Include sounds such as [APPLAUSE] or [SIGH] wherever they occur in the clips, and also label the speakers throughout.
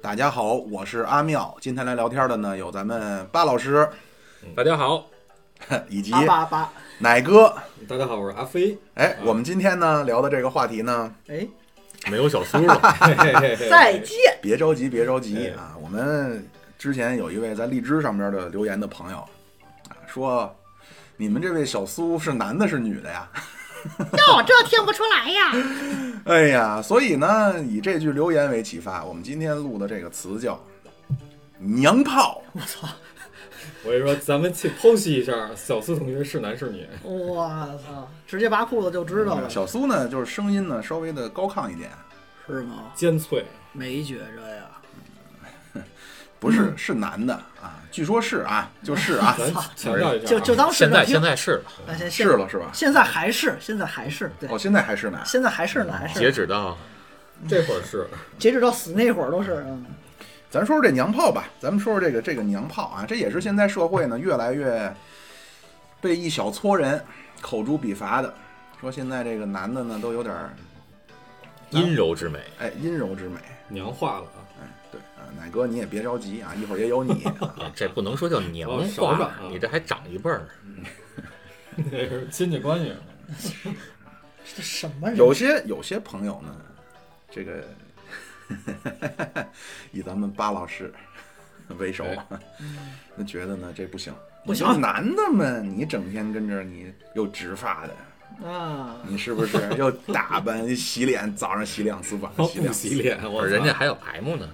Speaker 1: 大家好，我是阿妙。今天来聊天的呢，有咱们巴老师
Speaker 2: 大家好，
Speaker 1: 以及
Speaker 3: 阿巴阿巴，
Speaker 1: 奶哥。
Speaker 2: 大家好，我是阿飞。
Speaker 1: 哎，我们今天呢聊的这个话题呢，
Speaker 3: 哎，
Speaker 2: 没有小苏 [LAUGHS] 了，哎
Speaker 3: 再见，
Speaker 1: [LAUGHS] 别着急，别着急
Speaker 3: 哎
Speaker 1: 啊。我们之前有一位在荔枝上边的留言的朋友啊，说你们这位小苏是男的，是女的呀？ [LAUGHS]
Speaker 3: 哟，这听不出来呀。
Speaker 1: 哎呀，所以呢，以这句留言为启发，我们今天录的这个词叫“娘炮
Speaker 2: 我跟你说，咱们去剖析一下小苏同学是男是女。
Speaker 3: [LAUGHS] 我操，直接拔裤子就知道”。了，
Speaker 1: 小苏呢，就是声音呢稍微的高亢一点，
Speaker 3: 是吗？
Speaker 2: 尖脆，
Speaker 3: 没觉着呀，
Speaker 1: 不是是男的啊，据说是啊，就是啊，
Speaker 2: 嗯 [LAUGHS] 咱强调一下啊，
Speaker 3: 就就当是
Speaker 4: 现在现
Speaker 3: 在
Speaker 4: 在是了
Speaker 3: 现
Speaker 1: 是了是吧？
Speaker 3: 现在还是现在还是对
Speaker 1: 哦，，现在还是男。
Speaker 3: 现在还是呢，还
Speaker 4: 截
Speaker 3: 是
Speaker 4: 止到
Speaker 2: 这会儿是
Speaker 3: 截止到死那会儿都是，嗯，
Speaker 1: 咱说说这娘炮吧，咱们说说这个这个娘炮啊，这也是现在社会呢越来越被一小撮人口诛笔伐的。说现在这个男的呢都有点儿
Speaker 4: 阴柔之美，
Speaker 1: 哎阴柔之美，
Speaker 2: 娘化了啊，
Speaker 1: 对啊，奶哥你也别着急啊，一会儿也有你 [LAUGHS] 啊。
Speaker 4: 这不能说叫娘
Speaker 2: 哦手掌
Speaker 4: 化
Speaker 2: 啊，
Speaker 4: 你这还长一辈儿。
Speaker 2: 这是亲戚关系。
Speaker 3: 这什么 [LAUGHS] 人？
Speaker 1: 有些有些朋友呢，这个 [LAUGHS] 以咱们巴老师为首，啊那觉得呢这不行，
Speaker 3: 不行
Speaker 1: 你男的嘛，你整天跟这儿你又植发的，
Speaker 3: 啊，
Speaker 1: 你是不是又打扮洗脸，早上洗两次，晚上
Speaker 2: 我
Speaker 1: 洗两次。
Speaker 2: 不哦洗脸，
Speaker 4: 不
Speaker 2: 我
Speaker 4: 是，人家还有 M 呢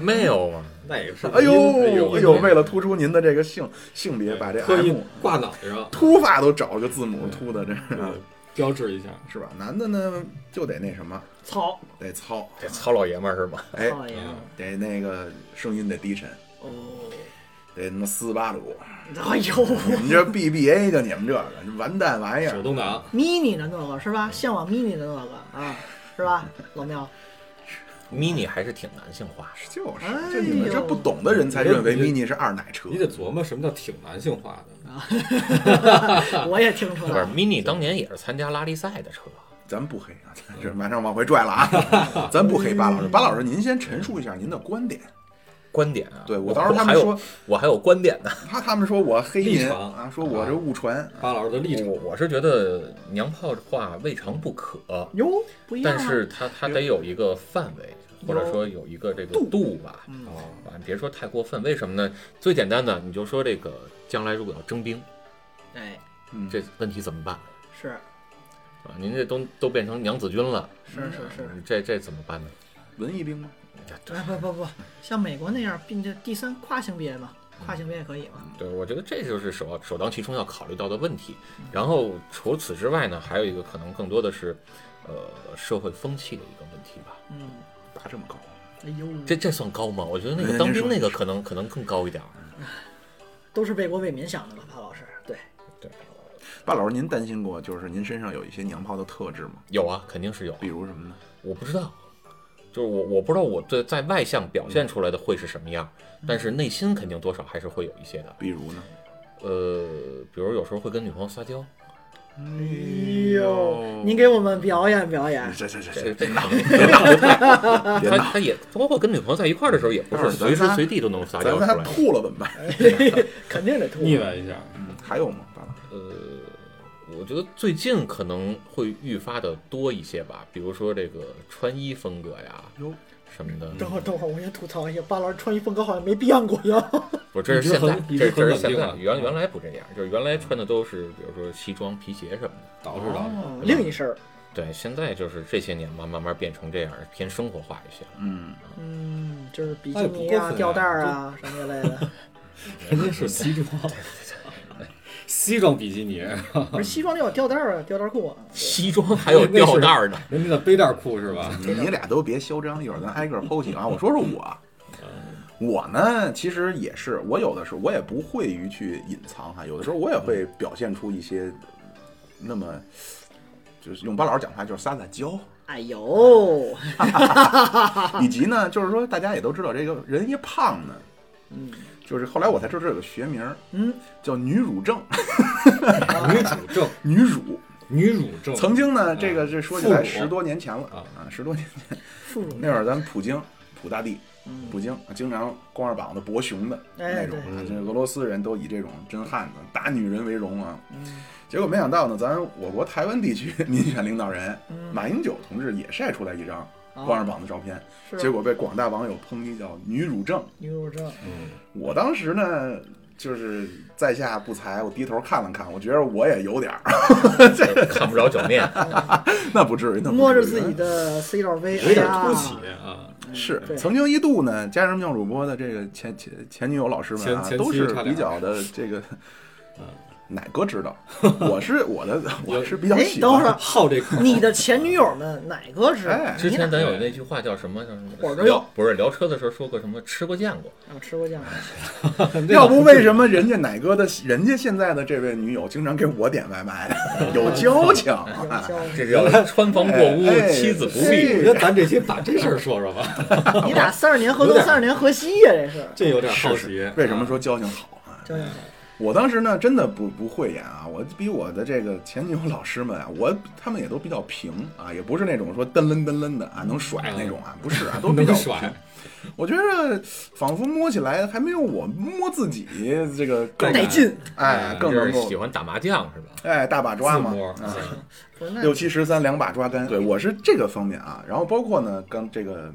Speaker 4: ，male 嘛，
Speaker 2: 那个是
Speaker 1: 哎呦
Speaker 2: 阴
Speaker 1: 哎呦！为了突出您的这个性性别，把这
Speaker 2: 特
Speaker 1: M
Speaker 2: 意挂脑袋上，
Speaker 1: 秃发都找个字母秃的，这
Speaker 2: 嗯标志一下。
Speaker 1: 是吧？男的呢就得那什么，
Speaker 3: 操，
Speaker 1: 得糙，
Speaker 4: 这糙老爷们儿是吗？
Speaker 1: 哎，
Speaker 3: 操爷们儿，
Speaker 1: 得那个声音得低沉，
Speaker 3: 哦，
Speaker 1: 得那么斯巴鲁。
Speaker 3: 哎呦
Speaker 1: 你们这 BBA 就你们这个完蛋玩意
Speaker 2: 手
Speaker 1: 儿，
Speaker 2: 动挡，
Speaker 3: ，mini 的那个是吧？向往 mini 的那个啊，是吧？老庙，
Speaker 4: mini 还是挺男性化的，
Speaker 1: 就是
Speaker 3: 哎呦
Speaker 1: 就你们这不懂的人才认为
Speaker 2: 你这
Speaker 1: mini 是二奶车
Speaker 2: 你。得琢磨什么叫挺男性化的。
Speaker 3: 我也听出
Speaker 4: 不
Speaker 3: 来
Speaker 4: 是
Speaker 3: 了，
Speaker 4: mini 当年也是参加拉力赛的车，
Speaker 1: 咱不黑啊，
Speaker 2: 嗯
Speaker 1: 咱这马上往回拽了啊，
Speaker 2: [LAUGHS]
Speaker 1: 咱不黑巴老师。巴老师，您先陈述一下您的观点。
Speaker 4: 观点啊，
Speaker 1: 对我
Speaker 4: 我
Speaker 1: 到时候他们
Speaker 4: 我还有
Speaker 1: 说
Speaker 4: 我还有观点呢，
Speaker 1: 他他们说我黑
Speaker 2: 立
Speaker 1: 您
Speaker 2: 场
Speaker 1: 啊，说我这误传。
Speaker 2: 巴老师的立场
Speaker 4: 我我是觉得娘炮的话未尝不可，
Speaker 3: 哟，不一样
Speaker 4: 但
Speaker 3: 啊，
Speaker 4: 是它它得有一个范围，或者说有一个这个度吧，
Speaker 3: 嗯
Speaker 2: 哦
Speaker 4: 啊，你别说太过分，为什么呢？最简单的，你就说这个将来如果要征兵，
Speaker 3: 哎，
Speaker 1: 嗯，
Speaker 4: 这问题怎么办
Speaker 3: 是
Speaker 4: 啊？您这都都变成娘子军了，
Speaker 3: 是是是。
Speaker 4: 你这这怎么办呢？
Speaker 1: 文艺兵吗？
Speaker 3: 哎不不不，像美国那样，并且第三跨性别嘛，跨性别也可以嘛。
Speaker 4: 对，我觉得这就是首首当其冲要考虑到的问题。
Speaker 3: 嗯
Speaker 4: 然后除此之外呢，还有一个可能更多的是，呃，社会风气的一个问题吧。
Speaker 3: 嗯，
Speaker 1: 拔这么高？啊
Speaker 3: 哎呦，
Speaker 4: 这这算高吗？我觉得那
Speaker 1: 哎
Speaker 4: 个当
Speaker 1: 您说
Speaker 4: 兵那个可能可能更高一点儿。
Speaker 3: 都是为国为民想的吧，潘老师？对，
Speaker 1: 巴老师，您担心过就是您身上有一些娘炮的特质吗？
Speaker 4: 有啊，肯定是有啊。
Speaker 1: 比如什么呢？
Speaker 4: 我不知道，就是我我不知道我在在外向表现出来的会是什么样，但是内心肯定多少还是会有一些的。
Speaker 1: 比如呢？
Speaker 4: 呃，比如有时候会跟女朋友撒娇，
Speaker 3: 哎呦，您给我们表演表演，
Speaker 1: 这这这
Speaker 4: 这
Speaker 1: 这
Speaker 4: 这
Speaker 1: 别闹
Speaker 4: 脑
Speaker 1: 别闹，别
Speaker 4: [LAUGHS] 他
Speaker 1: 闹！
Speaker 4: 他也包括跟女朋友在一块儿的时候，也不是
Speaker 1: 咱仨
Speaker 4: 随时随地都能撒
Speaker 1: 咱
Speaker 4: 娇出
Speaker 1: 他
Speaker 4: 来。
Speaker 1: 吐了怎么办？
Speaker 3: 肯定得吐。
Speaker 2: 腻歪一下，
Speaker 1: 嗯还有吗？巴老师，
Speaker 4: 我觉得最近可能会愈发的多一些吧，比如说这个穿衣风格呀
Speaker 1: 哟，
Speaker 4: 什么的。
Speaker 3: 等会儿等会儿，我先吐槽一下，巴老师穿衣风格好像没变过呀。
Speaker 4: 不，这是
Speaker 2: 你
Speaker 4: 现
Speaker 2: 这
Speaker 4: 在
Speaker 2: 很，你这
Speaker 4: 这是
Speaker 2: 很
Speaker 4: 这是
Speaker 2: 冷
Speaker 4: 现
Speaker 2: 静
Speaker 4: 在
Speaker 2: 啊，
Speaker 4: 原原来不这样，就是原来穿的都是比如说西装、皮鞋什么的。
Speaker 2: 捯饬捯饬。
Speaker 3: 哦 [LAUGHS] 另一身儿，
Speaker 4: 对，现在就是这些年吧，慢慢变成这样，偏生活化一些了。
Speaker 1: 嗯，
Speaker 3: 嗯，就是比基
Speaker 2: 哎不过
Speaker 3: 尼
Speaker 2: 分
Speaker 3: 啊、
Speaker 2: 呀
Speaker 3: 吊带儿啊什么之类的。
Speaker 2: 人家是西装，西装比基尼，
Speaker 3: 不是西装得有吊带儿啊，吊带裤啊。
Speaker 4: 西装还有吊带儿呢，
Speaker 2: 人家的背带裤是吧？
Speaker 1: 你你俩都别嚣张，一会儿咱挨个儿剖析啊。我说说我，我呢，其实也是，我有的时候我也不会于去隐藏哈，有的时候我也会表现出一些那么，就是用巴老师讲话就是撒撒
Speaker 2: [LAUGHS]
Speaker 1: 娇，
Speaker 3: 哎呦，
Speaker 1: 以及呢，就是说大家也都知道这个人一胖呢，
Speaker 3: 嗯
Speaker 1: 就是后来我才知道这有个学名儿
Speaker 3: 嗯，
Speaker 1: 叫女乳症，
Speaker 2: 女主症，
Speaker 1: 女乳。
Speaker 2: 女乳症，
Speaker 1: 曾经呢，这个
Speaker 2: 哦嗯
Speaker 1: 这说起来
Speaker 2: 妇乳
Speaker 1: 十多年前了
Speaker 2: 啊
Speaker 1: 啊，十多年
Speaker 3: 副乳
Speaker 1: 那会儿咱们普京普大帝
Speaker 3: 嗯
Speaker 1: 普京啊经常光着膀子博雄的那
Speaker 3: 哎
Speaker 1: 种
Speaker 3: 对
Speaker 1: 啊，这俄罗斯人都以这种真汉子打女人为荣啊，
Speaker 3: 嗯
Speaker 1: 结果没想到呢，咱我国台湾地区 [LAUGHS] 民选领导人
Speaker 3: 嗯，
Speaker 1: 马英九同志也晒出来一张
Speaker 3: 哦
Speaker 1: 光着膀子照片，
Speaker 3: 是
Speaker 1: 结果被广大网友抨击叫“女乳症
Speaker 3: 女乳症，”。
Speaker 1: 我当时呢，就是在下不才，我低头看了看，我觉得我也有点儿， [LAUGHS]
Speaker 4: 看不着脚面，
Speaker 1: 那不至于，那不至于
Speaker 3: 摸着自己的 C 罩杯，
Speaker 2: 有点
Speaker 3: 哎呀
Speaker 2: 凸起啊，
Speaker 1: 是
Speaker 3: 嗯对
Speaker 1: 曾经一度呢，家人妙主播的这个前前前女友老师们啊
Speaker 2: 前，前妻
Speaker 1: 都是
Speaker 2: 差点
Speaker 1: 比较的这个
Speaker 2: 嗯。
Speaker 1: 奶哥知
Speaker 2: [LAUGHS]
Speaker 1: 道，我是我的我是比较
Speaker 3: 哎
Speaker 1: 喜
Speaker 3: 等会
Speaker 1: 欢
Speaker 3: 儿
Speaker 1: 的，
Speaker 2: 好这口，
Speaker 3: [LAUGHS] 你的前女友们哪个是？
Speaker 1: 哎
Speaker 4: 之前
Speaker 3: 的
Speaker 4: 咱有那句话叫什么？叫什么
Speaker 3: 火着
Speaker 4: 聊
Speaker 3: 用
Speaker 4: 不是聊车的时候说过什么？吃过见过，
Speaker 3: 我嗯吃
Speaker 2: [LAUGHS]
Speaker 3: 过酱，
Speaker 1: 要不为什么人家奶哥的人家现在的这位女友经常给我点外卖
Speaker 2: [LAUGHS]
Speaker 1: 呢？有交情啊，
Speaker 3: 有交
Speaker 4: 这叫穿房过屋，
Speaker 1: 哎哎
Speaker 4: 妻子不
Speaker 1: 哎
Speaker 4: 避。
Speaker 2: 你看咱这期把这事儿说说吧，
Speaker 3: 你俩三十年河
Speaker 2: 有
Speaker 3: 东，
Speaker 2: 点
Speaker 3: 三十年河西呀，这是
Speaker 2: 这有点好
Speaker 4: 是
Speaker 2: 奇。
Speaker 1: 为什么说交情好啊？
Speaker 3: 交警
Speaker 1: 我当时呢，真的不不会演啊，我比我的这个前女友老师们啊，我他们也都比较平啊，也不是那种说噔楞噔楞的啊，能甩那种啊，不是啊，
Speaker 2: [LAUGHS]
Speaker 1: 都比较
Speaker 2: 嗯能
Speaker 1: 平
Speaker 2: 甩。
Speaker 1: 我觉着仿佛摸起来还没有我摸自己这个更
Speaker 3: 得劲，
Speaker 1: 哎，更
Speaker 4: 就是
Speaker 1: 能够
Speaker 4: 喜欢打麻将是吧？
Speaker 1: 哎大把抓嘛
Speaker 2: 自摸
Speaker 1: 啊。
Speaker 3: 不是那
Speaker 1: 六七十三两把抓干。对我是这个方面啊，然后包括呢，刚这个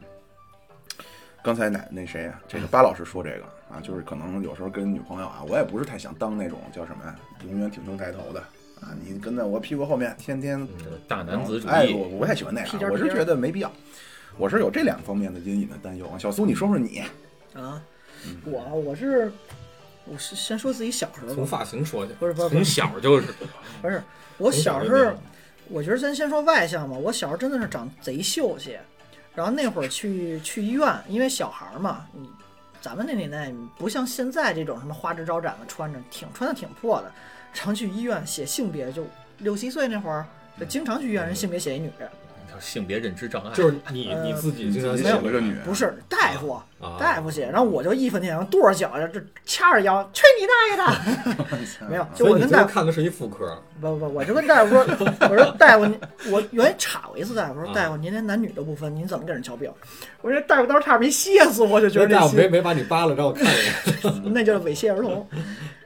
Speaker 1: 刚才奶那谁啊，这个巴老师说这个啊，就是可能有时候跟女朋友啊，我也不是太想当那种叫什么呀，永远挺胸抬头的啊，你跟在我屁股后面天天
Speaker 4: 嗯大男子主
Speaker 1: 哎，我
Speaker 4: 义，
Speaker 1: 我不太喜欢那
Speaker 3: 屁颠
Speaker 1: 样，
Speaker 3: 儿
Speaker 1: 我是
Speaker 3: 屁颠
Speaker 1: 觉
Speaker 3: 儿
Speaker 1: 得没必要。我是有这两方面的阴影的担忧啊，小苏，你说说你，
Speaker 3: 啊，我我是我是先说自己小时候
Speaker 2: 从
Speaker 3: 吧，
Speaker 2: 发型说起，
Speaker 3: 不是不是不是
Speaker 4: 从小就是
Speaker 3: 不是，我小时
Speaker 2: 从小就那
Speaker 3: 候
Speaker 2: 样，
Speaker 3: 我觉得咱先说外向吧，我小时候真的是长贼秀气，然后那会儿去去医院，因为小孩儿嘛，你咱们那年代不像现在这种什么花枝招展的穿着，挺穿的挺破的，常去医院写性别，就六七岁那会儿。就经常去医院，人
Speaker 2: 嗯
Speaker 3: 性别写一女，
Speaker 2: 啊
Speaker 4: 叫性别认知障碍，
Speaker 2: 就是你
Speaker 3: 呃
Speaker 2: 你自己经常
Speaker 1: 你
Speaker 2: 写
Speaker 1: 写了个女，
Speaker 3: 不是大夫，
Speaker 2: 啊，
Speaker 3: 大夫写，然后我就义愤填膺，跺着脚呀，这掐着腰，去你大爷的！
Speaker 1: [LAUGHS]
Speaker 3: 没
Speaker 1: 啊
Speaker 3: 有就
Speaker 2: 所以
Speaker 3: 我
Speaker 2: 你
Speaker 3: 跟
Speaker 2: 今
Speaker 3: 大
Speaker 2: 天
Speaker 3: 夫
Speaker 2: 看的是一妇科，
Speaker 3: 不不，我就跟大夫说，我说大夫，您我原来查过一次大夫，我说大夫您连男女都不分，您怎么给人瞧病？我说大夫当时差点没歇死我，就觉
Speaker 2: 觉
Speaker 3: 得
Speaker 2: 得大
Speaker 3: 这
Speaker 2: 夫没
Speaker 3: 心
Speaker 2: 没把你扒了，让我看一眼。
Speaker 3: 那叫猥亵儿童。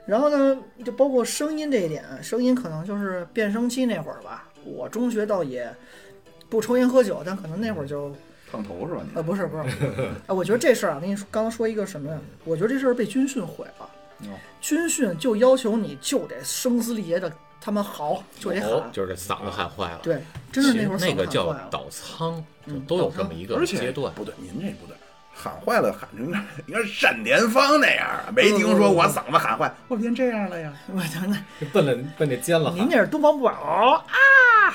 Speaker 3: 然后呢，就包括声音这一点，啊声音可能就是变声期那会儿吧。我中学倒也不抽烟喝酒，但可能那会儿就
Speaker 1: 烫头是吧？你
Speaker 3: 呃，不是不是，哎，我觉得这事儿啊，我跟你说，刚刚说一个什么呀？我觉得这事儿被军训毁了
Speaker 1: 哦。
Speaker 3: 军训就要求你就得声嘶力竭的他妈嚎，就得
Speaker 4: 哦
Speaker 3: 喊，
Speaker 4: 就是嗓子喊坏了。
Speaker 3: 对，
Speaker 4: 其
Speaker 3: 真是
Speaker 4: 实
Speaker 3: 会儿
Speaker 4: 那
Speaker 3: 嗓
Speaker 4: 个
Speaker 3: 子喊
Speaker 4: 叫
Speaker 3: 坏了。
Speaker 4: 倒仓，就
Speaker 3: 嗯
Speaker 4: 都有这么一个
Speaker 1: 而且
Speaker 4: 阶段。
Speaker 1: 不对，您这不对，喊坏了喊成应该应该是单田芳那样儿，没听说我嗓子喊坏，我变这样了呀。
Speaker 3: [LAUGHS] 我等等，
Speaker 2: 就奔了奔这肩了
Speaker 3: 您
Speaker 2: 喊，
Speaker 3: 那是东方不败啊！
Speaker 1: 啊，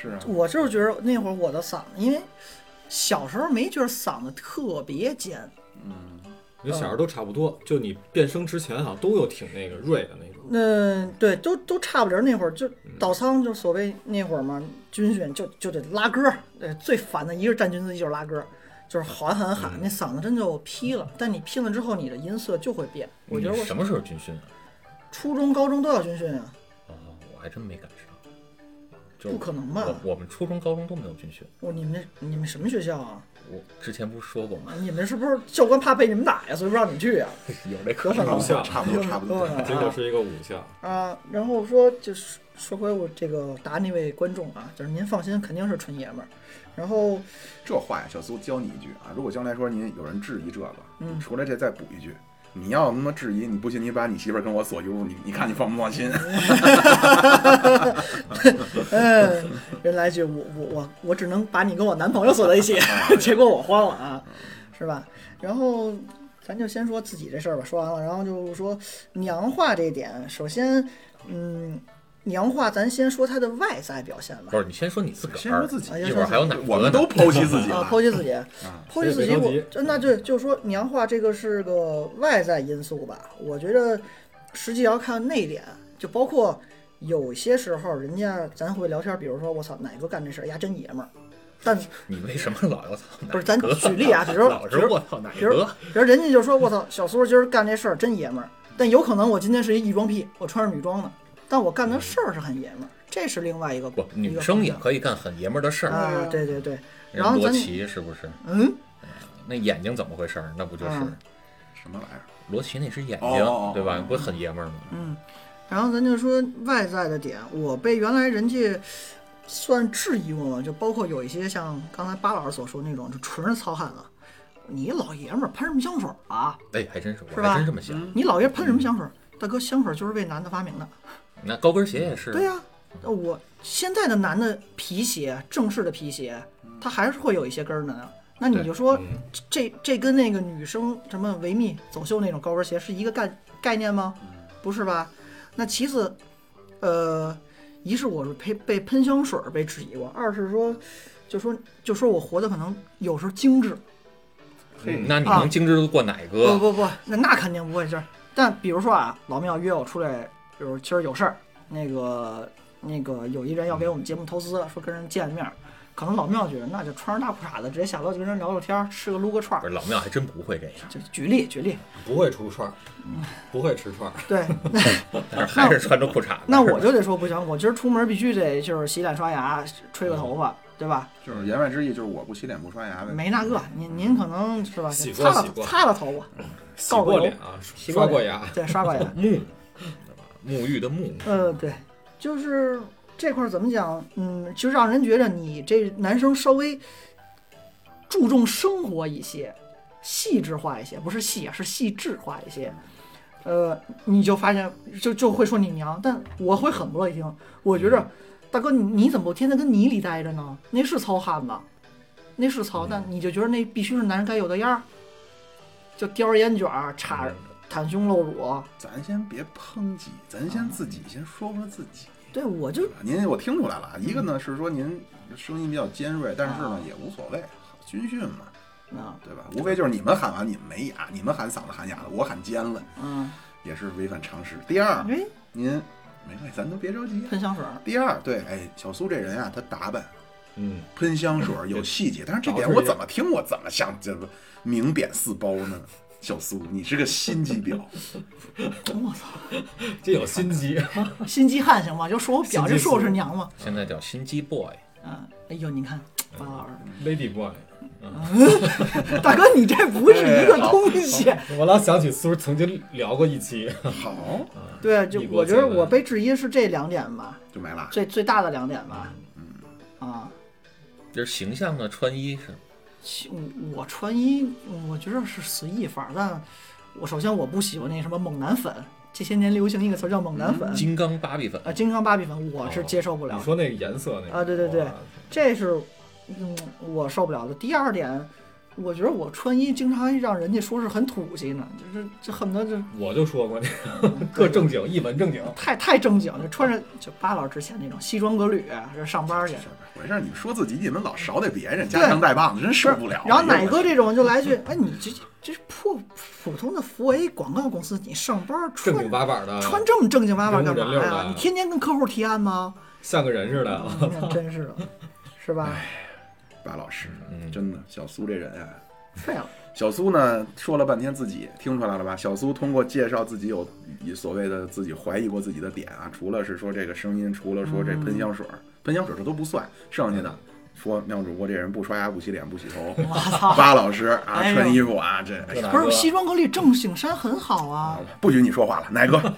Speaker 1: 是啊，
Speaker 3: 我就是觉得那会儿我的嗓子，因为小时候没觉得嗓子特别尖，
Speaker 2: 你小时候都差不多，就你变声之前好像都有挺那个锐的那种。
Speaker 3: 那对，都都差不离儿。那会儿就
Speaker 4: 嗯
Speaker 3: 倒仓，就所谓那会儿嘛，军训就就得拉歌儿，呃，最烦的一个是站军姿，一就是拉歌儿，就是喊喊喊，
Speaker 4: 嗯
Speaker 3: 那嗓子真就劈了。但你劈了之后，你的音色就会变。嗯我觉得
Speaker 4: 你
Speaker 3: 我
Speaker 4: 什么时候军训啊？
Speaker 3: 初中、高中都要军训啊，
Speaker 4: 啊，我还真没赶上。就
Speaker 3: 不可能吧？
Speaker 4: 我我们初中、高中都没有军训。
Speaker 3: 我你们你们什么学校啊？
Speaker 4: 我之前不是说过吗？
Speaker 3: 你们是不是教官怕被你们打呀，所以不让你们去啊？
Speaker 4: 有这
Speaker 3: 可
Speaker 4: 可啊
Speaker 3: 能
Speaker 2: 偶像
Speaker 1: 差不多，差不多。
Speaker 3: 嗯
Speaker 2: 结果是一个武校，
Speaker 3: 啊，然后说就是说回我这个答那位观众啊，就是您放心，肯定是纯爷们儿。然后
Speaker 1: 这话呀，小苏教你一句啊，如果将来说您有人质疑这个，
Speaker 3: 嗯
Speaker 1: 你除了这再补一句。你要他妈质疑，你不信你把你媳妇儿跟我锁一屋，你你看你放不放心？
Speaker 3: 嗯，人来一句我我我我只能把你跟我男朋友锁在一起，
Speaker 4: [LAUGHS]
Speaker 3: 结果我慌了啊，是吧？然后咱就先说自己这事儿吧，说完了，然后就说娘话这一点，首先，嗯，娘话，咱先说他的外在表现吧
Speaker 4: 不。是，你先说你自个儿，
Speaker 1: 先说自己
Speaker 3: 哎呀
Speaker 4: 一会儿还有哪个呢？
Speaker 1: [LAUGHS] 我们都剖析自己 [LAUGHS]
Speaker 3: 啊
Speaker 1: 了，，
Speaker 3: 剖析
Speaker 4: [LAUGHS]
Speaker 3: 自己，剖析自
Speaker 2: 所以
Speaker 3: 己，
Speaker 2: 别着
Speaker 3: 我
Speaker 2: 急
Speaker 3: 这那这就是说娘化这个是个外在因素吧？我觉得实际要看内敛，就包括有些时候人家咱会聊天，比如说我操哪个干这事儿呀，真爷们儿。
Speaker 4: [LAUGHS]
Speaker 3: 但
Speaker 4: 你为什么老要操哪个？
Speaker 3: 不是咱举例啊比如
Speaker 4: 老是我操哪
Speaker 3: 比如
Speaker 4: 个？
Speaker 3: 比如人家就说我操小苏今儿干这事儿真爷们儿，但有可能我今天是一异装癖，我穿着女装呢，但我干的事儿是很爷们儿，这是另外一个
Speaker 4: 嗯不，
Speaker 3: 一
Speaker 4: 女
Speaker 3: 个
Speaker 4: 生
Speaker 3: 方
Speaker 4: 也
Speaker 3: 向
Speaker 4: 可以干很爷们儿的事儿。
Speaker 3: 啊，对对对，
Speaker 4: 人
Speaker 3: 然后
Speaker 4: 罗
Speaker 3: 咱
Speaker 4: 琦是不是？哎
Speaker 3: 嗯，
Speaker 4: 那眼睛怎么回事儿？那不就是
Speaker 3: 嗯
Speaker 1: 什么玩意儿？
Speaker 4: 罗琦那只眼
Speaker 1: 哦哦哦
Speaker 4: 睛，对吧？不是很爷们儿吗？
Speaker 3: 嗯，然后咱就说外在的点，我被原来人家算质疑过嘛，就包括有一些像刚才巴老师所说那种，就纯是糙汉子。你老爷们儿喷什么香水啊？
Speaker 4: 哎，还真是，我
Speaker 3: 是吧嗯
Speaker 4: 还真这么想。
Speaker 3: 你老爷喷什么香水？大哥，香水就是为男的发明的。
Speaker 4: 那高跟鞋也是，
Speaker 3: 对呀、啊那我现在的男的皮鞋，正式的皮鞋，它还是会有一些跟儿的呢。那你
Speaker 4: 对
Speaker 3: 就说
Speaker 2: 嗯
Speaker 3: 这这跟那个女生什么维密、走秀那种高跟鞋是一个概概念吗？
Speaker 4: 嗯
Speaker 3: 不是吧？那其次，呃，一是我是被被喷香水儿被质疑过，二是说，就说就说我活的可能有时候精致，
Speaker 1: 嘿，
Speaker 4: 嗯那你
Speaker 3: 啊
Speaker 4: 能精致过哪
Speaker 3: 不
Speaker 4: 个？
Speaker 3: 不不，那那肯定不会是。但比如说啊，老庙约我出来，比如今儿有事儿，那个那个有一人要给我们节目投资了，说跟人见面儿，可能老庙觉得那就穿着大裤衩子直接下楼就跟人聊聊天儿，吃个撸个串
Speaker 4: 不
Speaker 3: 儿，
Speaker 4: 是老庙还真不会这样，
Speaker 3: 就举例举例，
Speaker 2: 不会出串儿，不会吃串儿，
Speaker 3: 对，
Speaker 4: 但是还是穿着裤衩子。
Speaker 3: 那
Speaker 4: [LAUGHS]
Speaker 3: 我就得说不行，我今儿出门必须得就是洗脸刷牙，吹个头发，对吧？
Speaker 1: 就是言外之意，就是我不洗脸不刷牙呗。
Speaker 3: 没那个，您您可能是吧，
Speaker 2: 洗
Speaker 3: 擦
Speaker 2: 过
Speaker 3: 了
Speaker 2: 洗过
Speaker 3: 擦了头发，
Speaker 2: 洗
Speaker 3: 告
Speaker 2: 过
Speaker 3: 过
Speaker 2: 脸啊，
Speaker 3: 洗
Speaker 2: 刷
Speaker 3: 过
Speaker 2: 过
Speaker 3: 脸
Speaker 2: 牙，
Speaker 3: 对，刷过牙。
Speaker 4: 沐，沐浴的沐，
Speaker 3: 呃，对，就是这块儿怎么讲，嗯，就让人觉得你这男生稍微注重生活一些，细致化一些，不是细啊，是细致化一些。呃，你就发现就就会说你娘，但我会很不乐意听，我觉着大哥你你怎么天天跟泥里待着呢？那是糙汉子，那是糙，但你就觉得那必须是男人该有的样儿，就叼着烟卷儿，叉着袒胸露乳，
Speaker 1: 咱先别抨击，咱先自己先说说自己。
Speaker 3: 对我就
Speaker 1: 对吧啊您我听出来了，一个呢是说您声音比较尖锐，但是呢
Speaker 3: 嗯啊
Speaker 1: 也无所谓，军训嘛，
Speaker 3: 啊
Speaker 1: 对吧？无非就是你们喊完你们没哑，你们喊嗓子喊哑了，我喊尖了，
Speaker 3: 嗯，
Speaker 1: 也是违反常识。第二，
Speaker 3: 因为
Speaker 1: 您没关系，咱都别着急啊。
Speaker 3: 喷香水儿。
Speaker 1: 第二，对，哎，小苏这人啊，他打扮
Speaker 2: 嗯，
Speaker 1: 喷香水有细节，但是这点
Speaker 2: 导致
Speaker 1: 我怎么听我怎么像这个明贬四褒呢？小苏，你是个心机
Speaker 3: [LAUGHS]
Speaker 1: 婊，
Speaker 3: 我操，
Speaker 2: 这有心机，
Speaker 3: [LAUGHS] 心机汉行吗？就说我表，
Speaker 2: 心机
Speaker 3: 就
Speaker 2: 思
Speaker 3: 说我是娘嘛。
Speaker 4: 现在叫心机 boy。
Speaker 3: 嗯，哎呦，你看，巴老师，
Speaker 2: Lady Boy，
Speaker 3: [LAUGHS] 大哥，你这不是一个东西。
Speaker 2: 我老想起苏儿曾经聊过一期，
Speaker 3: [LAUGHS]
Speaker 1: 好，
Speaker 3: 对，就
Speaker 2: 一锅
Speaker 3: 我觉得
Speaker 2: 煎的
Speaker 3: 我被质疑是这两点吧，
Speaker 1: 就没了。
Speaker 3: 最最大的两点吧。啊，
Speaker 4: 就是形象呢，穿衣是
Speaker 3: 其我穿衣，我觉得是随意范儿，但我首先我不喜欢那什么猛男粉，这些年流行一个词儿叫猛男粉
Speaker 4: 金刚芭比粉，
Speaker 3: 啊，金刚芭比粉，我是接受不了
Speaker 2: 你。说那个颜色那个
Speaker 3: 啊对对对
Speaker 2: 哇
Speaker 3: 这是嗯我受不了的。第二点，我觉得我穿衣经常让人家说是很土气呢，就是这恨不得就
Speaker 2: 我就说过，特正经，一本正经，
Speaker 3: 太太正经，就穿着就巴老之前那种西装革履啊这上班去。
Speaker 1: 回事儿，你们说自己，你们老捎带别人，
Speaker 3: 对
Speaker 1: 夹枪带棒的，真受不了。哎
Speaker 3: 然后奶哥这种就 [LAUGHS] 来句，哎，你这这是破普通的福 A 广告公司，你上班
Speaker 2: 正
Speaker 3: 穿
Speaker 2: 经八百的，
Speaker 3: 穿这么正经八百干嘛
Speaker 2: 人五人六
Speaker 3: 呀？
Speaker 2: 的
Speaker 3: 你天天跟客户提
Speaker 2: [LAUGHS]
Speaker 3: 案吗？
Speaker 2: 像个人似的。
Speaker 3: 嗯真是的，是吧？
Speaker 2: 哎
Speaker 1: 白老师，
Speaker 4: 嗯
Speaker 1: 真的，小苏这人啊，
Speaker 3: 废了，
Speaker 1: 小苏呢说了半天自己，听出来了吧？小苏通过介绍自己有以所谓的自己怀疑过自己的点啊，除了是说这个声音，除了说这喷香水儿，喷香水儿这都不算，剩下的说妙主播这人不刷牙、不洗脸、不洗头，
Speaker 3: 我操！
Speaker 1: 巴老师啊，
Speaker 3: 哎呦
Speaker 1: 穿衣服啊，这哎
Speaker 2: 这
Speaker 1: 呀
Speaker 2: 哪
Speaker 3: [LAUGHS] 不是
Speaker 2: 个
Speaker 3: 西装革履正经衫很好啊，
Speaker 1: 不许你说话了，奶哥啊，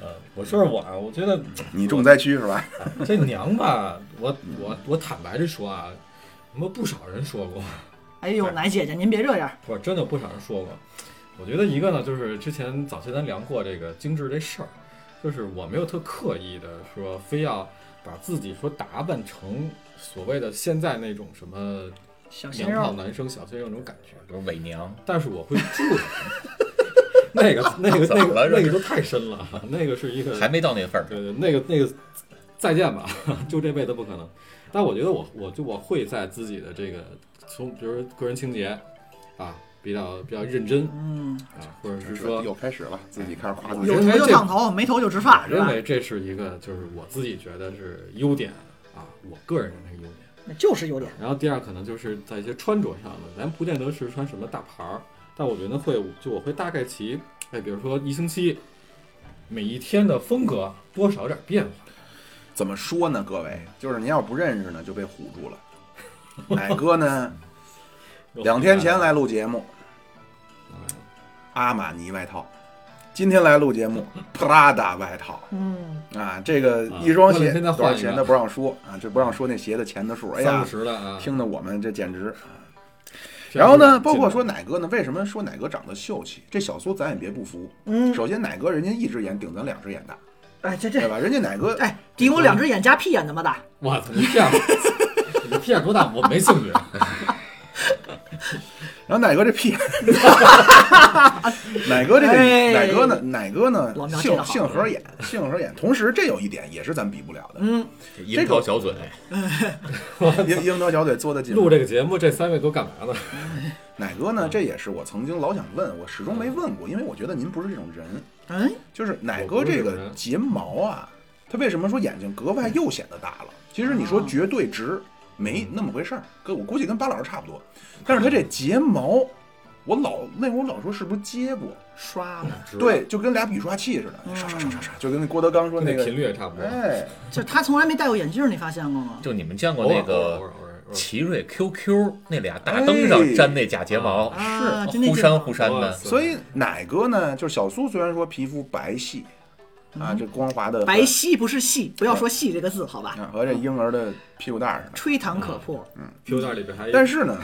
Speaker 2: 呃，我说说我啊，我觉得
Speaker 1: [LAUGHS] 你重灾区是吧？
Speaker 2: 这娘吧，我我我坦白的说啊，他妈不少人说过，
Speaker 3: 哎呦，奶姐姐您别这样，
Speaker 2: 我真的不少人说过。我觉得一个呢，就是之前早期咱聊过这个精致这事儿，就是我没有特刻意的说非要把自己说打扮成所谓的现在那种什么
Speaker 3: 小鲜
Speaker 2: 娘炮
Speaker 3: 肉，
Speaker 2: 男生小鲜肉那种感觉，
Speaker 4: 就是伪娘，
Speaker 2: 但是我会注意，那个那个
Speaker 4: 怎
Speaker 2: 那
Speaker 4: 么了
Speaker 2: 个那
Speaker 4: 这
Speaker 2: 个
Speaker 4: 是
Speaker 2: 都太深了，啊那个是一个
Speaker 4: 还没到那份儿上。
Speaker 2: 对对，那个那个，再见吧， [LAUGHS] 就这辈子不可能。但我觉得我我就我会在自己的这个从比如说个人情节啊比较比较认真
Speaker 3: 嗯，
Speaker 2: 啊，或者是说
Speaker 1: 又开始了，自己开始夸自己
Speaker 3: 有
Speaker 2: 人
Speaker 3: 头
Speaker 2: 为
Speaker 3: 就
Speaker 2: 这
Speaker 3: 烫头，没头就吃饭，
Speaker 2: 我
Speaker 3: 是
Speaker 2: 认
Speaker 3: 吧？
Speaker 2: 为这是一个就是我自己觉得是优点啊，我个人认为是优点。
Speaker 3: 那就是有点
Speaker 2: 然后第二可能就是在一些穿着上的，咱不见得是穿什么大牌儿，但我觉得会就我会大概其，哎，比如说一星期，每一天的风格多少有点变化。
Speaker 1: 怎么说呢？各位，就是您要不认识呢，就被唬住了。奶哥呢，两天前来录节目，阿玛尼外套；今天来录节目，Prada 外套。
Speaker 3: 嗯，
Speaker 1: 啊，这个
Speaker 2: 啊
Speaker 1: 一双
Speaker 2: 过
Speaker 1: 鞋
Speaker 2: 两天
Speaker 1: 多
Speaker 2: 再换
Speaker 1: 少
Speaker 2: 一个
Speaker 1: 钱都不让说啊，这不让说那鞋的钱的数。哎
Speaker 2: 三
Speaker 1: 呀
Speaker 2: 五，十了啊，
Speaker 1: 听得我们这简直。然后呢，包括说
Speaker 2: 进
Speaker 1: 奶哥呢，为什么说奶哥长得秀气？这小苏咱也别不服。
Speaker 3: 嗯
Speaker 1: 首先，奶哥人家一只眼顶咱两只眼大，
Speaker 3: 哎，这
Speaker 1: 对
Speaker 3: 这，
Speaker 1: 吧？人家奶哥
Speaker 3: 哎，敌我两只眼加屁眼那么大，
Speaker 2: 来，我操，你这样， [LAUGHS] 你这样多大？我没兴趣。
Speaker 1: 然后奶哥这屁，
Speaker 3: [LAUGHS]
Speaker 1: 奶哥这个
Speaker 3: 哎
Speaker 1: 奶哥呢，奶哥呢
Speaker 3: 老，娘这个
Speaker 1: 性
Speaker 3: 好
Speaker 1: 性合眼，性合眼。同时，这有一点也是咱比不了
Speaker 3: [LAUGHS]
Speaker 1: 的，
Speaker 3: 嗯，
Speaker 4: 樱桃小嘴，
Speaker 1: 樱樱桃小嘴做的紧。
Speaker 2: 录这个节目，这三位都干嘛呢？
Speaker 1: 奶哥呢，这也是我曾经老想问，我始终没问过，因为我觉得您不是这种人。
Speaker 3: 嗯，
Speaker 1: 就是奶
Speaker 2: 我
Speaker 1: 哥
Speaker 2: 不是
Speaker 1: 这
Speaker 2: 这种
Speaker 1: 个
Speaker 2: 人
Speaker 1: 睫毛啊，它为什么说眼睛格外又显得大了？其实你
Speaker 3: 啊
Speaker 1: 说绝对值没那么回事儿，哥，我估计跟巴老师差不多。但是他这睫毛，我老那会儿我老说是不是接过？
Speaker 3: 刷了，
Speaker 1: [LAUGHS] 对，就跟俩笔刷器似的，
Speaker 3: 嗯
Speaker 1: 刷刷刷刷刷，就跟那郭德纲说
Speaker 2: 跟那
Speaker 1: 那个
Speaker 2: 频，率也啊差不多。
Speaker 1: 哎，
Speaker 3: 就他从来没戴过眼镜，你发现过吗？
Speaker 4: 就你们见过
Speaker 2: 偶尔
Speaker 4: 那
Speaker 2: 偶尔
Speaker 4: 个
Speaker 2: 偶尔偶尔
Speaker 4: 奇瑞 QQ 那俩大灯上粘那假睫毛，
Speaker 3: 啊，就那
Speaker 4: 忽
Speaker 3: 劲
Speaker 4: 闪
Speaker 3: 儿
Speaker 4: 忽闪
Speaker 2: 哇
Speaker 4: 的，
Speaker 2: 塞
Speaker 1: 所以奶哥呢，就是小苏虽然说皮肤白皙啊，这光滑的和
Speaker 3: 白皙不是细，
Speaker 2: 嗯
Speaker 3: 不要说“细”这个字，好吧？
Speaker 1: 啊和这婴儿的屁股蛋儿似的，
Speaker 3: 吹弹可破，
Speaker 2: Q 袋里边还有
Speaker 1: 但是呢，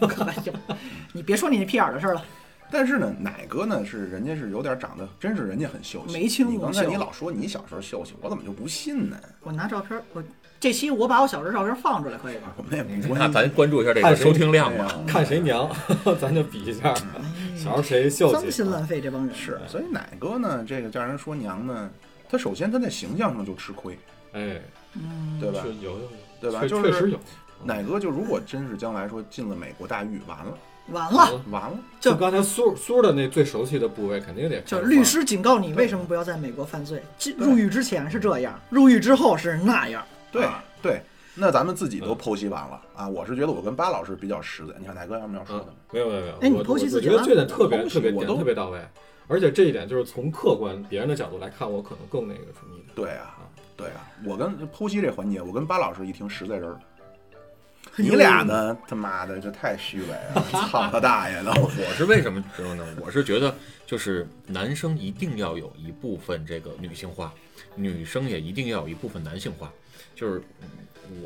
Speaker 2: 嗯
Speaker 3: [LAUGHS] 你别说你那屁眼儿的事儿了，
Speaker 1: 但是呢，奶哥呢是人家是有点长得，真是人家很秀气。
Speaker 3: 眉清目秀
Speaker 1: 你刚才你老说你小时候秀气，我怎么就不信呢？
Speaker 3: 我拿照片儿，我这期我把我小时候照片儿放出来可以吗？
Speaker 1: 我们也不
Speaker 4: 那
Speaker 1: 关心。
Speaker 4: 咱关注一下这个收听量
Speaker 1: 哎
Speaker 4: 吧。
Speaker 1: 呀
Speaker 2: 看谁娘， [LAUGHS] 咱就比一下，
Speaker 1: 嗯
Speaker 2: 嗯小时候谁秀
Speaker 3: 脏
Speaker 2: 气
Speaker 3: 哎心。烂肺这帮人
Speaker 1: 是，所以奶哥呢，这个叫人说娘呢，他首先他在形象上就吃亏，
Speaker 2: 哎，
Speaker 3: 嗯
Speaker 1: 对吧
Speaker 2: 是？有有有，
Speaker 1: 对吧
Speaker 2: 确
Speaker 1: 就是
Speaker 2: 确实有。
Speaker 1: 奶哥就如果真是将来说进了美国大狱，完了
Speaker 3: 完了，
Speaker 1: 完了，
Speaker 3: 就
Speaker 2: 啊就刚才苏苏的那最熟悉的部位，肯定得
Speaker 3: 就
Speaker 2: 开
Speaker 3: 是
Speaker 2: 花
Speaker 3: 律师警告你为什么不要在美国犯罪，进入狱之前是这样，入狱之后是那样，
Speaker 1: 对
Speaker 3: 啊
Speaker 1: 对。那咱们自己都剖析完了啊！我是觉得我跟巴老师比较实在，你看奶哥有没有说
Speaker 2: 嗯
Speaker 1: 的？，
Speaker 2: 没有没有没有。
Speaker 3: 哎你
Speaker 2: 我
Speaker 3: 剖析
Speaker 2: 我
Speaker 3: 自己
Speaker 2: 我觉
Speaker 3: 了
Speaker 2: 得这点特别
Speaker 1: 剖析
Speaker 2: 特别
Speaker 1: 我
Speaker 2: 点
Speaker 1: 都
Speaker 2: 特别到位，而且这一点就是从客观别人的角度来看，我可能更那个什么一点。
Speaker 1: 对啊，对啊，我跟剖析这环节，我跟巴老师一听实在人
Speaker 3: [LAUGHS]
Speaker 1: 儿，
Speaker 3: 呦
Speaker 1: 你俩呢？他妈的，这太虚伪了！操他大爷的！
Speaker 4: 我是为什么知道呢？我是觉得，就是男生一定要有一部分这个女性化，女生也一定要有一部分男性化。就是嗯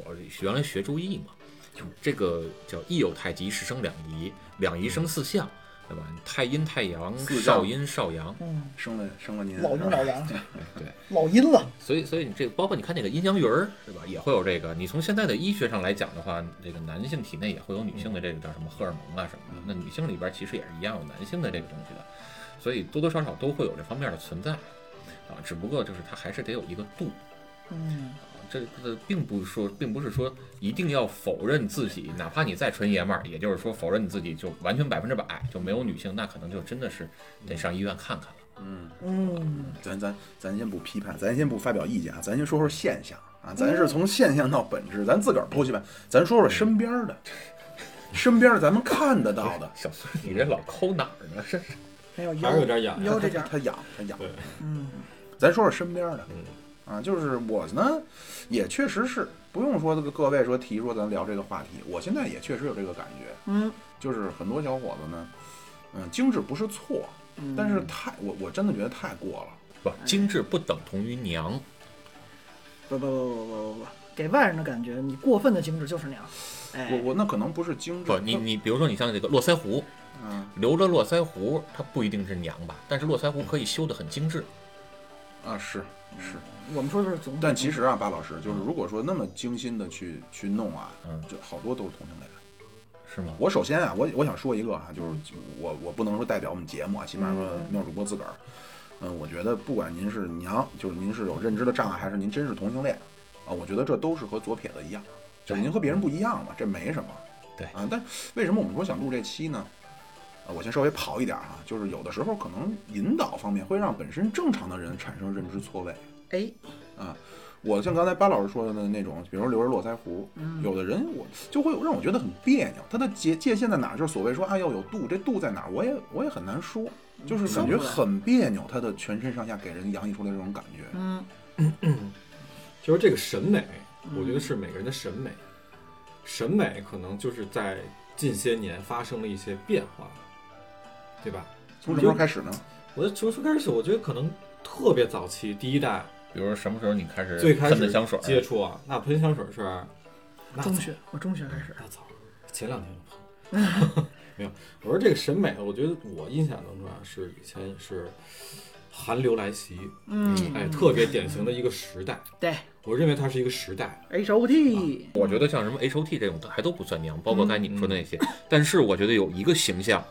Speaker 4: 我原来学中医嘛，就这个叫一有太极，十生两仪，两仪生四象，对吧？太阴太阳，
Speaker 1: 四象
Speaker 4: 少阴少阳。
Speaker 3: 嗯，
Speaker 1: 生了生了您，
Speaker 3: 老阴老阳，
Speaker 4: 对，
Speaker 3: 老阴了，
Speaker 4: 所以，所以你这包括你看那个阴阳鱼儿，对吧？也会有这个。你从现在的医学上来讲的话，这个男性体内也会有女性的这个叫什么荷尔蒙啊什么的。那女性里边其实也是一样有男性的这个东西的，所以多多少少都会有这方面的存在啊。只不过就是它还是得有一个度，
Speaker 3: 嗯，
Speaker 4: 啊这这并不是说，并不是说一定要否认自己，哪怕你再纯爷们儿，也就是说否认你自己就完全百分之百就没有女性，那可能就真的是得上医院看看了。
Speaker 1: 嗯，
Speaker 3: 嗯，
Speaker 1: 咱咱咱先不批判，咱先不发表意见啊，咱先说说现象啊，咱是从现象到本质，咱自个儿剖析吧，咱说说身边儿的，身边儿咱们看得到
Speaker 3: 嗯
Speaker 1: 的，
Speaker 4: 小孙，你这老抠哪儿呢？这是
Speaker 3: 没有腰
Speaker 2: 还是有点痒
Speaker 3: 腰这点儿，
Speaker 1: 他痒，他痒。
Speaker 2: 对，
Speaker 3: 嗯，
Speaker 1: 咱说说身边的，
Speaker 4: 嗯
Speaker 1: 啊，就是我呢，也确实是不用说各位说提说咱聊这个话题，我现在也确实有这个感觉，
Speaker 3: 嗯，
Speaker 1: 就是很多小伙子呢，嗯，精致不是错，
Speaker 3: 嗯
Speaker 1: 但是太我我真的觉得太过了。
Speaker 4: 不精致不等同于娘。
Speaker 3: 不不不不不不不，给外人的感觉，你过分的精致就是那样，哎，
Speaker 1: 我我那可能不是精致，
Speaker 4: 不，你你比如说你像这个络腮胡，
Speaker 1: 嗯
Speaker 4: 留着络腮胡，它不一定是娘吧，但是络腮胡可以修得很精致。
Speaker 1: 啊是是，
Speaker 3: 我们说的是总体，
Speaker 1: 但其实啊，巴老师就是如果说那么精心的去去弄啊
Speaker 4: 嗯，
Speaker 1: 就好多都是同性恋，
Speaker 4: 是吗？嗯
Speaker 1: 我首先啊，我我想说一个啊，就是我我不能说代表我们节目啊，起码说妙主播自个儿，嗯，我觉得不管您是娘，就是您是有认知的障碍，还是您真是同性恋啊，我觉得这都是和左撇子一样，就是您和别人不一样嘛，这没什么。
Speaker 4: 嗯对
Speaker 1: 啊，但为什么我们说想录这期呢？啊，我先稍微跑一点哈、就是有的时候可能引导方面会让本身正常的人产生认知错位。
Speaker 3: 哎，
Speaker 1: 我像刚才巴老师说的那种，比如说留着络腮胡，
Speaker 3: 嗯
Speaker 1: 有的人我就会让我觉得很别扭，他的界界限在哪儿？就是所谓说啊要有度，这度在哪儿？我也我也很难说，就是感觉
Speaker 3: 嗯说不来
Speaker 1: 很别扭，他的全身上下给人洋溢出来这种感觉。
Speaker 3: 嗯，
Speaker 2: 就是这个审美，我觉得是每个人的审美，审美可能就是在近些年发生了一些变化，对吧？
Speaker 1: 从什么时候开始呢？
Speaker 2: 我从最开始，我觉得可能特别早期第一代
Speaker 4: 比如说什么时候你开始
Speaker 2: 最开
Speaker 4: 喷的
Speaker 2: 始
Speaker 4: 香水儿？
Speaker 2: 接触啊，那喷香水是那
Speaker 3: 中
Speaker 2: 早
Speaker 3: 学我中学开始，
Speaker 2: 那早，前两天就喷。 [LAUGHS] 没有，我说这个审美，我觉得我印象当中啊，是以前也是韩流来袭，
Speaker 3: 嗯，
Speaker 2: 哎，特别典型的一个时代。
Speaker 3: 对
Speaker 2: 我认为它是一个时代，
Speaker 3: ，H O T，
Speaker 4: 我觉得像什么 H O T 这种的还都不算娘，包
Speaker 2: 嗯
Speaker 4: 括刚才你们说的那些。但是我觉得有一个形象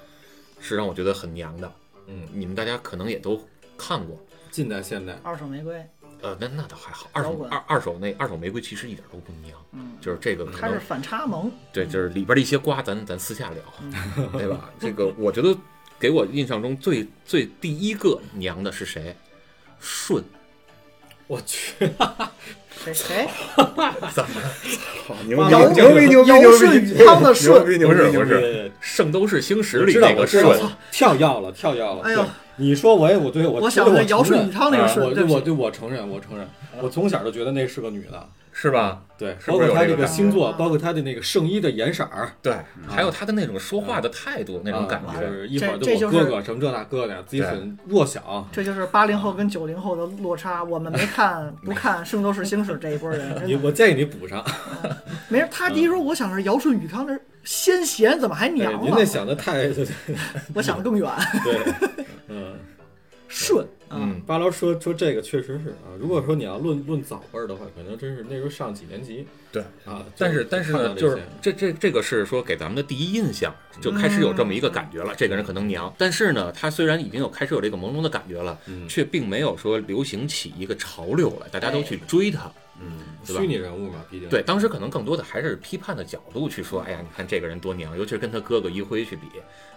Speaker 4: 是让我觉得很娘的，
Speaker 2: 嗯，
Speaker 4: 你们大家可能也都看过。
Speaker 2: 近代、现代，
Speaker 3: 二手玫瑰，
Speaker 4: 呃，那那倒还好，二
Speaker 3: 摇
Speaker 4: 手
Speaker 3: 滚
Speaker 4: 二二手那二手玫瑰其实一点都不娘，
Speaker 3: 嗯，
Speaker 4: 就是这个可
Speaker 3: 它
Speaker 4: 能
Speaker 3: 是反差萌，
Speaker 2: 嗯
Speaker 4: 对，就是里边的一些瓜咱，咱私下聊， [LAUGHS] 对吧？这个我觉得给我印象中最最第一个娘的是谁？舜，
Speaker 2: 我去，
Speaker 3: 谁谁
Speaker 1: 好，牛逼
Speaker 2: 姚
Speaker 1: 牛逼牛逼
Speaker 3: 姚
Speaker 1: 牛逼
Speaker 3: 舜
Speaker 1: 牛逼
Speaker 3: 禹汤的舜
Speaker 1: 牛逼牛逼牛逼！
Speaker 2: 是，
Speaker 4: 《圣斗士星矢》
Speaker 2: 我
Speaker 4: 里
Speaker 2: 知道
Speaker 4: 那个
Speaker 2: 我知
Speaker 4: 舜
Speaker 2: 道，跳跃了，跳跃了。
Speaker 3: 哎呦
Speaker 2: 对，你说我也我对我
Speaker 3: 我
Speaker 2: 其实
Speaker 3: 想的
Speaker 2: 我
Speaker 3: 是尧
Speaker 2: 承
Speaker 3: 舜
Speaker 2: 认
Speaker 3: 禹汤那个
Speaker 2: 啊
Speaker 3: 舜
Speaker 2: 我
Speaker 3: 对
Speaker 2: 对
Speaker 3: 不起
Speaker 2: 我对我承认，我承认，我从小就觉得那是个女的，
Speaker 4: 是吧？
Speaker 2: 对，
Speaker 4: 是
Speaker 2: 包
Speaker 4: 不
Speaker 2: 括
Speaker 4: 是有
Speaker 2: 她
Speaker 4: 这
Speaker 2: 这
Speaker 4: 个
Speaker 2: 个
Speaker 4: 感
Speaker 2: 星座，
Speaker 3: 觉
Speaker 2: 包括她的那个圣衣的颜色儿，
Speaker 4: 对，还有他的那种说话的态度，那种
Speaker 2: 啊
Speaker 4: 感觉
Speaker 2: 就。是一会儿
Speaker 3: 这这
Speaker 2: 我
Speaker 3: 就是
Speaker 2: 哥哥什么这那哥的，自己
Speaker 4: 对
Speaker 2: 很弱小，
Speaker 3: 这就是八零后跟九零后的落差。我们没看不看《圣斗士星矢》这一波人，真
Speaker 2: 你
Speaker 3: 的
Speaker 2: 我建议你补上，
Speaker 3: 没人。他第一说，我想是尧舜禹汤的先贤，怎么还
Speaker 2: 对
Speaker 3: [LAUGHS] 娘，
Speaker 2: 哎您
Speaker 3: 了
Speaker 2: 那？想的太对，
Speaker 4: [LAUGHS]
Speaker 3: 我想的更远，
Speaker 2: 嗯。
Speaker 3: [LAUGHS] 舜啊，
Speaker 4: 嗯，
Speaker 2: 八楼说说这个确实是啊，如果说你要论论早辈儿的话，可能真是那时候上几年级
Speaker 4: 对。
Speaker 2: 啊，
Speaker 4: 但是但是
Speaker 2: 看
Speaker 4: 呢，
Speaker 2: 到这
Speaker 4: 就是
Speaker 2: 些
Speaker 4: 这这这个是说给咱们的第一印象，就开始有这么一个感觉了。
Speaker 2: 嗯
Speaker 4: 这个人可能娘，但是呢，他虽然已经有开始有这个朦胧的感觉了，
Speaker 2: 嗯
Speaker 4: 却并没有说流行起一个潮流来，大家都去追他。嗯对吧
Speaker 2: 虚拟人物嘛，毕竟
Speaker 4: 对，当时可能更多的还是批判的角度去说，哎呀，你看这个人多娘，尤其是跟他哥哥一辉去比，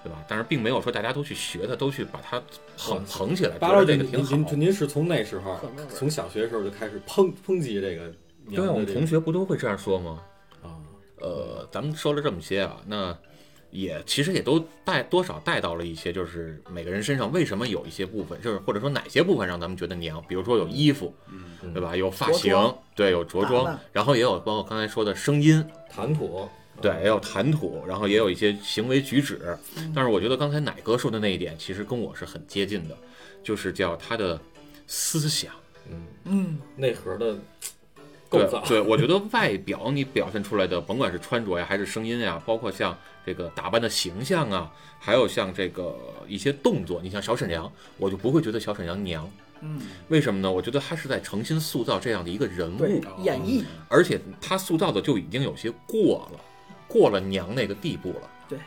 Speaker 4: 对吧？但是并没有说大家都去学他，都去把他捧捧起来，
Speaker 2: 八
Speaker 4: 觉得
Speaker 2: 楼
Speaker 4: 这
Speaker 2: 您
Speaker 4: 个挺好。
Speaker 2: 您您是从那时候，从小学的时候就开始抨抨击这个
Speaker 4: 对啊，我们同学不都会这样说吗？
Speaker 2: 啊，
Speaker 4: 呃，咱们说了这么些啊，那也其实也都带多少带到了一些，就是每个人身上为什么有一些部分，就是或者说哪些部分让咱们觉得娘，比如说有衣服，
Speaker 2: 嗯
Speaker 4: 对吧？有发
Speaker 3: 着
Speaker 4: 型，
Speaker 3: 装
Speaker 4: 对，有着
Speaker 3: 打
Speaker 4: 装
Speaker 3: 扮，
Speaker 4: 然后也有包括刚才说的声音，
Speaker 2: 谈吐
Speaker 4: 对，也有谈吐，然后也有一些行为举止。但是我觉得刚才奶哥说的那一点，其实跟我是很接近的，就是叫他的思想
Speaker 2: 嗯
Speaker 3: 嗯，
Speaker 2: 内核的构
Speaker 4: 对
Speaker 2: 造，
Speaker 4: 对，我觉得外表你表现出来的，甭管是穿着呀，还是声音呀，包括像这个打扮的形象啊，还有像这个一些动作，你像小沈阳，我就不会觉得小沈阳娘。
Speaker 3: 嗯，
Speaker 4: 为什么呢？我觉得他是在诚心塑造这样的一个人
Speaker 3: 对
Speaker 4: 物，
Speaker 3: 演绎，
Speaker 4: 而且他塑造的就已经有些过了，过了娘那个地步了。
Speaker 3: 对，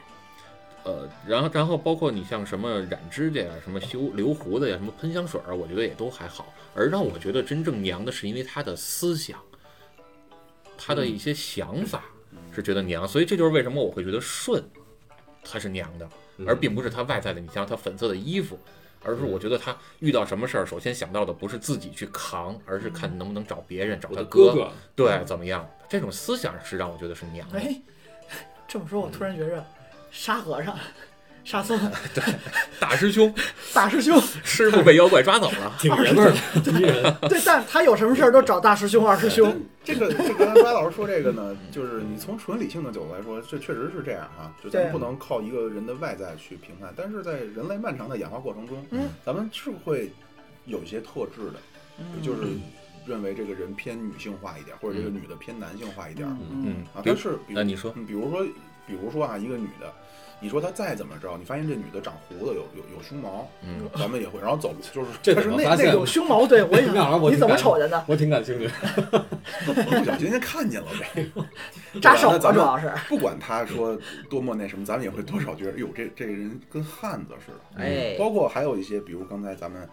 Speaker 4: 呃，然后然后包括你像什么染指甲呀、什么修留胡子呀、什么喷香水儿，我觉得也都还好。而让我觉得真正娘的是因为她的思想，她的一些
Speaker 2: 嗯
Speaker 4: 想法是觉得娘，所以这就是为什么我会觉得顺，她是娘的，
Speaker 2: 嗯
Speaker 4: 而并不是她外在的。你像她粉色的衣服。而是我觉得她遇到什么事儿，首先想到的不是自己去扛，而是看能不能找别人，找
Speaker 2: 嗯我
Speaker 4: 她
Speaker 2: 的哥
Speaker 4: 哥
Speaker 2: 哥，
Speaker 4: 对，怎么样？这种思想是让我觉得是娘的。
Speaker 3: 嗯哎，这么说，我突然觉着沙和尚、沙僧、
Speaker 4: 大师兄，
Speaker 3: 大师兄，
Speaker 4: 师傅被妖怪抓走了。
Speaker 3: [LAUGHS]
Speaker 2: 挺爷们儿的，
Speaker 4: [LAUGHS]
Speaker 2: 第一人
Speaker 3: 对，但他有什么事儿都找大师兄、二师兄，
Speaker 1: 这个这刚才巴老师说这个呢，就是你从纯理性的角度来说，这确实是这样啊，就咱们
Speaker 3: 对
Speaker 1: 不能靠一个人的外在去评判，但是在人类漫长的演化过程中，
Speaker 3: 嗯，
Speaker 1: 咱们是会有一些特质的，
Speaker 3: 嗯
Speaker 1: 就是
Speaker 2: 嗯
Speaker 1: 认为这个人偏女性化一点，或者这个女的偏男性化一点。
Speaker 3: 嗯
Speaker 4: 嗯
Speaker 1: 啊，
Speaker 4: 比
Speaker 1: 但
Speaker 4: 如
Speaker 1: 是比
Speaker 4: 那你说，
Speaker 1: 嗯比如说比如说啊，一个女的，你说她再怎么着，你发现这女的长胡子有有有胸毛，
Speaker 4: 嗯，
Speaker 1: 咱们也会，然后走路就是
Speaker 2: 这
Speaker 1: 但
Speaker 2: 怎
Speaker 1: 是
Speaker 2: 么
Speaker 1: 那
Speaker 2: 发现
Speaker 1: 那
Speaker 2: 的
Speaker 1: 种
Speaker 3: 有胸毛，对我也
Speaker 2: 那玩意儿我
Speaker 3: 你
Speaker 2: 挺
Speaker 3: 怎么
Speaker 2: 感
Speaker 3: 瞅着呢？
Speaker 2: 我挺感兴
Speaker 4: [LAUGHS]
Speaker 2: 趣。
Speaker 1: 不小心就看见了
Speaker 3: [LAUGHS]
Speaker 1: 呗。
Speaker 3: 扎手
Speaker 1: 那
Speaker 3: 了
Speaker 1: 咱
Speaker 3: 主
Speaker 1: 们
Speaker 3: 要是。
Speaker 1: [LAUGHS] 不管他说多么那什么，咱们也会多少觉得，哟，哎这这个人跟汉子似的。嗯
Speaker 3: 哎，
Speaker 1: 包括还有一些，比如刚才咱们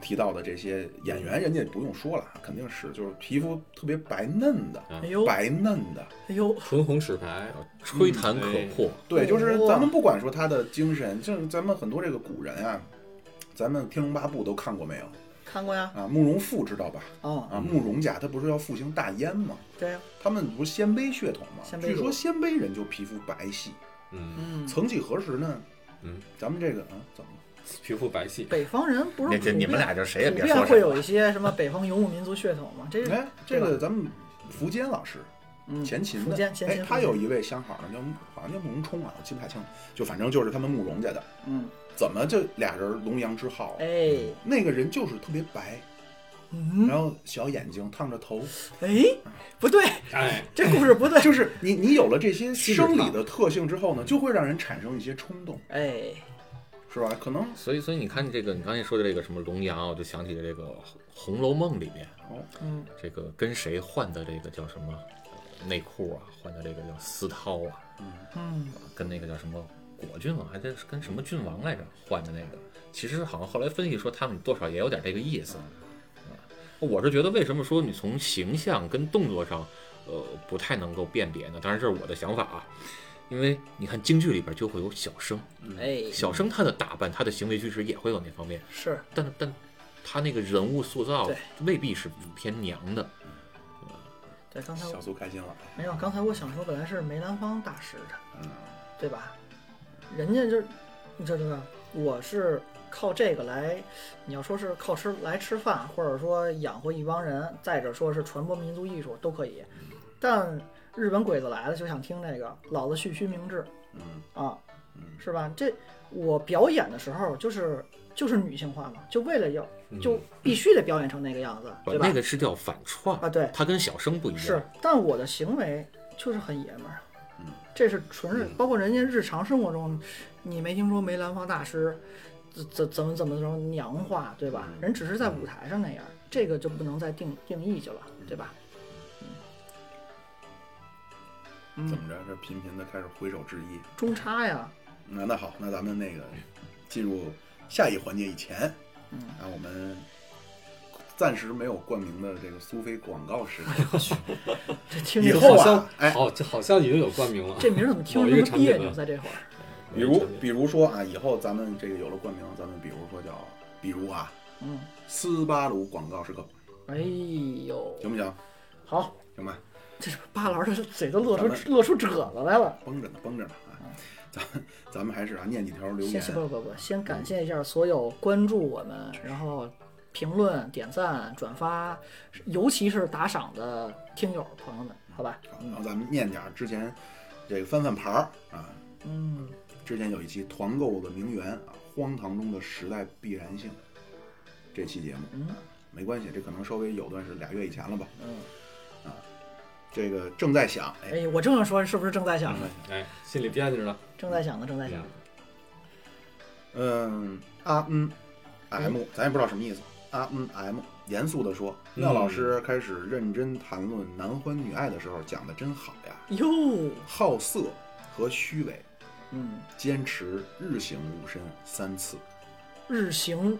Speaker 1: 提到的这些演员，人家不用说了，肯定是就是皮肤特别白嫩的，
Speaker 3: 哎呦，
Speaker 1: 白嫩的。
Speaker 3: 哎呦，
Speaker 2: 唇红齿白，
Speaker 3: 嗯
Speaker 4: 吹弹可破，
Speaker 1: 对，就是
Speaker 3: 哇
Speaker 1: 咱们不管说他的精神，就是咱们很多这个古人啊，咱们《天龙八部》都看过没有
Speaker 3: 看过呀？
Speaker 1: 啊？慕容复知道吧？
Speaker 3: 嗯，
Speaker 1: 啊，
Speaker 4: 嗯
Speaker 1: 慕容家他不是要复兴大燕吗？
Speaker 3: 对呀，
Speaker 1: 他们不是鲜卑血统吗？
Speaker 3: 鲜卑
Speaker 1: 据说
Speaker 3: 族
Speaker 1: 鲜卑人就皮肤白皙。
Speaker 2: 嗯，
Speaker 3: 嗯，
Speaker 1: 曾几何时呢？
Speaker 2: 嗯，
Speaker 1: 咱们这个啊，怎么了？
Speaker 2: 皮肤白皙，
Speaker 3: 北方人不是
Speaker 4: 那这
Speaker 3: 普
Speaker 4: 你们
Speaker 3: 遍
Speaker 4: 俩就谁也
Speaker 3: 普
Speaker 4: 别
Speaker 3: 遍
Speaker 4: 说
Speaker 3: 会
Speaker 4: 谁
Speaker 3: 有
Speaker 4: 了
Speaker 3: 一。些什么北方游牧民族血统吗？这嗯是
Speaker 1: 哎，这
Speaker 3: 对
Speaker 1: 个
Speaker 3: 吧
Speaker 1: 咱们苻坚老师，
Speaker 3: 嗯，
Speaker 1: 前秦
Speaker 3: 苻
Speaker 1: 的，
Speaker 3: 坚前
Speaker 1: 哎
Speaker 3: 秦，
Speaker 1: 他
Speaker 3: 苻
Speaker 1: 有
Speaker 3: 坚
Speaker 1: 一位相好呢，叫好像叫慕容冲啊，我记不太清，就反正就是他们慕容家的，
Speaker 3: 嗯，
Speaker 1: 怎么就俩人龙阳之好？啊
Speaker 3: 哎，
Speaker 1: 那个人就是特别白，
Speaker 3: 嗯，
Speaker 1: 然后小眼睛，烫着
Speaker 3: [LAUGHS]
Speaker 1: 头，
Speaker 3: 哎，不对，
Speaker 2: 哎，
Speaker 3: 这故事不对，
Speaker 1: 就是你你有了这些
Speaker 2: 是
Speaker 1: 生理的特性之后呢，就会让人产生一些冲动，
Speaker 3: 哎，
Speaker 1: 是吧？可能
Speaker 4: 所以，所以你看这个，你刚才说的这个什么龙阳，我就想起了这个《红楼梦》里面，啊
Speaker 3: 嗯，
Speaker 4: 这个跟谁换的这个叫什么呃内裤啊，换的这个叫丝绦啊，
Speaker 3: 嗯，
Speaker 4: 跟那个叫什么果郡啊王，还跟跟什么郡王来着换的那个，其实好像后来分析说他们多少也有点这个意思。啊我是觉得为什么说你从形象跟动作上，呃，不太能够辨别呢？当然这是我的想法啊，因为你看京剧里边就会有小生，
Speaker 3: 哎，
Speaker 4: 小生他的打扮、他的行为举止也会有那方面，
Speaker 3: 是，
Speaker 4: 但但他那个人物塑造
Speaker 3: 对
Speaker 4: 未必是偏娘的。
Speaker 3: 对，刚才我
Speaker 1: 小苏开心了，
Speaker 3: 没有，刚才我想说本来是梅兰芳大师的，
Speaker 1: 嗯，
Speaker 3: 对吧？人家就是，你知道吗？我是靠这个来，你要说是靠吃来吃饭，或者说养活一帮人，再者说是传播民族艺术都可以。
Speaker 1: 嗯
Speaker 3: 但日本鬼子来了就想听这个，老子蓄须明志
Speaker 1: 嗯
Speaker 3: 啊，
Speaker 1: 嗯
Speaker 3: 是吧？这我表演的时候就是就是女性化嘛，就为了要
Speaker 1: 嗯
Speaker 3: 就必须得表演成那个样子，
Speaker 4: 不
Speaker 3: 对吧？
Speaker 4: 那个是叫反串，
Speaker 3: 啊，对，
Speaker 4: 他跟小生不一样。
Speaker 3: 是，但我的行为就是很爷们儿
Speaker 1: 嗯，
Speaker 3: 这是纯日，包括人家日常生活中，你没听说梅兰芳大师怎怎怎么怎么怎么娘化，对吧？
Speaker 1: 嗯
Speaker 3: 人只是在舞台上那样，这个就不能再定定义去了，
Speaker 1: 嗯
Speaker 3: 对吧？
Speaker 1: 怎
Speaker 3: 嗯，
Speaker 1: 么着？这频频的开始挥手致意。
Speaker 3: 中差呀，
Speaker 1: 那那好，那咱们那个进入下一环节以前，
Speaker 3: 嗯，
Speaker 1: 啊，我们暂时没有冠名的这个苏菲广告时间，
Speaker 3: 这听
Speaker 1: 以
Speaker 3: 着
Speaker 1: 后
Speaker 2: 好
Speaker 1: 啊
Speaker 2: 像
Speaker 1: 哎
Speaker 2: 好，这好像已经有冠名了。嗯
Speaker 3: 这名儿怎么听
Speaker 2: 某
Speaker 3: 着
Speaker 2: 一个
Speaker 3: 这
Speaker 2: 产
Speaker 3: 么
Speaker 2: 品
Speaker 3: 别
Speaker 2: 的
Speaker 1: 啊
Speaker 3: 扭？在这会儿，
Speaker 1: [LAUGHS] 比如比如说啊，以后咱们这个有了冠名，咱们比如说叫，比如啊，
Speaker 3: 嗯，
Speaker 1: 斯巴鲁广告时刻，
Speaker 3: 哎呦，
Speaker 1: 行不行？
Speaker 3: 好，
Speaker 1: 行吧，
Speaker 3: 这巴老师的嘴都乐
Speaker 1: 咱们
Speaker 3: 出乐出褶子来了。
Speaker 1: 绷着呢，绷着呢啊，咱们咱们还是啊，念几条留
Speaker 3: 先
Speaker 1: 言。
Speaker 3: 不不不，先感谢一下所有关注我们，然后评论、点赞、转发，尤其是打赏的听友朋友们，好吧？
Speaker 1: 然后咱们念点儿之前这个翻翻牌儿啊，
Speaker 3: 嗯，
Speaker 1: 之前有一期团购的名媛啊，荒唐中的时代必然性，这期节目
Speaker 3: 嗯
Speaker 1: 啊，没关系，这可能稍微有段是俩月以前了吧，
Speaker 3: 嗯，
Speaker 1: 啊，这个正在想，哎，
Speaker 3: 哎，我正要说，是不是正在想呢？
Speaker 2: 哎，心里惦记着呢。
Speaker 3: 正在想呢，正在想。
Speaker 2: 哎
Speaker 1: 嗯啊嗯，M，咱也不知道什么意思。啊嗯 M，严肃地说，
Speaker 2: 嗯
Speaker 1: 廖老师开始认真谈论男欢女爱的时候讲的真好呀，
Speaker 3: 哟，
Speaker 1: 好色和虚伪，
Speaker 3: 嗯，
Speaker 1: 坚持日行五身三次，
Speaker 3: 日行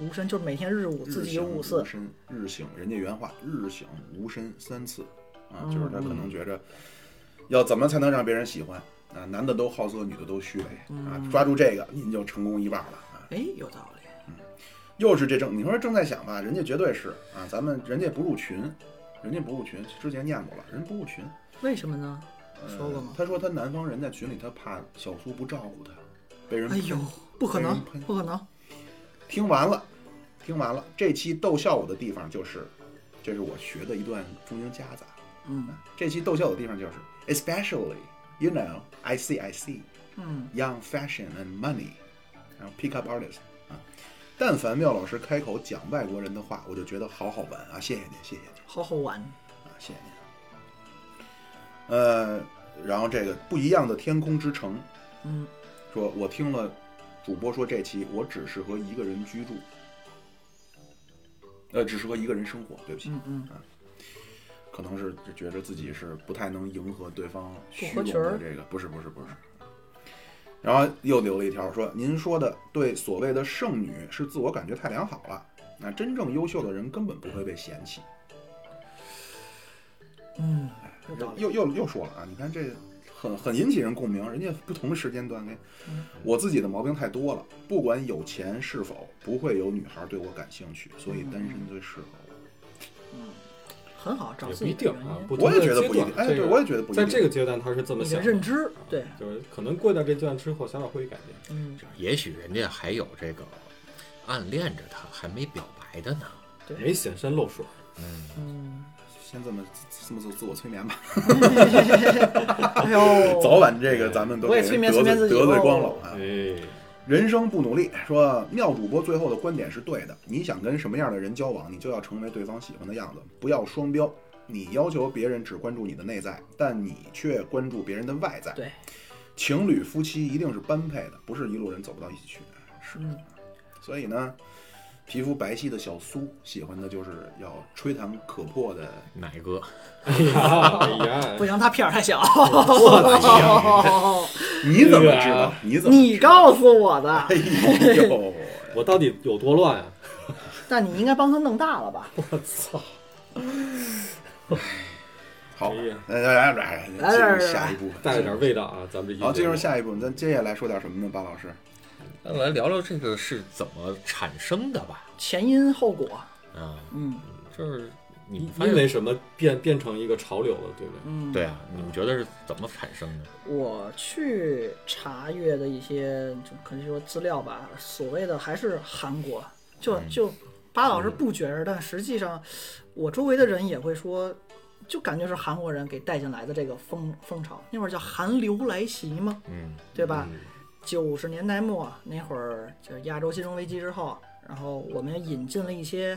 Speaker 3: 无身，就是每天日舞自
Speaker 1: 日
Speaker 3: 己
Speaker 1: 行
Speaker 3: 舞
Speaker 1: 无
Speaker 3: 次。
Speaker 1: 身，日行，人家原话日行无身三次，啊，
Speaker 3: 嗯
Speaker 1: 就是他可能觉着要怎么才能让别人喜欢啊，男的都好色，女的都虚伪
Speaker 3: 嗯
Speaker 1: 啊，抓住这个您就成功一半了啊。
Speaker 3: 哎，有道理。
Speaker 1: 又是这正，你说正在想吧，人家绝对是啊，咱们人家不入群，人家不入群，之前念过了，人不入群。
Speaker 3: 为什么呢？
Speaker 1: 呃
Speaker 3: 说过吗
Speaker 1: 他说他南方人在群里，他怕小苏不照顾他，被人
Speaker 3: 哎
Speaker 1: 喷。
Speaker 3: 呦，不可能
Speaker 1: 被人喷，
Speaker 3: 不可能。
Speaker 1: 听完了，听完了，这期逗笑我的地方就是，这是我学的一段中英夹杂。啊
Speaker 3: 嗯
Speaker 1: 这期逗笑我的地方就是，especially you know I see I see
Speaker 3: 嗯，
Speaker 1: young fashion and money，然后 pick up artist 啊。但凡妙老师开口讲外国人的话，我就觉得好好玩啊！谢谢您，谢谢您。
Speaker 3: 好好玩。
Speaker 1: 啊，谢谢您。呃，然后这个不一样的天空之城，
Speaker 3: 嗯，
Speaker 1: 说我听了主播说这期我只适合一个人居住，呃，只适合一个人生活。对不起，
Speaker 3: 嗯嗯，
Speaker 1: 可能是觉着自己是不太能迎合对方虚
Speaker 3: 不合
Speaker 1: 荣
Speaker 3: 群儿
Speaker 1: 的这个，不是不是不是。然后又留了一条说：“您说的对所谓的剩女是自我感觉太良好了，那真正优秀的人根本不会被嫌弃。”
Speaker 3: 嗯，有道理。
Speaker 1: 又又又说了啊！你看这很很引起人共鸣，人家不同时间段给
Speaker 3: 嗯
Speaker 1: 我自己的毛病太多了。不管有钱是否，不会有女孩对我感兴趣，所以单身最适合我。
Speaker 3: 嗯，很好，找
Speaker 2: 也
Speaker 3: 自
Speaker 2: 不
Speaker 3: 己
Speaker 2: 一
Speaker 3: 的
Speaker 2: 定
Speaker 3: 原
Speaker 2: 啊，
Speaker 3: 因，
Speaker 2: 不
Speaker 1: 我
Speaker 2: 同的
Speaker 1: 也觉
Speaker 2: 阶
Speaker 1: 得
Speaker 2: 段，
Speaker 1: 不一定，哎，
Speaker 2: 这
Speaker 1: 对，
Speaker 2: 个
Speaker 1: 我也觉得不一
Speaker 2: 在
Speaker 1: 定。
Speaker 2: 这个阶段他是这么
Speaker 3: 你的
Speaker 2: 想
Speaker 3: 认知
Speaker 2: 啊，
Speaker 3: 对，
Speaker 2: 就是可能过掉这阶段之后，想法会改变。
Speaker 3: 嗯，
Speaker 4: 也许人家还有这个暗恋着他还没表白的呢。
Speaker 2: 没显山露水，
Speaker 3: 嗯，
Speaker 1: 先这么这么自自我催眠吧，
Speaker 3: 哎呦，
Speaker 1: 早晚这个咱们都
Speaker 3: 我
Speaker 1: 给
Speaker 3: 也
Speaker 1: 人
Speaker 3: 催眠
Speaker 1: 得
Speaker 3: 催眠
Speaker 1: 罪
Speaker 3: 自己
Speaker 1: 得罪
Speaker 3: 哦
Speaker 1: 光了啊！
Speaker 2: 哎，
Speaker 1: 人生不努力，说妙主播最后的观点是对的。你想跟什么样的人交往，你就要成为对方喜欢的样子，不要双标。你要求别人只关注你的内在，但你却关注别人的外在。
Speaker 3: 对，
Speaker 1: 情侣夫妻一定是般配的，不是一路人走不到一起去。是，
Speaker 3: 嗯
Speaker 1: 所以呢，皮肤白皙的小苏喜欢的就是要吹弹可破的。
Speaker 4: 奶哥，
Speaker 2: 哎呀，哎呀，
Speaker 3: 不行，他屁眼儿太小。
Speaker 1: 你怎么
Speaker 2: 对啊
Speaker 1: 知道？你怎么
Speaker 3: [LAUGHS] 你
Speaker 1: 知道？
Speaker 3: 告诉我的，
Speaker 1: 哎呦，
Speaker 2: 我到底有多乱啊？
Speaker 3: 但你应该帮他弄大了吧？
Speaker 2: 我操！
Speaker 1: 好，
Speaker 2: 哎呀
Speaker 1: 来来来来，进入下一部分，
Speaker 2: 带着点味道啊，咱们这一
Speaker 1: 好，进入
Speaker 2: 节
Speaker 1: 下一部分，咱接下来说点什么呢？巴老师，
Speaker 4: 那来聊聊这个是怎么产生的吧？
Speaker 3: 前因后果，
Speaker 4: 啊，
Speaker 3: 嗯
Speaker 4: 就是你
Speaker 2: 目
Speaker 4: 们发
Speaker 2: 因
Speaker 4: 现
Speaker 2: 为什么变变成一个潮流了，对不对？
Speaker 3: 嗯，
Speaker 4: 对啊，你们觉得是怎么产生的？
Speaker 3: 我去查阅的一些，就可能说资料吧，所谓的还是韩国，就就巴老师不觉着，但实际上我周围的人也会说，就感觉是韩国人给带进来的这个风风潮，那会儿叫韩流来袭嘛，
Speaker 4: 嗯，
Speaker 3: 对吧？
Speaker 2: 嗯
Speaker 3: 九十年代末那会儿，就是亚洲金融危机之后，然后我们引进了一些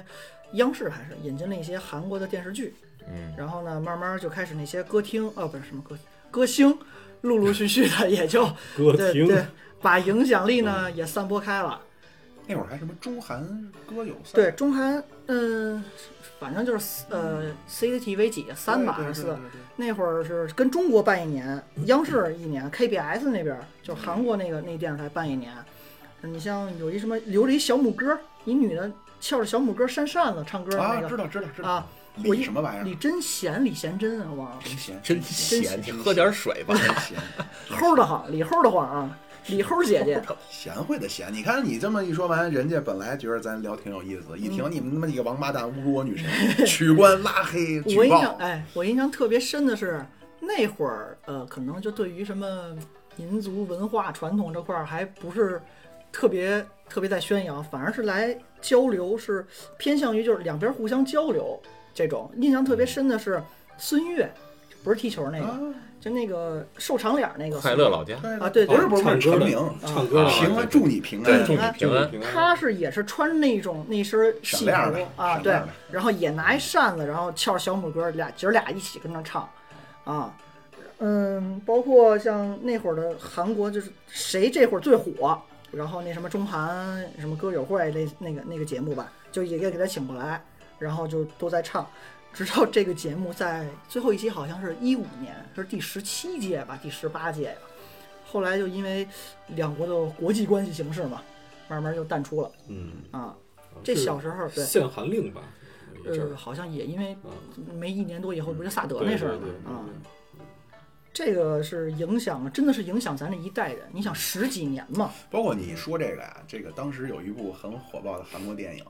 Speaker 3: 央视还是引进了一些韩国的电视剧，
Speaker 4: 嗯，
Speaker 3: 然后呢，慢慢就开始那些歌厅，呃，不是什么歌歌星，陆陆续续的也就
Speaker 2: [LAUGHS] 歌
Speaker 3: 对
Speaker 2: 厅嗯
Speaker 3: 对，把影响力呢也散播开了。
Speaker 1: 那会儿还什么中韩歌友赛，
Speaker 3: 对，中韩，嗯，反正就是呃，CCTV 几三吧还
Speaker 1: 对对
Speaker 3: 是四
Speaker 1: 对，对对
Speaker 3: 那会儿是跟中国办一年，央视一年，KBS 那边儿就是韩国那个那电视台办一年。你像有一什么留着一小拇哥，一女的翘着小拇哥扇扇子唱歌的
Speaker 1: 啊，
Speaker 3: 那
Speaker 1: 知
Speaker 3: 个
Speaker 1: 道知道知道，
Speaker 3: 啊，我
Speaker 1: 李
Speaker 3: 一
Speaker 1: 什么玩意儿？
Speaker 3: 李贞贤，李贤贞啊，我忘了，
Speaker 1: 真闲，
Speaker 4: 真
Speaker 1: 闲，
Speaker 4: 咸，你喝点水
Speaker 3: [LAUGHS]
Speaker 4: 吧。
Speaker 1: 真闲，
Speaker 3: 齁的慌，李齁的慌啊，李齁姐姐，
Speaker 1: 贤惠的贤。你看你这么一说完，人家本来觉得咱聊挺有意思，一
Speaker 3: 嗯
Speaker 1: 听你们他妈几个王八蛋侮辱我女
Speaker 3: [LAUGHS]
Speaker 1: 神，取关拉黑
Speaker 3: 我
Speaker 1: 举
Speaker 3: 印象
Speaker 1: 报，
Speaker 3: 哎，我印象特别深的是那会儿，呃，可能就对于什么民族文化传统这块儿还不是特别特别在宣扬，反而是来交流，是偏向于就是两边互相交流这种。印象特别深的是孙悦，不是踢球那个，
Speaker 1: 啊
Speaker 3: 就那个瘦长脸儿那个
Speaker 4: [LAUGHS] 快乐老家，
Speaker 1: 对
Speaker 3: 啊对对
Speaker 1: 不是不是不是
Speaker 2: 唱歌
Speaker 1: 陈
Speaker 2: 的
Speaker 1: 明，
Speaker 2: [LAUGHS] 唱歌的
Speaker 4: 啊
Speaker 1: 平
Speaker 2: 对
Speaker 1: 安，祝你平
Speaker 4: 对
Speaker 1: 安，
Speaker 2: 祝
Speaker 3: 祝
Speaker 2: 你
Speaker 3: 你
Speaker 2: 平
Speaker 4: 平
Speaker 2: 安
Speaker 4: 安。
Speaker 3: 他是也是穿那种那身
Speaker 1: 闪
Speaker 3: 戏服
Speaker 1: 亮的
Speaker 3: 啊，
Speaker 1: 闪
Speaker 3: 对
Speaker 1: 亮的，
Speaker 3: 然后也拿一扇子，然后翘着小拇哥，俩姐儿俩一起跟那唱，啊，嗯，包括像那会儿的韩国，就是谁这会儿最火，然后那什么中韩什么歌友会那那个那个节目吧，就也给给他请过来，然后就都在唱。直到这个节目在最后一期好像是一五年，是第十七届吧，第十八届呀。后来就因为两国的国际关系形势嘛，慢慢就淡出了
Speaker 2: 嗯，
Speaker 3: 啊。这小时候
Speaker 2: 是
Speaker 3: 对，
Speaker 2: 限韩令吧，有一阵
Speaker 3: 呃，
Speaker 2: 儿
Speaker 3: 好像也因为
Speaker 2: 啊，
Speaker 3: 没一年多以后不就萨德
Speaker 2: 对
Speaker 3: 那事儿
Speaker 2: 对
Speaker 3: 嘛
Speaker 2: 对对
Speaker 3: 啊，这个是影响，真的是影响咱这一代人。你想十几年嘛，
Speaker 1: 包括你说这个呀，这个当时有一部很火爆的韩国电影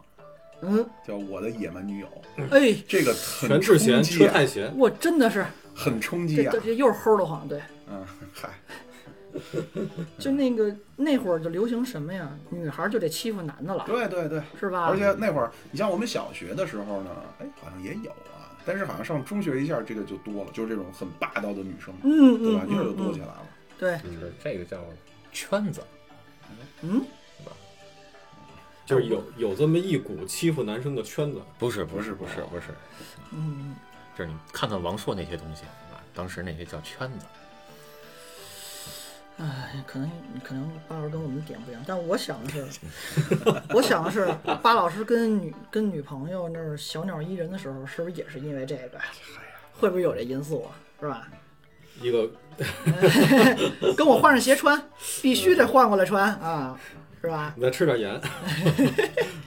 Speaker 3: 嗯，
Speaker 1: 叫《我的野蛮女友》，
Speaker 3: 哎，
Speaker 1: 这个
Speaker 2: 全
Speaker 1: 很
Speaker 2: 智
Speaker 1: 冲
Speaker 2: 贤、
Speaker 1: 击
Speaker 2: 车
Speaker 1: 啊
Speaker 2: 太，贤，
Speaker 3: 我真的是
Speaker 1: 很冲
Speaker 3: 这
Speaker 1: 击啊
Speaker 3: 这，这又是齁的慌，对，
Speaker 1: 嗯，嗨，
Speaker 3: 就那个那会儿就流行什么呀，女孩儿就得欺负男的了，
Speaker 1: 对对对。
Speaker 3: 是吧
Speaker 1: 而？且那会儿，你像我们小学的时候呢，哎，好像也有啊，但是好像上中学一下，这个就多了，就是这种很霸道的女生，
Speaker 3: 嗯
Speaker 1: 对
Speaker 3: 嗯
Speaker 1: 吧？一下就
Speaker 3: 嗯
Speaker 1: 多起
Speaker 3: 嗯，
Speaker 1: 来了。
Speaker 3: 对，
Speaker 4: 就是嗯这个叫圈子，
Speaker 3: 嗯，
Speaker 2: 就是有有这么一股欺负男生的圈子，
Speaker 4: 不是
Speaker 1: 不是
Speaker 4: 不是
Speaker 1: 不
Speaker 4: 不是，
Speaker 3: 嗯，
Speaker 4: 就是你看看王朔那些东西啊，当时那些叫圈子，
Speaker 3: 哎，可能可能巴老师跟我们点不一样，但我想的是，我想的是巴老师跟女跟女朋友那儿小鸟依人的时候，是不是也是因为这个？会不会有这因素啊？是吧？
Speaker 2: 一个
Speaker 3: 跟我换上鞋穿，必须得换过来穿啊，是吧？
Speaker 2: 你再吃
Speaker 3: [LAUGHS]
Speaker 2: 点盐，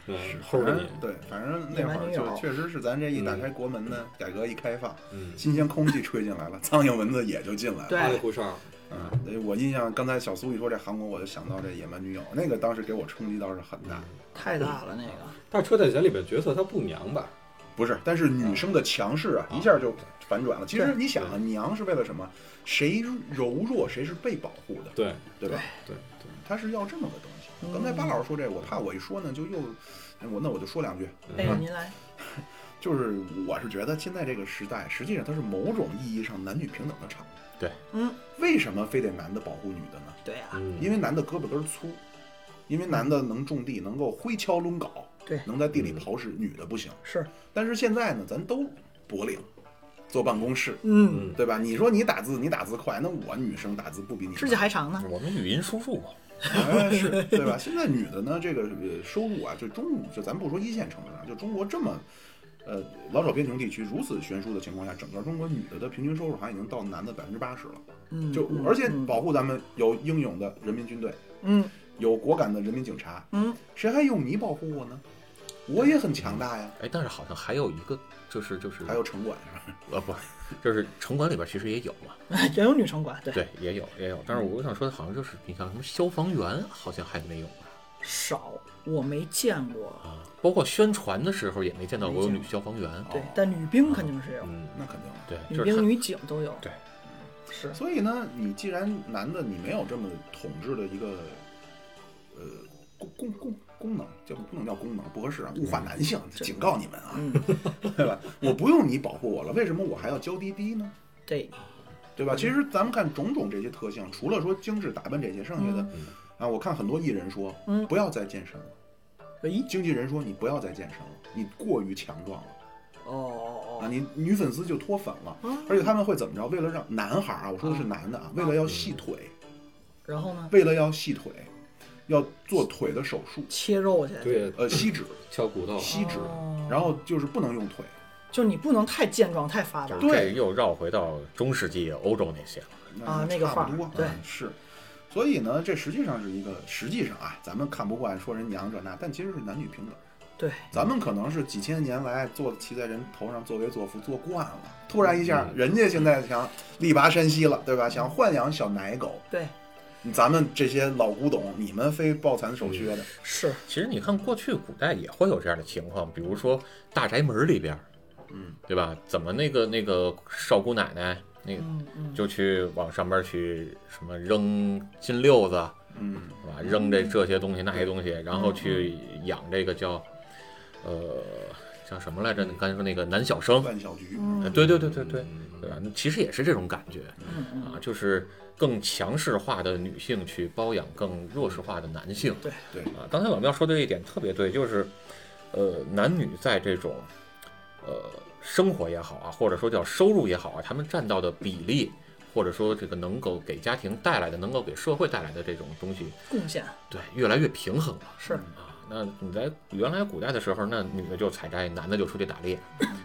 Speaker 2: 嗯，齁着你，
Speaker 1: 对，反正那会儿就确实是咱这一打开国门呢，改革一开放，
Speaker 2: 嗯，
Speaker 1: 新鲜空气吹进来了，苍蝇蚊子也就进来了。
Speaker 3: 对
Speaker 2: 花里胡哨，
Speaker 1: 嗯，对我印象刚才小苏一说这韩国，我就想到这《野蛮女友》，那个当时给我冲击倒是很
Speaker 2: 嗯
Speaker 1: 大。
Speaker 3: 太大了那个，
Speaker 2: 但是车太贤里面角色她不娘吧？
Speaker 1: 不是，但是女生的强势啊，
Speaker 2: 嗯
Speaker 1: 一下就反转了。其实
Speaker 3: 对
Speaker 1: 你想啊，娘是为了什么？谁柔弱，谁是被保护的，
Speaker 2: 对
Speaker 1: 对吧？
Speaker 2: 对对，
Speaker 1: 她是要这么个东西。
Speaker 3: 嗯
Speaker 1: 刚才巴老师说这个，我怕我一说呢，就又，哎我那我就说两句。
Speaker 3: 哎
Speaker 2: 嗯，
Speaker 3: 您来，
Speaker 1: 就是我是觉得现在这个时代，实际上它是某种意义上男女平等的产物。
Speaker 3: 嗯，
Speaker 1: 为什么非得男的保护女的呢？
Speaker 3: 对啊呀、
Speaker 2: 嗯
Speaker 1: 因为男的胳膊根儿粗，因为男的能种地，能够挥锹抡镐，
Speaker 3: 对
Speaker 1: 能在地里刨食，女的不行。
Speaker 3: 是，
Speaker 1: 但是现在呢，咱都白领，坐办公室，
Speaker 3: 嗯，
Speaker 1: 对吧？你说你打字，你打字快，那我女生打字不比你慢
Speaker 3: 指甲还长呢，
Speaker 4: 我们语音输入嘛，
Speaker 1: 哎，是对吧？现在女的呢，这个呃收入啊，就中就咱不说一线城市啊，就中国这么。呃，老少边穷地区如此悬殊的情况下，整个中国女的的平均收入好像已经到男的百分之八十了。
Speaker 3: 嗯，
Speaker 1: 就
Speaker 3: 嗯
Speaker 1: 而且
Speaker 3: 嗯
Speaker 1: 保护咱们有英勇的人民军队，
Speaker 3: 嗯
Speaker 1: 有果敢的人民警察，
Speaker 3: 嗯， [LAUGHS]
Speaker 1: 谁还用你保护我呢？我也很强大呀。
Speaker 4: 哎，但是好像还有一个，就是就是
Speaker 1: 还有城管是吧？
Speaker 4: 呃不，就是城管里边其实也有嘛，
Speaker 3: 也有女城管，对，
Speaker 4: 对，也有也有。但是我想说的，好像就是你像什么消防员，好像还没有吧？
Speaker 3: 少，我没见过，
Speaker 4: 啊，包括宣传的时候也没见到过有
Speaker 3: 没
Speaker 4: 女
Speaker 3: 见
Speaker 4: 消防员。
Speaker 3: 对，但女兵肯定是有，
Speaker 4: 嗯，
Speaker 1: 那肯定了。
Speaker 4: 对，
Speaker 3: 女
Speaker 4: 就是
Speaker 3: 兵、
Speaker 4: 他
Speaker 3: 女警都有，
Speaker 4: 对，
Speaker 3: 是，
Speaker 1: 所以呢，你既然男的你没有这么统治的一个呃功功功功能，叫不能叫功能不合适啊，物化男性，警告你们啊，
Speaker 3: [LAUGHS] 嗯，
Speaker 1: 对吧？我不用你保护我了，为什么我还要娇滴滴呢？
Speaker 3: 对，
Speaker 1: 对
Speaker 3: 嗯
Speaker 1: 吧？其实咱们看种种这些特性，除了说精致打扮这些，剩下的、啊，我看很多艺人说，
Speaker 3: 嗯
Speaker 1: 不要再健身了。
Speaker 3: 喂，
Speaker 1: 经纪人说你不要再健身了，你过于强壮了
Speaker 3: 哦哦
Speaker 1: 啊！
Speaker 3: 哦，
Speaker 1: 你女粉丝就脱粉了，
Speaker 3: 嗯
Speaker 1: 而且他们会怎么着？为了让男孩儿啊，我说的是男的啊，为了要细腿，
Speaker 3: 然后呢，
Speaker 1: 为了要细腿，要做腿的手术，
Speaker 3: 切肉去，，
Speaker 2: 对，
Speaker 1: 呃，吸脂，
Speaker 2: 敲骨头，啊
Speaker 1: 吸脂
Speaker 3: 哦，
Speaker 1: 然后就是不能用腿。
Speaker 3: 就你不能太健壮太发达，
Speaker 1: 对
Speaker 4: 这又绕回到中世纪欧洲那些了。
Speaker 3: 啊那个
Speaker 1: 差
Speaker 3: 范
Speaker 1: 不
Speaker 3: 儿
Speaker 1: 多，
Speaker 3: 对
Speaker 1: 嗯是。所以呢，这实际上是一个，实际上啊，咱们看不惯说人娘这那，但其实是男女平等。
Speaker 3: 对，
Speaker 1: 咱们可能是几千年来坐骑在人头上作威作福做惯了，突然一下，人家现在想力拔山兮了，对吧？想豢养小奶狗，
Speaker 3: 对，
Speaker 1: 咱们这些老古董，你们非抱残守缺的，
Speaker 3: 是，
Speaker 4: 其实你看，过去古代也会有这样的情况，比如说大宅门里边，
Speaker 1: 嗯，
Speaker 4: 对吧？怎么那个那个少姑奶奶那个
Speaker 3: 嗯嗯，
Speaker 4: 就去往上边去什么扔金溜子，
Speaker 1: 嗯，
Speaker 4: 是吧？扔这这些东西那些东西，然后去养这个叫呃叫什么来着？你刚才说那个男小生，
Speaker 1: 万小菊，
Speaker 4: 呃
Speaker 3: 嗯
Speaker 4: 对对对对对，
Speaker 2: 嗯
Speaker 4: 对吧？那其实也是这种感觉
Speaker 3: 嗯嗯，
Speaker 4: 啊，就是更强势化的女性去包养更弱势化的男性。
Speaker 3: 对
Speaker 1: 对
Speaker 4: 啊，刚才老庙说的这一点特别对，就是呃，男女在这种呃生活也好啊，或者说叫收入也好啊，他们占到的比例。或者说，这个能够给家庭带来的，能够给社会带来的这种东西，
Speaker 3: 贡献
Speaker 4: 对，越来越平衡了。
Speaker 3: 是，
Speaker 4: 啊，那你在原来古代的时候，那女的就采摘，男的就出去打
Speaker 3: [CLEARS THROAT]
Speaker 4: 猎，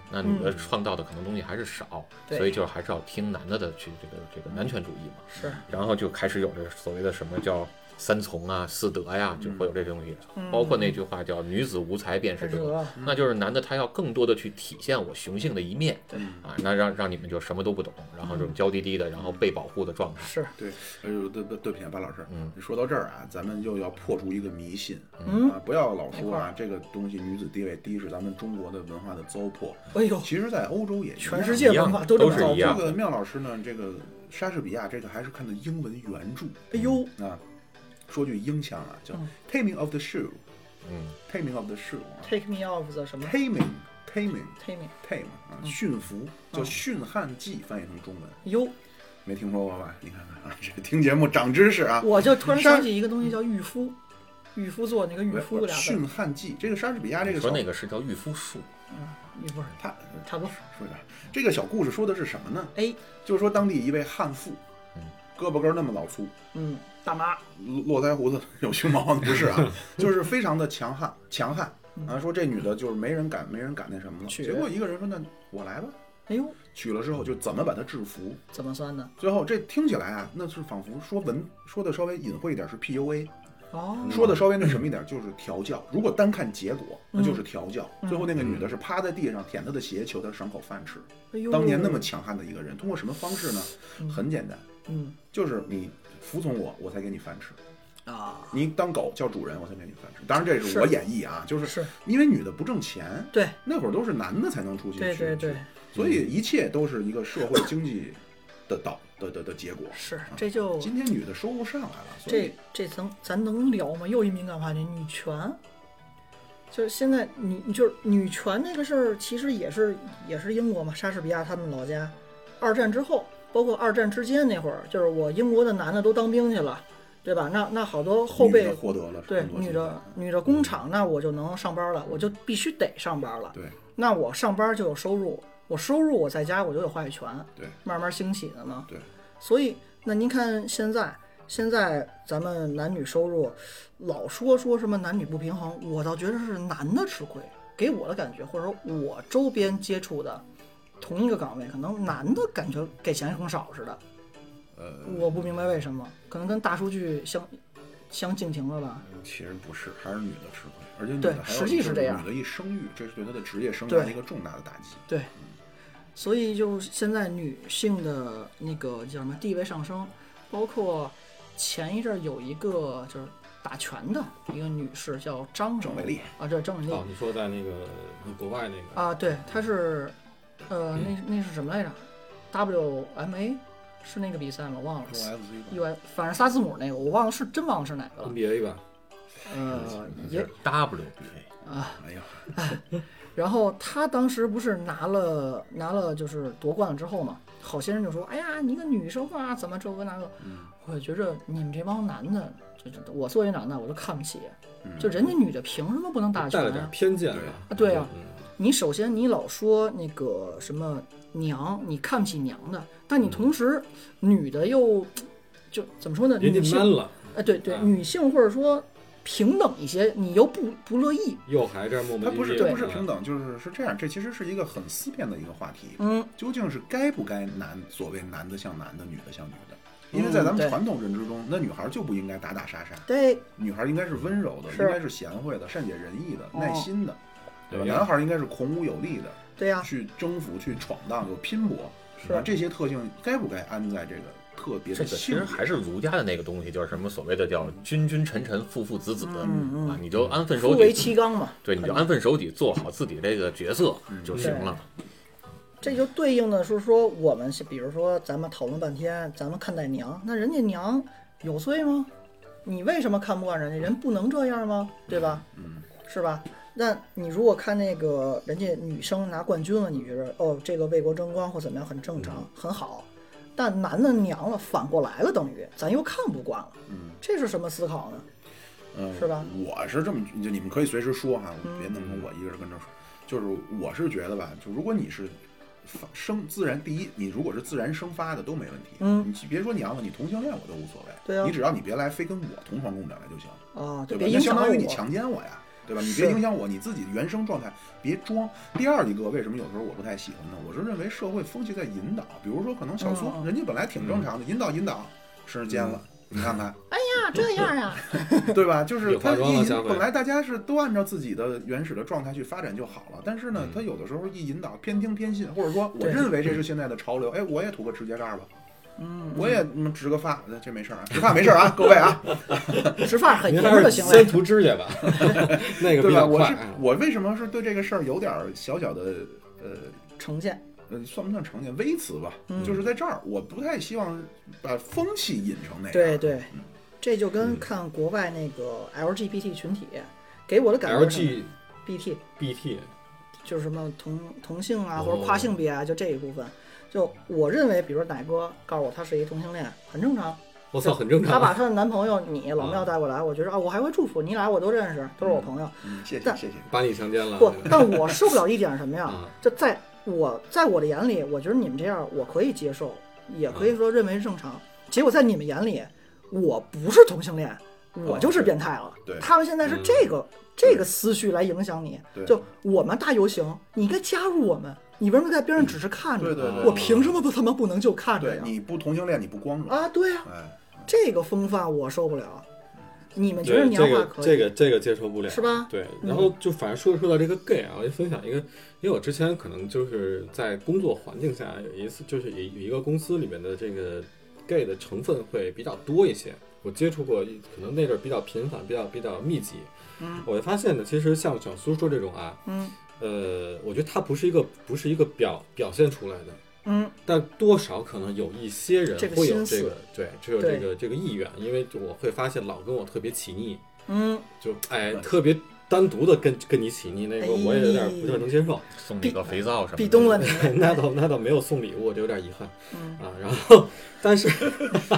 Speaker 4: 那女的创造的可能东西还是少，
Speaker 3: 嗯对
Speaker 4: 所以就是还是要听男的的去这个这个男权主义嘛。
Speaker 3: 是，
Speaker 4: 然后就开始有这所谓的什么叫三从啊、四德呀、就会有这东西，包括那句话叫“女子无才便是
Speaker 3: 嗯是
Speaker 4: 德”，
Speaker 3: 德
Speaker 4: 那就是男的他要更多的去体现我雄性的一面。
Speaker 3: 对
Speaker 4: 啊，那让让你们就什么都不懂，然后这种娇滴滴的，然后被保护的状态。
Speaker 3: 是，
Speaker 1: 对，哎呦，对对对不起啊，巴老师，
Speaker 4: 嗯，
Speaker 1: 说到这儿啊，咱们又要破除一个迷信，
Speaker 3: 嗯
Speaker 1: 啊，不要老
Speaker 3: 哪
Speaker 1: 说
Speaker 3: 块
Speaker 1: 啊
Speaker 3: 儿，
Speaker 1: 这个东西女子地位低是咱们中国的文化的糟粕，
Speaker 3: 哎呦，
Speaker 1: 其实，在欧洲也一样
Speaker 3: 全世界文化都这
Speaker 4: 都
Speaker 3: 么
Speaker 4: 是
Speaker 3: 糟
Speaker 4: 一样
Speaker 1: 这个妙老师呢，这个莎士比亚这个还是看的英文原著
Speaker 3: 哎呦，
Speaker 1: 啊。说句英腔啊，叫
Speaker 3: 嗯
Speaker 1: Taming of the Shrew。
Speaker 4: 嗯，
Speaker 1: Taming of the Shrew 啊
Speaker 3: Take me off 的什么
Speaker 1: Taming Taming
Speaker 3: Take me，
Speaker 1: Tame
Speaker 3: 嗯
Speaker 1: 啊，驯服叫《驯悍记》，翻译成中文
Speaker 3: 哟，
Speaker 1: 没听说过吧？你看看啊，这听节目长知识啊。
Speaker 3: 我就突然想起一个东西叫御夫，御夫座那个御夫
Speaker 1: 不
Speaker 3: 俩
Speaker 1: 是
Speaker 3: 字
Speaker 4: 呃
Speaker 1: 驯，悍记》这个莎士比亚这
Speaker 4: 你
Speaker 1: 个
Speaker 4: 说
Speaker 1: 小
Speaker 4: 那个是叫御夫术，呃
Speaker 3: 御夫是
Speaker 1: 他
Speaker 3: 差不多。
Speaker 1: 说一下这个小故事说的是什么呢？
Speaker 3: 哎，
Speaker 1: 就是说当地一位悍妇，
Speaker 4: 嗯
Speaker 1: 胳膊根儿那么老粗，
Speaker 3: 嗯，
Speaker 1: 大妈络络腮胡子有胸毛 [LAUGHS] 不是
Speaker 4: [LAUGHS]
Speaker 1: 啊，就是非常的强悍，强悍啊！说这女的就是没人敢，没人敢那什么了。
Speaker 3: 娶
Speaker 1: 结果一个人说：“那我来吧。
Speaker 3: 哎呦，”
Speaker 1: 娶了之后就怎么把她制服？
Speaker 3: 怎么算呢？
Speaker 1: 最后这听起来啊，那是仿佛说文说的稍微隐晦一点是 PUA，
Speaker 3: 哦，
Speaker 4: 嗯
Speaker 1: 说的稍微那什么一点就是调教。如果单看结果，那
Speaker 3: 嗯
Speaker 1: 就是调教。最后那个女的是趴在地上舔她的鞋，求她赏口饭吃。
Speaker 3: 哎呦，
Speaker 1: 当年那么强悍的一个人，通过什么方式呢？很简单，
Speaker 3: 嗯
Speaker 1: 就是你服从我，我才给你饭吃。
Speaker 3: 啊，
Speaker 1: 你当狗叫主人，我才给你饭吃。当然这是
Speaker 3: 是
Speaker 1: 我演绎啊，就是
Speaker 3: 是
Speaker 1: 因为女的不挣钱，
Speaker 3: 对
Speaker 1: 那会儿都是男的才能出去，
Speaker 3: 对对对
Speaker 1: 去，，所以一切都是一个社会经济的导的的的结果。
Speaker 3: 是
Speaker 1: 啊
Speaker 3: 这就
Speaker 1: 今天女的收入上来了，所以
Speaker 3: 这这层咱能聊吗？又一敏感话题，女权。就是现在女就是女权那个事儿，其实也是也是英国嘛，莎士比亚他们老家。二战之后，包括二战之间那会儿，就是我英国的男的都当兵去了，对吧？那那好多后
Speaker 1: 女
Speaker 3: 辈
Speaker 1: 的获得了
Speaker 3: 对
Speaker 1: 很多
Speaker 3: 女
Speaker 1: 金
Speaker 3: 的
Speaker 1: 钱
Speaker 3: 女的工厂，那我就能上班了，我就必须得上班了。
Speaker 1: 对
Speaker 3: 那我上班就有收入，我收入我在家我就有话语权，
Speaker 1: 对
Speaker 3: 慢慢兴起的嘛。
Speaker 1: 对，
Speaker 3: 所以，那您看现在，现在咱们男女收入，老说说什么男女不平衡，我倒觉得是男的吃亏。给我的感觉，或者说我周边接触的同一个岗位，可能男的感觉给钱很少似的。
Speaker 1: 呃，
Speaker 3: 我不明白为什么，可能跟大数据相相径庭了吧？
Speaker 1: 其实不是，还是女的吃亏，而且女
Speaker 3: 对
Speaker 1: 的还有
Speaker 3: 实际是
Speaker 1: 就是
Speaker 3: 这样
Speaker 1: 女的一生育，这是对她的职业生涯
Speaker 3: 对
Speaker 1: 一个重大的打击。
Speaker 3: 对，所以就是现在女性的那个叫什么地位上升，包括前一阵儿有一个就是打拳的一个女士叫张什
Speaker 1: 郑
Speaker 3: 么
Speaker 1: 伟丽，
Speaker 3: 啊，对，张伟丽
Speaker 2: 哦，你说在那个国外那个
Speaker 3: 啊，对，她是呃那那是什么来着？WMA 是那个比赛吗？忘了。
Speaker 1: UFC 吧，
Speaker 3: U F，反正仨字母那个，我忘了是真忘了是哪个了。
Speaker 2: NBA 吧？
Speaker 1: 嗯
Speaker 3: 呃，也
Speaker 4: WBA，
Speaker 1: 哎呀，
Speaker 3: 然后她当时不是拿了拿了就是夺冠了之后嘛，好些人就说：“哎呀，你一个女生啊，怎么这个那个？”
Speaker 2: 嗯
Speaker 3: 我也觉着你们这帮男的，这这我作为男的我都看不起，
Speaker 1: 嗯
Speaker 3: 就人家女的凭什么不能打拳
Speaker 2: 带了
Speaker 3: 啊
Speaker 2: 点？偏见吧？
Speaker 3: 啊对啊
Speaker 2: 嗯，
Speaker 3: 你首先你老说那个什么娘，你看不起娘的，但
Speaker 2: 嗯
Speaker 3: 你同时女的又就怎么说呢？
Speaker 2: 嗯人
Speaker 3: 女
Speaker 2: 家 man
Speaker 3: 性
Speaker 2: 了，
Speaker 3: 哎，对对，
Speaker 2: 啊
Speaker 3: 女性或者说平等一些，你又不不乐意，
Speaker 2: 又还这儿磨
Speaker 1: 它
Speaker 2: 磨唧唧。啊
Speaker 1: 不是
Speaker 3: 对
Speaker 1: 它不是平等，就是是这样，这其实是一个很思辨的一个话题。
Speaker 3: 嗯，
Speaker 1: 究竟是该不该男所谓男的像男的，女的像女的？因
Speaker 3: 嗯
Speaker 1: 为在咱们传统认知中，那女孩就不应该打打杀杀，
Speaker 3: 对，
Speaker 1: 女孩应该是温柔的，
Speaker 3: 是
Speaker 1: 应该是贤惠的、善解人意的、
Speaker 3: 哦
Speaker 1: 耐心的，对吧？
Speaker 2: 对呀
Speaker 1: 男孩应该是孔武有力的，
Speaker 3: 对呀、
Speaker 1: 去征服、去闯荡、有拼搏，
Speaker 3: 是
Speaker 1: 啊这些特性该不该安在这个特别
Speaker 4: 这
Speaker 1: 的
Speaker 4: 个其
Speaker 1: 性
Speaker 4: 实
Speaker 1: 格？
Speaker 4: 还是儒家的那个东西，就是什么所谓的叫君君臣臣父父子子
Speaker 3: 嗯
Speaker 4: 啊，你就安分
Speaker 3: 夫
Speaker 4: 守
Speaker 3: 为
Speaker 4: 己，
Speaker 3: 妻纲嘛，
Speaker 4: 对，你就安分守己，做好自己这个角色就
Speaker 3: 嗯
Speaker 4: 行了。
Speaker 3: 这就对应的是说我们是，比如说咱们讨论半天，咱们看待娘，那人家娘有罪吗？你为什么看不惯人家？人不能这样吗？对吧？
Speaker 1: 嗯，
Speaker 3: 是吧？那你如果看那个人家女生拿冠军了，你觉得哦，这个为国争光或怎么样很正
Speaker 1: 嗯
Speaker 3: 常，很好。但男的娘了，反过来了，等于咱又看不惯了，
Speaker 1: 嗯，
Speaker 3: 这是什么思考呢？
Speaker 1: 嗯，
Speaker 3: 是吧嗯
Speaker 1: 我是这么，就你们可以随时说哈，别弄成我一个人跟着说。就是我是觉得吧，就如果你是发生自然，第一，你如果是自然生发的都没问题，
Speaker 3: 嗯
Speaker 1: 你去别说娘了，你同性恋我都无所谓，
Speaker 3: 对啊
Speaker 1: 你只要你别来非跟我同床共枕来就行，
Speaker 3: 啊，
Speaker 1: 对
Speaker 3: 就
Speaker 1: 吧
Speaker 3: 别？
Speaker 1: 那
Speaker 3: 影
Speaker 1: 相
Speaker 3: 响到
Speaker 1: 当于你
Speaker 3: 我。
Speaker 1: 强奸我呀。对
Speaker 3: [LAUGHS]
Speaker 1: 吧？你
Speaker 3: 是
Speaker 1: 别影响我，你自己原生状态，别装。第二一个，为什么有时候我不太喜欢呢？我是认为社会风气在引导，比如说可能小苏、
Speaker 3: 嗯
Speaker 1: 人家本来挺正
Speaker 2: 嗯
Speaker 1: 常的，引导引导，吃奸了，你看看，
Speaker 3: 呀，这样
Speaker 1: [LAUGHS]
Speaker 3: 啊，
Speaker 1: 对吧？就是
Speaker 2: 有
Speaker 1: 它
Speaker 2: 化妆
Speaker 1: 一
Speaker 2: 了
Speaker 1: 引
Speaker 2: 下回
Speaker 1: 本来大家是都按照自己的原始的状态去发展就好了，但是
Speaker 2: 嗯
Speaker 1: 呢，它有的时候一引导偏听偏信，或者说我
Speaker 3: 对
Speaker 1: 认为这是现在的潮流，哎，我也涂个指甲盖儿吧，嗯，我也嗯植个发，那这没事儿啊，植发没事儿啊，各位啊，
Speaker 3: 吃饭很
Speaker 2: 您
Speaker 3: 爷
Speaker 2: 还
Speaker 3: 们儿的
Speaker 2: 是
Speaker 3: 行
Speaker 2: 先
Speaker 3: 为。
Speaker 2: 涂指甲
Speaker 3: [LAUGHS]
Speaker 2: 吧，那个
Speaker 1: 对
Speaker 2: 比
Speaker 1: 吧？
Speaker 2: 较
Speaker 1: 我
Speaker 2: 快
Speaker 1: 是
Speaker 2: 啊。
Speaker 3: 嗯
Speaker 1: 我为什么是对这个事儿有点儿小小的呃
Speaker 3: 成见，
Speaker 1: 呃，算不算成见？微词吧，
Speaker 3: 嗯
Speaker 1: 就是在这儿，我不太希望把风气引成那样，
Speaker 3: 对对，这就跟看国外那个 LGBT 群体，给我的感觉是
Speaker 2: LGBT
Speaker 3: BT 就是什么同同性啊，
Speaker 2: 哦
Speaker 3: 或者跨性别啊，就这一部分。就我认为，比如说奶哥告诉我他是一同性恋，很正常。
Speaker 2: 我操，很正
Speaker 3: 他
Speaker 2: 常
Speaker 3: 把
Speaker 2: 啊。
Speaker 3: 他的男朋友你老庙带过来，我觉得啊，我还会祝福你俩，我都认识，都是我朋友。
Speaker 1: 嗯，谢谢
Speaker 3: 但
Speaker 1: 谢谢，
Speaker 2: 把你强奸
Speaker 1: 啊
Speaker 2: 了，
Speaker 3: 不
Speaker 2: 对，吧
Speaker 3: 但我受不了一点是什么呀
Speaker 2: 嗯？
Speaker 3: 就
Speaker 1: 啊
Speaker 3: 在我在我的眼里，我觉得你们这样我可以接受，也可以说认为正常。结果在你们眼里，我不是同性恋，我就是变态了。
Speaker 1: 哦对对嗯
Speaker 3: 他们现在是这个、这个思绪来影响你
Speaker 1: 对。
Speaker 3: 就我们大游行，你应该加入我们，你为什么在边上只是看着？
Speaker 1: 对对对
Speaker 3: 我凭什么不他妈不能就看着
Speaker 1: 对
Speaker 3: 呀？
Speaker 1: 你不同性恋你不光荣，
Speaker 3: 啊，对呀、
Speaker 1: 哎，
Speaker 3: 这个风范我受不了。你们觉得
Speaker 2: 对，
Speaker 3: 娘
Speaker 2: 这
Speaker 3: 化
Speaker 2: 个
Speaker 3: 可以、
Speaker 2: 这个这个接受不了，
Speaker 3: 是吧
Speaker 2: 对，
Speaker 3: 嗯
Speaker 2: 然后就反正说说到这个 gay 啊，我就分享一个，因为我之前可能就是在工作环境下有一次，就是有有一个公司里面的这个 gay 的成分会比较多一些，我接触过一，可能那阵儿比较频繁，比较比较密集，
Speaker 3: 嗯
Speaker 2: 我就发现呢，其实像小苏说这种啊，
Speaker 3: 嗯
Speaker 2: 呃，我觉得它不是一个不是一个表表现出来的，
Speaker 3: 嗯，
Speaker 2: 但多少可能有一些人
Speaker 3: 这个
Speaker 2: 会有
Speaker 3: 心思
Speaker 2: 这个，对，只有这个这个意愿，因为就我会发现老跟我特别起腻，
Speaker 3: 嗯，
Speaker 2: 就哎
Speaker 1: 对
Speaker 2: 特别单独的跟跟你起腻，那个
Speaker 3: 哎
Speaker 2: 我也有点不太能接受。。
Speaker 4: 送你个肥皂什么的。
Speaker 3: 壁咚了你
Speaker 2: 那倒那倒没有送礼物，这有点遗憾
Speaker 3: 嗯，
Speaker 2: 啊。然后，但是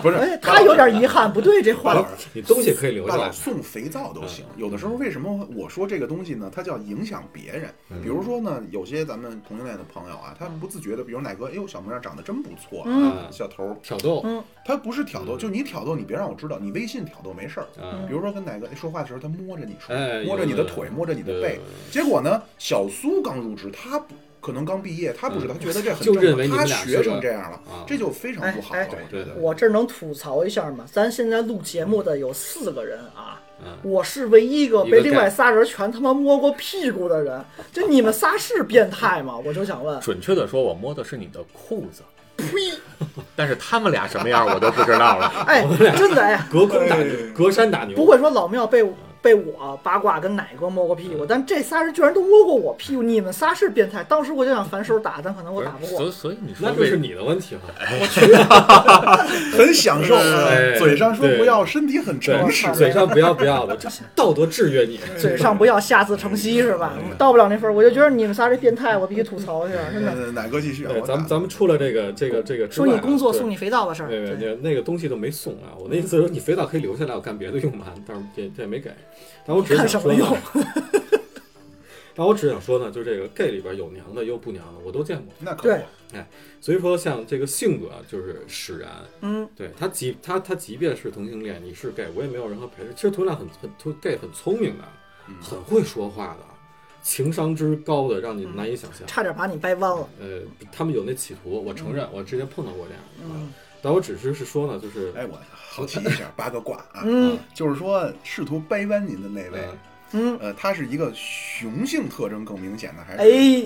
Speaker 1: 不是
Speaker 3: 哎，他有点遗憾，不对，这话
Speaker 1: 老师
Speaker 2: [LAUGHS] 你东西可以留
Speaker 1: 大佬
Speaker 2: 着，
Speaker 1: 送肥皂
Speaker 3: 嗯
Speaker 1: 都行。有的时候为什么我说这个东西呢？它叫影响别人。
Speaker 3: 嗯
Speaker 1: 比如说呢，有些咱们同性恋的朋友啊，他不自觉的，比如奶哥，哎呦，小模样长得真不错啊，
Speaker 3: 嗯
Speaker 2: 啊，
Speaker 1: 小头儿，
Speaker 2: 挑逗
Speaker 3: 嗯嗯
Speaker 1: 他不是挑逗，
Speaker 2: 嗯
Speaker 1: 就你挑逗，你别让我知道，你微信挑逗没事儿。
Speaker 2: 啊，
Speaker 1: 比如说跟奶哥哎说话的时候，他摸着你说，
Speaker 2: 哎
Speaker 1: 摸着你的
Speaker 2: 有的
Speaker 1: 腿，摸着你的
Speaker 2: 有的
Speaker 1: 背
Speaker 2: 有的。
Speaker 1: 结果呢，小苏刚入职，他不可能刚毕业，他不知道，他觉得这很
Speaker 2: 嗯就
Speaker 1: 正
Speaker 2: 认为你
Speaker 1: 常，他
Speaker 2: 们俩是
Speaker 1: 学成
Speaker 2: 个
Speaker 1: 这样了
Speaker 2: 啊，
Speaker 1: 这就非常不好了
Speaker 3: 哎。
Speaker 1: 我
Speaker 3: 哎
Speaker 1: 觉
Speaker 2: 对
Speaker 1: 得
Speaker 2: 对
Speaker 3: 我这儿能吐槽一下吗？咱现在录节目的有四个人啊，
Speaker 2: 嗯
Speaker 3: 我是唯一一个
Speaker 2: 一个
Speaker 3: 被另外仨人全他妈摸过屁股的人，就你们仨是变态吗？我就想问，
Speaker 4: 准确的说，我摸的是你的裤子。呸！ [LAUGHS] 但是他们俩什么样我都不知道
Speaker 3: [LAUGHS]
Speaker 4: 了。
Speaker 3: 哎，真的哎，
Speaker 2: 隔空打牛，隔山打牛，
Speaker 3: 不会说老庙被被我八卦跟奶哥摸过屁股，但这仨人居然都摸过我屁股，你们仨是变态。当时我就想反手打，但可能我打不
Speaker 4: 所
Speaker 3: 过
Speaker 4: 以。所以你说
Speaker 2: 那就
Speaker 4: 为
Speaker 2: 是你的问题了。
Speaker 1: 很享受啊
Speaker 2: 哎，
Speaker 1: 嘴上说不要，身体很
Speaker 2: 对
Speaker 1: 诚实，。
Speaker 2: 嘴上不要不
Speaker 3: [LAUGHS]
Speaker 2: 要的，这道德制约你。
Speaker 3: 嘴上不要下自成蹊是吧？到不了那份儿，我就觉得你们仨这变态，我必须吐槽一下，真的。
Speaker 1: 呃，奶哥继续啊
Speaker 2: 嗯对，，
Speaker 1: 我
Speaker 2: 咱
Speaker 1: 打
Speaker 2: 们咱们除了这个这个这个之
Speaker 3: 说
Speaker 2: 外啊，
Speaker 3: 你工作
Speaker 2: 对
Speaker 3: 送你肥皂的事儿，
Speaker 2: 对对
Speaker 3: 对
Speaker 2: 对，那个东西都没送啊！我那意思是说，你肥皂可以留下来，我干别的用嘛。但是这这也没给，但我只是想
Speaker 3: 看什
Speaker 2: 说
Speaker 3: 么
Speaker 2: 呢
Speaker 3: 用？
Speaker 2: [LAUGHS] 但我只是想说呢，就这个 gay 里边有娘的，也有不娘的，我都见过。
Speaker 1: 那可
Speaker 3: 对
Speaker 1: 不，
Speaker 2: 所以说，像这个性格啊就是使然。
Speaker 3: 嗯，
Speaker 2: 对他即他他即便是同性恋，你是 gay，我也没有任何排斥。其实同性恋很很同 gay 很聪明的，很会说话的，情商之高的，让你难以想象。
Speaker 3: 嗯差点把你掰弯了。
Speaker 2: 呃，他们有那企图，我承认，我之前碰到过这样的。啊
Speaker 3: 嗯
Speaker 2: 但我只是是说呢，就是
Speaker 1: 哎，我好奇一下，八个卦啊，
Speaker 3: 嗯
Speaker 1: 就是说试图掰弯您的那位
Speaker 2: 呃，
Speaker 3: 嗯，
Speaker 1: 呃，他是一个雄性特征更明显的，还是
Speaker 3: 哎，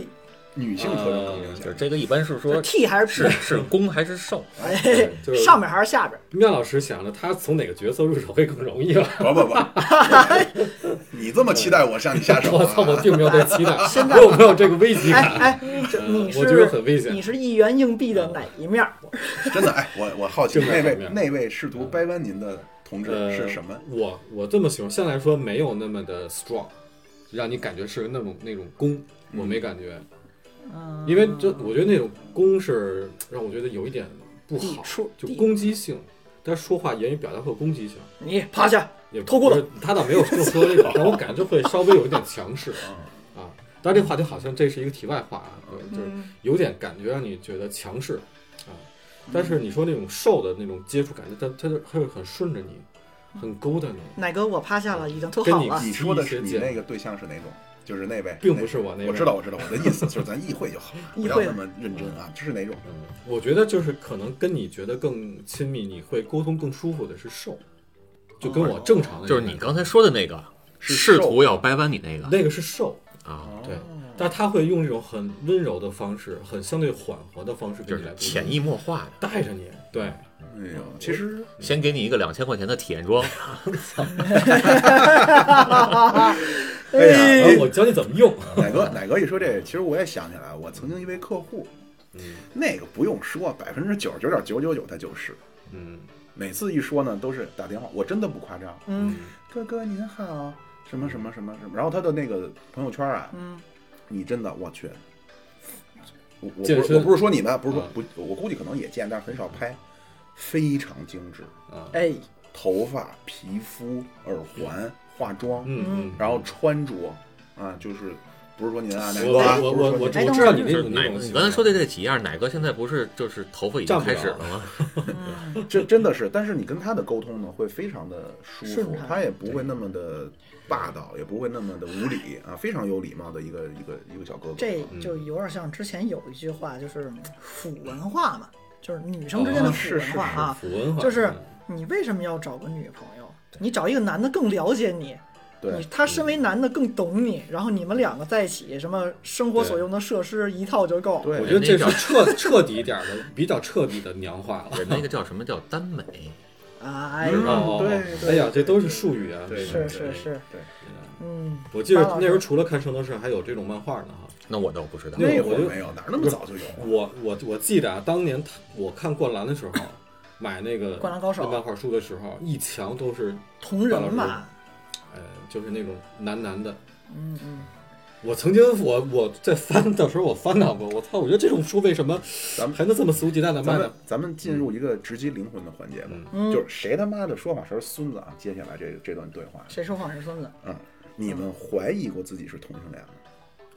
Speaker 1: 女性特征更明
Speaker 2: 嗯
Speaker 4: 就是
Speaker 1: 显？
Speaker 4: 这个一般是
Speaker 3: 这
Speaker 4: 说
Speaker 3: T 还是
Speaker 4: 是是攻还
Speaker 3: [LAUGHS]
Speaker 4: 是受？
Speaker 3: P？
Speaker 2: 就
Speaker 3: 哎，
Speaker 2: 是
Speaker 3: 上面还
Speaker 2: [LAUGHS]
Speaker 3: 是下边？
Speaker 2: 妙老师想着他从哪个角色入手会更容
Speaker 1: [LAUGHS]
Speaker 2: 易吧？
Speaker 1: 不不不，
Speaker 2: [LAUGHS]
Speaker 1: 你这么期待我向你下手
Speaker 2: 我操，我
Speaker 1: 啊？
Speaker 2: 并没有这期
Speaker 1: [LAUGHS]
Speaker 2: 待，
Speaker 3: 现在
Speaker 2: 我有没有这个危机
Speaker 3: 哎
Speaker 2: 感？
Speaker 3: 哎，这
Speaker 2: 呃
Speaker 3: 你
Speaker 2: 我觉得
Speaker 3: 是
Speaker 2: 很危险
Speaker 3: 你是一元硬币的哪一面儿？
Speaker 1: 真的，哎，我我好奇
Speaker 2: 正面
Speaker 1: 那位
Speaker 2: 正面嗯
Speaker 1: 那位试图掰弯您的同志
Speaker 2: 呃，
Speaker 1: 是什么？？
Speaker 2: 我我这么形容，现在说没有那么的 strong，让你感觉是那种那种攻，我没感觉，
Speaker 3: 嗯
Speaker 2: 因为就我觉得那种攻是让我觉得有一点不
Speaker 3: 抵
Speaker 2: 好，
Speaker 3: 触
Speaker 2: 就
Speaker 3: 抵
Speaker 2: 攻击性，但说话言语表达会有攻击性。
Speaker 3: 你趴下，
Speaker 2: 也
Speaker 3: 脱裤子
Speaker 2: 不是，他倒没有就说
Speaker 1: [LAUGHS]
Speaker 2: 那种，但我感觉会稍微有一点强势
Speaker 1: 嗯
Speaker 2: 啊。但这话题好像这是一个题外话啊，对，就是有点感觉让你觉得强势啊。
Speaker 1: 嗯
Speaker 2: 但是你说那种瘦的那种接触感觉，它它就它会很顺着你，很勾搭你，
Speaker 3: 奶哥，我趴下了，已经脱好
Speaker 2: 跟
Speaker 3: 了。
Speaker 1: 你说的是
Speaker 2: 一
Speaker 1: 你
Speaker 2: 些
Speaker 1: 那个对象是哪种？就是那位，
Speaker 2: 并不是我那
Speaker 1: 我知道，我知道，我的意思 [LAUGHS] 就是咱意会就
Speaker 2: [LAUGHS]
Speaker 1: 好，不
Speaker 3: 意
Speaker 1: 要
Speaker 3: 会
Speaker 1: 那么认真啊。这是哪种？
Speaker 2: 嗯，我觉得就是可能跟你觉得更亲密，你会沟通更舒服的是瘦，就跟
Speaker 1: 哦
Speaker 2: 我正常的
Speaker 4: 就是你刚才说的那个，
Speaker 1: 是
Speaker 4: 试
Speaker 1: 受
Speaker 4: 图要掰弯你那个
Speaker 2: 那个是瘦，
Speaker 4: 啊，
Speaker 3: 哦
Speaker 1: 哦
Speaker 2: 对，但他会用这种很温柔的方式，很相对缓和的方式
Speaker 4: 就
Speaker 2: 跟你来
Speaker 4: 是
Speaker 2: 沟通
Speaker 4: 潜移默化的，
Speaker 2: 带着你，对，
Speaker 1: 哎
Speaker 2: 嗯
Speaker 1: 呦，其实
Speaker 3: 嗯
Speaker 4: 先给你一个两千块钱的体验装，
Speaker 1: 哎呀
Speaker 2: 然后我教你怎么用。
Speaker 1: 奶哥，奶哥一说这，其实我也想起来，我曾经一位客户，
Speaker 2: 嗯
Speaker 1: 那个不用说，百分之九十九点九九九他就是，
Speaker 2: 嗯，
Speaker 1: 每次一说呢都是打电话，我真的不夸张，
Speaker 3: 嗯
Speaker 1: 哥哥您好，什么什么什么什么，然后他的那个朋友圈啊，
Speaker 3: 嗯，
Speaker 1: 你真的我去，我我不
Speaker 2: 健
Speaker 1: 是
Speaker 2: 身
Speaker 1: 我不是说你们，不是说
Speaker 2: 啊
Speaker 1: 不，我估计可能也见，但是很少拍，非常精致，
Speaker 2: 啊，
Speaker 3: 哎，
Speaker 1: 头发、皮肤、耳环、化妆，
Speaker 2: 嗯嗯，
Speaker 1: 然后穿着啊，就是不是说您啊，奶
Speaker 2: 我
Speaker 1: 哥啊，
Speaker 2: 我
Speaker 1: 不是
Speaker 2: 我
Speaker 1: 说
Speaker 2: 我我
Speaker 1: 您
Speaker 3: 哎等
Speaker 2: 知
Speaker 3: 会儿
Speaker 2: 道你
Speaker 4: 就
Speaker 2: 那
Speaker 4: 是
Speaker 2: 种
Speaker 4: 奶
Speaker 2: 那啊
Speaker 4: 哥，
Speaker 2: 种
Speaker 4: 你
Speaker 2: 情
Speaker 4: 刚才
Speaker 2: 况
Speaker 4: 说的这几样，奶哥现在不是就是头发已经
Speaker 2: 站不
Speaker 4: 开始
Speaker 2: 了
Speaker 4: 了吗？
Speaker 3: 嗯
Speaker 1: 这真的是，但是你跟他的沟通呢，会非常的舒
Speaker 3: 顺
Speaker 1: 服，
Speaker 3: 畅
Speaker 1: 他也不会那么的霸道，也不会那么的无理啊，非常有礼貌的一个一个一个小哥哥。
Speaker 3: 这
Speaker 2: 嗯
Speaker 3: 就有点像之前有一句话，就是腐文化嘛，就是女生之间的
Speaker 1: 哦
Speaker 3: 腐
Speaker 1: 是
Speaker 3: 文化
Speaker 1: 是是
Speaker 3: 啊。
Speaker 2: 腐文化嗯
Speaker 3: 就是你为什么要找个女朋友？你找一个男的更了解你，你
Speaker 1: 对，嗯
Speaker 3: 他身为男的更懂你，然后你们两个在一起，什么生活所用的设施一套就够。
Speaker 1: 对
Speaker 2: 我觉得这是彻 [LAUGHS] 彻底一点的，比较彻底的娘化 [LAUGHS] 了。
Speaker 4: 人那个叫什么叫耽美？
Speaker 3: 啊，哎，
Speaker 1: 嗯
Speaker 2: 哦，
Speaker 1: 对对
Speaker 2: 哎呀，这都是术语啊。
Speaker 1: 对
Speaker 3: 是是是，
Speaker 1: 对，
Speaker 3: 嗯，
Speaker 2: 我记得
Speaker 3: 巴老师
Speaker 2: 那时候除了看《圣斗士》，还有这种漫画呢哈。
Speaker 4: 那我倒不知道。
Speaker 2: 对
Speaker 1: 那会
Speaker 2: 我就
Speaker 1: 儿没有，哪那么早就有啊？
Speaker 2: 我我我记得啊，当年他我看《灌篮》的时候，买那个《
Speaker 3: 灌篮高手
Speaker 2: 漫画书的时候，一墙都是
Speaker 3: 同人嘛，
Speaker 2: 呃，就是那种男男的。
Speaker 3: 嗯嗯，
Speaker 2: 我曾经我我在翻的时候，我翻到过，我操！我觉得这种书为什么
Speaker 1: 咱们
Speaker 2: 还能这么肆无忌惮的
Speaker 1: 咱
Speaker 2: 卖呢
Speaker 1: 们？咱们进入一个直击灵魂的环节吧，
Speaker 3: 嗯
Speaker 1: 就是谁他妈的说谎谁是孙子啊？接下来这这段对话，
Speaker 3: 谁说谎谁孙子，
Speaker 1: 嗯，你们怀疑过自己是同性恋吗？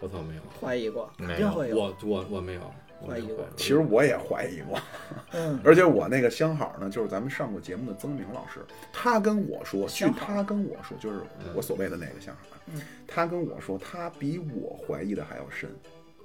Speaker 2: 我操，没有，
Speaker 3: 怀疑过，
Speaker 4: 没有
Speaker 3: 肯定会有。
Speaker 2: 我我我没有，我没
Speaker 3: 怀疑
Speaker 2: 有
Speaker 3: 过。
Speaker 1: 其实我也怀疑过，
Speaker 3: 嗯，
Speaker 1: 而且我那个相好呢，就是咱们上过节目的曾明老师，他跟我说，据
Speaker 3: 相好
Speaker 1: 他跟我说，就是我所谓的那个相好啊
Speaker 3: 嗯，
Speaker 1: 他跟我说，他比我怀疑的还要深，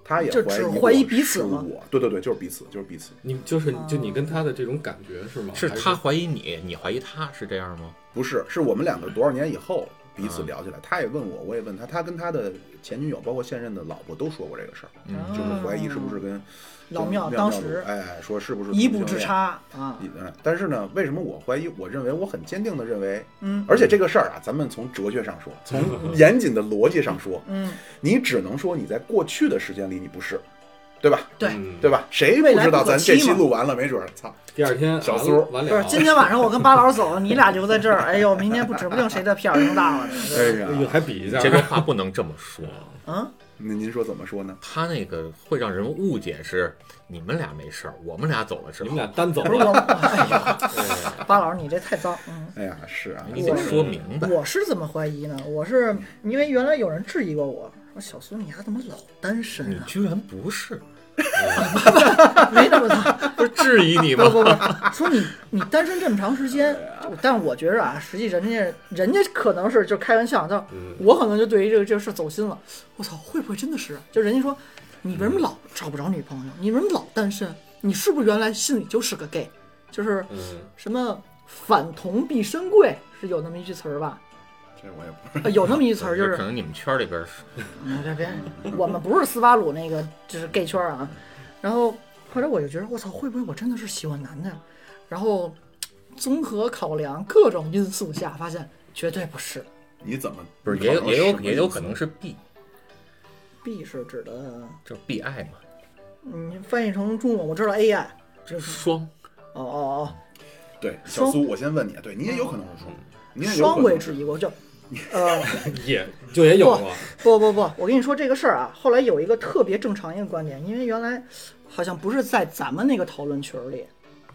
Speaker 1: 他也
Speaker 3: 就
Speaker 1: 怀
Speaker 3: 只
Speaker 1: 疑
Speaker 3: 怀疑
Speaker 1: 我
Speaker 3: 彼此
Speaker 1: 是
Speaker 3: 吗
Speaker 1: 我对对对，就是彼此，就是彼此，
Speaker 2: 你就是
Speaker 3: 哦
Speaker 2: 就你跟他的这种感觉是吗？
Speaker 4: 是
Speaker 2: 还
Speaker 4: 他怀疑你，你怀疑他，是这样吗？
Speaker 1: 不是，是我们两个多少年以后彼
Speaker 3: 嗯
Speaker 1: 此聊起来，他也问我，我也问他，他跟他的前女友，包括现任的老婆都说过这个事儿，
Speaker 3: 啊
Speaker 1: 就是怀疑是不是跟
Speaker 3: 哦老
Speaker 1: 跟
Speaker 3: 庙
Speaker 1: 妙
Speaker 3: 当
Speaker 1: 主
Speaker 3: 时
Speaker 1: 哎说是不是
Speaker 3: 一
Speaker 1: 同性
Speaker 3: 步之
Speaker 1: 恋
Speaker 3: 差啊，
Speaker 1: 你嗯，但是呢，为什么我怀疑？我认为我很坚定的认为，
Speaker 3: 嗯
Speaker 1: 而且这个事儿啊，咱们从哲学上说，从严谨的逻辑上说，
Speaker 3: 嗯，
Speaker 1: 你只能说你在过去的时间里你不是，对吧？
Speaker 3: 对。
Speaker 2: 嗯
Speaker 1: 对吧？谁
Speaker 3: 未
Speaker 1: 不
Speaker 3: 来
Speaker 1: 知道
Speaker 3: 不可
Speaker 1: 咱
Speaker 3: 期
Speaker 1: 这期
Speaker 3: 嘛
Speaker 1: 录完了，没准儿操，
Speaker 2: 第二天
Speaker 1: 小
Speaker 2: 完
Speaker 1: 苏
Speaker 2: 完
Speaker 3: 不
Speaker 2: 了
Speaker 3: 是，，今天晚上我跟巴老师走，你俩留在这儿。哎呦，明天不指不定谁的票扔大了呢。
Speaker 1: 哎
Speaker 2: 哎呦
Speaker 1: 呀，
Speaker 2: 还比一下，
Speaker 4: 这个话不能这么说，
Speaker 3: 嗯，
Speaker 1: 那您说怎么说呢？
Speaker 4: 他那个会让人误解是你们俩没事儿，我们俩走了之
Speaker 2: 你
Speaker 4: 后
Speaker 2: 们，俩单走
Speaker 3: 不是
Speaker 2: 了。
Speaker 3: 我，哎呦巴老师你这太脏。嗯，
Speaker 1: 哎呀，是啊，
Speaker 4: 你得说明白。
Speaker 3: 我是怎么怀疑呢？我是因为原来有人质疑过我，说小苏你还怎么老单身
Speaker 4: 你
Speaker 3: 啊？
Speaker 4: 居然不是，
Speaker 2: 嗯
Speaker 3: [LAUGHS] 没那么大，
Speaker 4: 不是质疑你
Speaker 3: 不
Speaker 4: 吗？
Speaker 3: 不不，说你你单身这么长时间，但我觉着啊，实际人家人家可能是就开玩笑，但
Speaker 2: 嗯
Speaker 3: 我可能就对于这个这个事走心了。我操，会不会真的是？就人家说你为什么老找不着女朋友？你为什么老单身？你是不是原来心里就是个 gay？就是
Speaker 2: 嗯，
Speaker 3: 什么反同必身贵，是有那么一句词儿吧？
Speaker 1: 这我也不是。
Speaker 3: 啊有那么一词儿，就是
Speaker 2: 嗯
Speaker 4: 可能你们圈里边是
Speaker 3: 嗯别别，我们不是斯巴鲁那个，就是 gay 圈儿啊。然后后来我就觉得，我操，会不会我真的是喜欢男的呀？然后综合考量各种因素下，发现绝对不是。
Speaker 1: 你怎么
Speaker 4: 不是
Speaker 1: 你
Speaker 4: 也
Speaker 1: 可
Speaker 4: 有
Speaker 1: 能
Speaker 4: 也
Speaker 1: 什
Speaker 4: 有
Speaker 1: 么
Speaker 4: 也
Speaker 1: 意
Speaker 4: 有
Speaker 1: 思
Speaker 4: 可能是 B，
Speaker 3: B 是指的，
Speaker 4: 就是 B I 嘛，
Speaker 3: 你翻译成中文我知道 AI，就是
Speaker 4: 双
Speaker 3: 哦哦
Speaker 1: 对小
Speaker 3: 双
Speaker 1: 苏，我先问你，啊对你也有可能是双，你
Speaker 3: 哦，
Speaker 1: 也有可
Speaker 3: 双
Speaker 1: 能
Speaker 3: 维
Speaker 1: 是
Speaker 3: 质疑过就，呃，
Speaker 2: 也就也有过，
Speaker 3: 不不不，我跟你说这个事儿啊，后来有一个特别正常一个观点，因为原来好像不是在咱们那个讨论群儿里，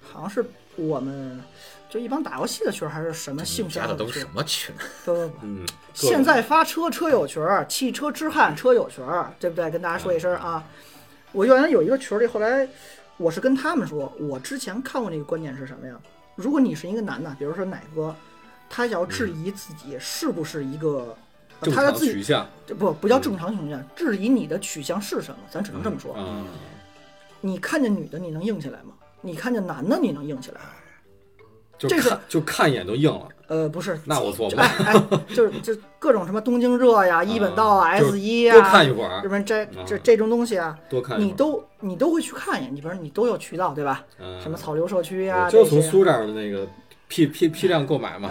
Speaker 3: 好像是我们就一帮打游戏的群儿还是什么兴趣
Speaker 4: 加
Speaker 3: 爱好
Speaker 4: 的
Speaker 3: 群
Speaker 4: 都
Speaker 3: 儿
Speaker 4: 是什么群？啊
Speaker 3: 不不不，
Speaker 2: 嗯，各种
Speaker 3: 现在发车车友群儿，汽车之汉车友群儿，对不对？跟大家说一声啊，我原来有一个群儿里，后来我是跟他们说，我之前看过这个观点是什么呀？如果你是一个男的，比如说奶哥，他要质疑自己是不是一个，呃
Speaker 2: 正
Speaker 3: 他要
Speaker 2: 常
Speaker 3: 自己
Speaker 2: 取向，
Speaker 3: 这不不
Speaker 2: 嗯
Speaker 3: 叫正常形象，质疑你的取向是什么，咱只能这么说。
Speaker 2: 啊，
Speaker 3: 你看见女的你能硬起来吗？你看见男的你能硬起来吗？
Speaker 2: 就
Speaker 3: 这是
Speaker 2: 看就看一眼就硬了，
Speaker 3: 呃，不是，
Speaker 2: 啊那我做不
Speaker 3: 就
Speaker 2: 到
Speaker 3: 哎。
Speaker 2: [LAUGHS]
Speaker 3: 哎，就是就各种什么东京热呀、一本道啊、
Speaker 2: 嗯就是
Speaker 3: S 一
Speaker 2: 多看
Speaker 3: 啊，
Speaker 2: 一会儿
Speaker 3: 什，么这这
Speaker 2: 嗯
Speaker 3: 这种东西啊，
Speaker 2: 多看一会儿。
Speaker 3: 你都你都会去看一眼，你比如说你都有渠道对吧？
Speaker 2: 嗯
Speaker 3: 什么草榴社区呀，
Speaker 2: 我就
Speaker 3: 啊这
Speaker 2: 从
Speaker 3: 些
Speaker 2: 苏这儿那个批批批量购买
Speaker 3: [LAUGHS]
Speaker 2: 嘛，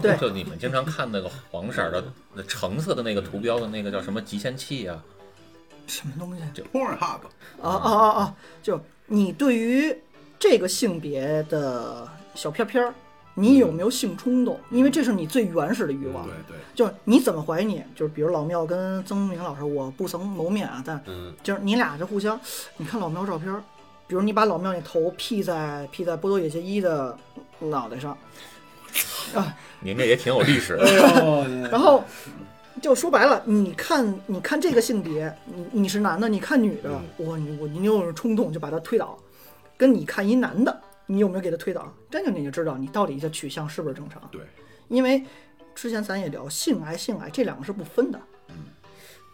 Speaker 3: 对
Speaker 4: 就你们经常看那个黄色的、那橙色的那个图标的那个叫什么极限器啊？
Speaker 3: 什么东西啊
Speaker 1: Pornhub，
Speaker 3: 哦哦哦哦，就你对于这个性别的小片片儿，你有没有性冲动？
Speaker 2: 嗯
Speaker 3: 因为这是你最原始的欲望
Speaker 1: 对。对，
Speaker 3: 就是你怎么怀疑你？就是比如老庙跟曾明老师，我不曾谋面啊，但
Speaker 2: 嗯，
Speaker 3: 就是你俩就互相，你看老庙照片儿，比如你把老庙那头 P 在 P 在波多野结衣的脑袋上，
Speaker 4: 您这也挺有历史的。
Speaker 3: 哦
Speaker 2: 哎呦，
Speaker 3: 然后就说白了，你看，你看这个性别，你你是男的，你看女的，我你我你有种冲动就把他推倒，跟你看一男的，你有没有给他推倒，这就你就知道你到底的取向是不是正常。
Speaker 1: 对，
Speaker 3: 因为之前咱也聊性癌性癌这两个是不分的，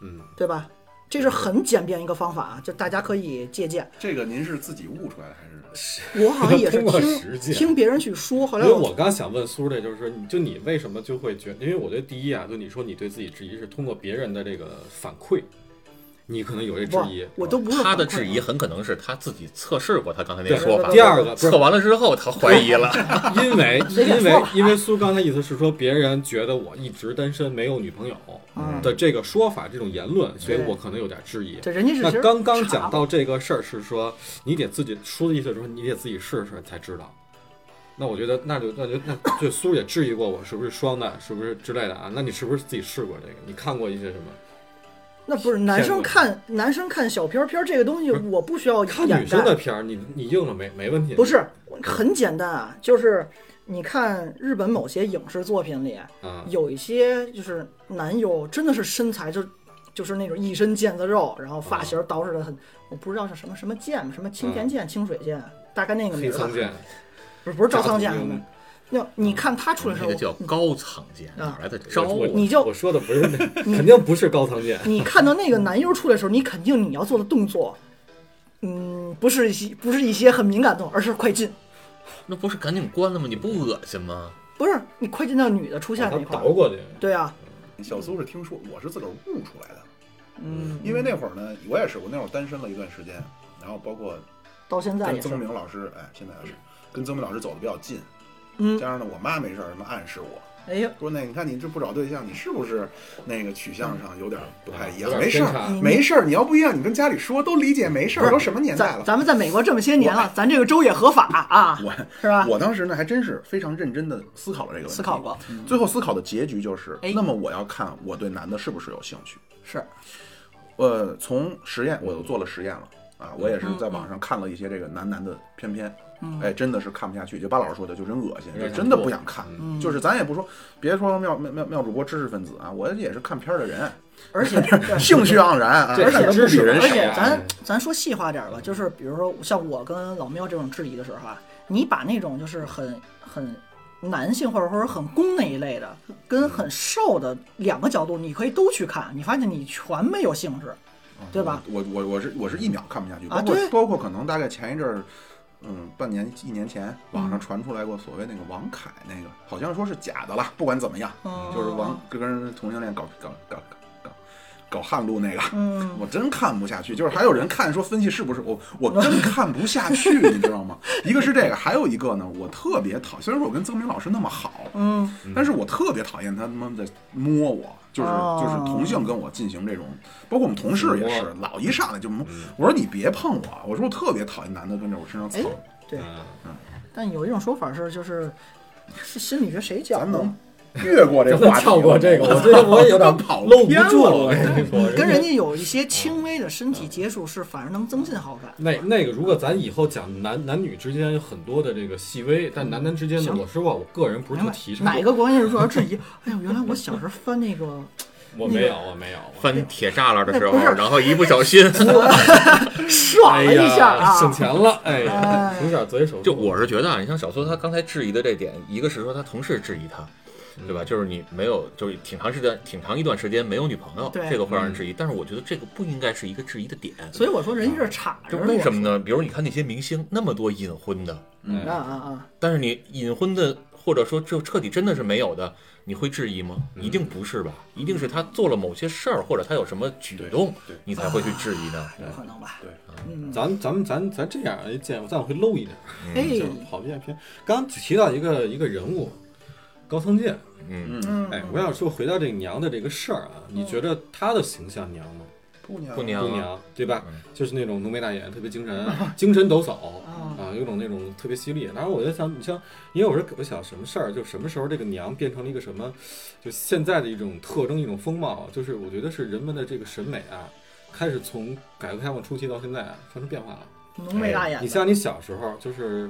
Speaker 5: 嗯，
Speaker 3: 对吧？这是很简便一个方法啊，就大家可以借鉴。
Speaker 1: 这个您是自己悟出来的还是？
Speaker 3: 我好像也是
Speaker 2: [LAUGHS] 通过
Speaker 3: 听
Speaker 2: 实践
Speaker 3: 听别人去说，后
Speaker 2: 因
Speaker 3: 来
Speaker 2: 为我刚想问苏这，就是说你就你为什么就会觉因为我觉得第一啊，就你说你对自己质疑是通过别人的这个反馈，你可能有这质
Speaker 3: 不
Speaker 2: 疑，
Speaker 3: 我都不是
Speaker 4: 他的
Speaker 3: 反馈啊
Speaker 4: 质疑很可能是他自己测试过他刚才那
Speaker 2: 对
Speaker 4: 个说法，
Speaker 2: 第二个不是
Speaker 4: 测完了之后他怀疑了，
Speaker 2: 因
Speaker 3: [LAUGHS]
Speaker 2: 为
Speaker 3: 随便
Speaker 2: 因为
Speaker 3: 说吧
Speaker 2: 因为苏刚才意思是说，别人觉得我一直单身没有女朋友
Speaker 3: 嗯
Speaker 2: 的这个说法，这种言论，所以
Speaker 3: 对
Speaker 2: 我可能有点质疑。
Speaker 3: 这人家是
Speaker 2: 那
Speaker 3: 其实
Speaker 2: 刚刚
Speaker 3: 查
Speaker 2: 讲到这个事儿是说，你得自己说的意思就是说你得自己试试才知道。那我觉得那就那就那就苏也质疑过我是不是双的，是不是之类的啊？那你是不是自己试过这个？你看过一些什么？
Speaker 3: 那不是男生
Speaker 2: 骗子
Speaker 3: 看男生看小片儿片儿这个东西，
Speaker 2: 不是
Speaker 3: 我不需要
Speaker 2: 看
Speaker 3: 掩
Speaker 2: 女生
Speaker 3: 盖
Speaker 2: 的。片儿，你你硬了没没问题？
Speaker 3: 不是，很简单啊，就是你看日本某些影视作品里，
Speaker 2: 啊，
Speaker 3: 有一些就是男优真的是身材就就是那种一身腱子肉，然后发型捯饬的很，我不知道是什么什么剑，什么青田剑、清水剑，大概那个
Speaker 2: 黑
Speaker 3: 名字
Speaker 2: 仓
Speaker 3: 吧，
Speaker 2: 剑，
Speaker 3: 不是不是赵仓剑
Speaker 2: 大
Speaker 3: 什
Speaker 2: 头牛
Speaker 3: 么。那你看他出来的时
Speaker 4: 嗯那
Speaker 3: 候
Speaker 4: 个，叫高仓健，
Speaker 3: 嗯
Speaker 4: 哪来的招
Speaker 2: 我
Speaker 4: 啊？
Speaker 3: 你就
Speaker 2: 我说的不是那，
Speaker 3: [LAUGHS]
Speaker 2: 肯定不是高仓健。
Speaker 3: 你看到那个男优出来的时候，你肯定你要做的动作，嗯，不是一些不是一些很敏感的动作，而是快进。
Speaker 4: 那不是赶紧关了吗？你不恶心吗？
Speaker 3: 不是你快进到女的出现
Speaker 2: 把
Speaker 3: 那
Speaker 2: 哦他
Speaker 3: 一块
Speaker 2: 倒
Speaker 3: 儿，
Speaker 2: 过去，
Speaker 3: 对啊，
Speaker 1: 小苏是听说，我是自个儿悟出来的。
Speaker 3: 嗯，
Speaker 1: 因为那会儿呢，我也是，我那会儿单身了一段时间，然后包括
Speaker 3: 到现在
Speaker 1: 跟
Speaker 3: 也是
Speaker 1: 曾，明老师，哎，现在也是跟曾明老师走的比较近，
Speaker 3: 嗯，
Speaker 1: 加上呢，我妈没事儿什么暗示我
Speaker 3: 哎呀，
Speaker 1: 说，那你看你这不找对象，你是不是那个取向上有点不太一样？
Speaker 2: 嗯有点
Speaker 1: 哎没事
Speaker 2: 偏
Speaker 1: 儿，
Speaker 2: 差
Speaker 3: 你
Speaker 1: 没事儿，你要不一样，你跟家里说，都理解，没事
Speaker 3: 不
Speaker 1: 儿，
Speaker 3: 是
Speaker 1: 都什么年代
Speaker 3: 咱
Speaker 1: 了。
Speaker 3: 咱们在美国这么些年了，咱这个州也合法啊，
Speaker 1: 我
Speaker 3: 是吧？
Speaker 1: 我当时呢，还真是非常认真的思考了这个问题，
Speaker 3: 思考过，嗯
Speaker 1: 最后思考的结局就是
Speaker 3: 哎，
Speaker 1: 那么我要看我对男的是不是有兴趣。
Speaker 3: 是，
Speaker 1: 呃，从实验我又做了实验了
Speaker 3: 嗯
Speaker 1: 啊，我也是在网上看了一些这个男男的片片，
Speaker 3: 嗯
Speaker 1: 哎，真的是看不下去。就巴老师说的，就真恶心，就
Speaker 2: 有点
Speaker 1: 真的
Speaker 2: 想
Speaker 1: 不
Speaker 2: 吐
Speaker 1: 想看。
Speaker 3: 嗯
Speaker 1: 就是咱也不说，别说妙妙妙妙主播知识分子啊，我也是看片儿的
Speaker 3: [LAUGHS]
Speaker 1: 人，[LAUGHS]
Speaker 3: 而且
Speaker 1: 兴趣盎然啊，
Speaker 2: 这
Speaker 1: 而且
Speaker 2: 看
Speaker 1: 都
Speaker 2: 知
Speaker 1: 比
Speaker 2: 识
Speaker 1: 人啊
Speaker 3: 而
Speaker 1: 少
Speaker 2: 哎
Speaker 3: 且
Speaker 2: 呀
Speaker 3: 咱咱说细化点儿吧，就是比如说像我跟老喵这种质疑的时候啊，你把那种就是很很男性或者说是很攻那一类的，跟很瘦的两个角度，你可以都去看，你发现你全没有兴致，对吧？
Speaker 1: 啊我我我是我是一秒看不下去，
Speaker 3: 啊
Speaker 1: 包括
Speaker 3: 对
Speaker 1: 包括可能大概前一阵儿，嗯，半年一年前，
Speaker 3: 嗯
Speaker 1: 网上传出来过所谓那个王凯那个，好像说是假的啦，不管怎么样，
Speaker 3: 嗯
Speaker 1: 就是王跟人同性恋搞搞搞搞搞汉路那个，
Speaker 3: 嗯
Speaker 1: 我真看不下去，就是还有人看说分析是不是我，我真看不下去，你知道吗？一个是这个，还有一个呢，我特别讨，虽然说我跟曾明老师那么好，
Speaker 3: 嗯，
Speaker 1: 但是我特别讨厌他妈的摸我，就是
Speaker 3: 哦
Speaker 1: 就是同性跟我进行这种，包括我们同事也是，老一上来就摸，嗯我说你别碰我，我说我特别讨厌男的跟着我身上蹭
Speaker 3: 哎，对。
Speaker 2: 嗯，
Speaker 3: 但有一种说法是，就是是心理学谁
Speaker 1: 咱
Speaker 3: 讲的
Speaker 1: 能？越过这
Speaker 2: 咱
Speaker 1: 个话
Speaker 2: 们
Speaker 1: 题，
Speaker 2: 跳过这个，我
Speaker 1: 哎我
Speaker 2: 觉得我有点
Speaker 1: 跑
Speaker 2: 搂不
Speaker 1: 偏
Speaker 2: 住
Speaker 1: 了
Speaker 2: 了，我跟你说，
Speaker 3: 啊
Speaker 2: 嗯
Speaker 3: 跟人家有一些轻微的身体接触，是反而能增进好感。
Speaker 2: 那那个，如果咱以后讲男男女之间有很多的这个细微，但男男之间的，
Speaker 3: 行
Speaker 2: 我说过，我个人不是
Speaker 3: 明
Speaker 2: 特
Speaker 3: 白
Speaker 2: 提？倡。
Speaker 3: 哪个国家人说要质疑？哎呦，原来我小时候翻那个
Speaker 2: 我没有，我没有。
Speaker 3: [LAUGHS]
Speaker 4: 翻铁栅栏的时候，
Speaker 3: 那不是
Speaker 4: 然后一不小心，
Speaker 3: 爽了一下啊，
Speaker 2: 哎省钱了，哎呀
Speaker 3: 哎，
Speaker 2: 省点嘴手。
Speaker 4: 就我是觉得啊，你像小苏他刚才质疑的这点，一个是说他同事质疑他，
Speaker 3: 嗯
Speaker 4: 对吧？就是你没有，就是挺长时间、挺长一段时间没有女朋友，
Speaker 3: 对
Speaker 4: 这个会让人质疑。但是我觉得这个不应该是一个质疑的点。
Speaker 3: [LAUGHS] 所以我说人家是岔着
Speaker 4: 就
Speaker 3: 说。
Speaker 4: 为什么呢？比如你看那些明星那么多隐婚的，
Speaker 2: 嗯
Speaker 3: 啊啊啊！
Speaker 4: 但是你隐婚的或者说就彻底真的是没有的，你会质疑吗？一定不是吧？一定是他做了某些事儿或者他有什么举动
Speaker 1: 对对，
Speaker 4: 你才会去质疑的。
Speaker 3: 有可能吧？
Speaker 1: 对，
Speaker 2: 啊
Speaker 3: 嗯，
Speaker 2: 咱咱们咱咱这样，哎，见咱回漏一点，
Speaker 3: 哎
Speaker 2: 就，跑偏偏。刚提到一个一个人物，高仓健，
Speaker 4: 嗯，
Speaker 3: 嗯，
Speaker 2: 哎，我想说回到这个娘的这个事儿啊，你觉得他的形象娘吗？
Speaker 1: 姑娘
Speaker 4: 不娘
Speaker 2: 姑
Speaker 4: 啊，
Speaker 2: 娘，对吧
Speaker 4: 嗯？
Speaker 2: 就是那种浓眉大眼，特别精神，
Speaker 4: [LAUGHS]
Speaker 2: 精神抖擞
Speaker 3: 啊
Speaker 2: 啊，有种那种特别犀利。当然，我在想，你像，因为我是我想什么事儿，就什么时候这个娘变成了一个什么，就现在的一种特征，一种风貌，啊就是我觉得是人们的这个审美啊，开始从改革开放初期到现在啊，发生变化了。
Speaker 3: 浓眉大眼
Speaker 2: 哎你
Speaker 3: 的，
Speaker 2: 像你小时候就是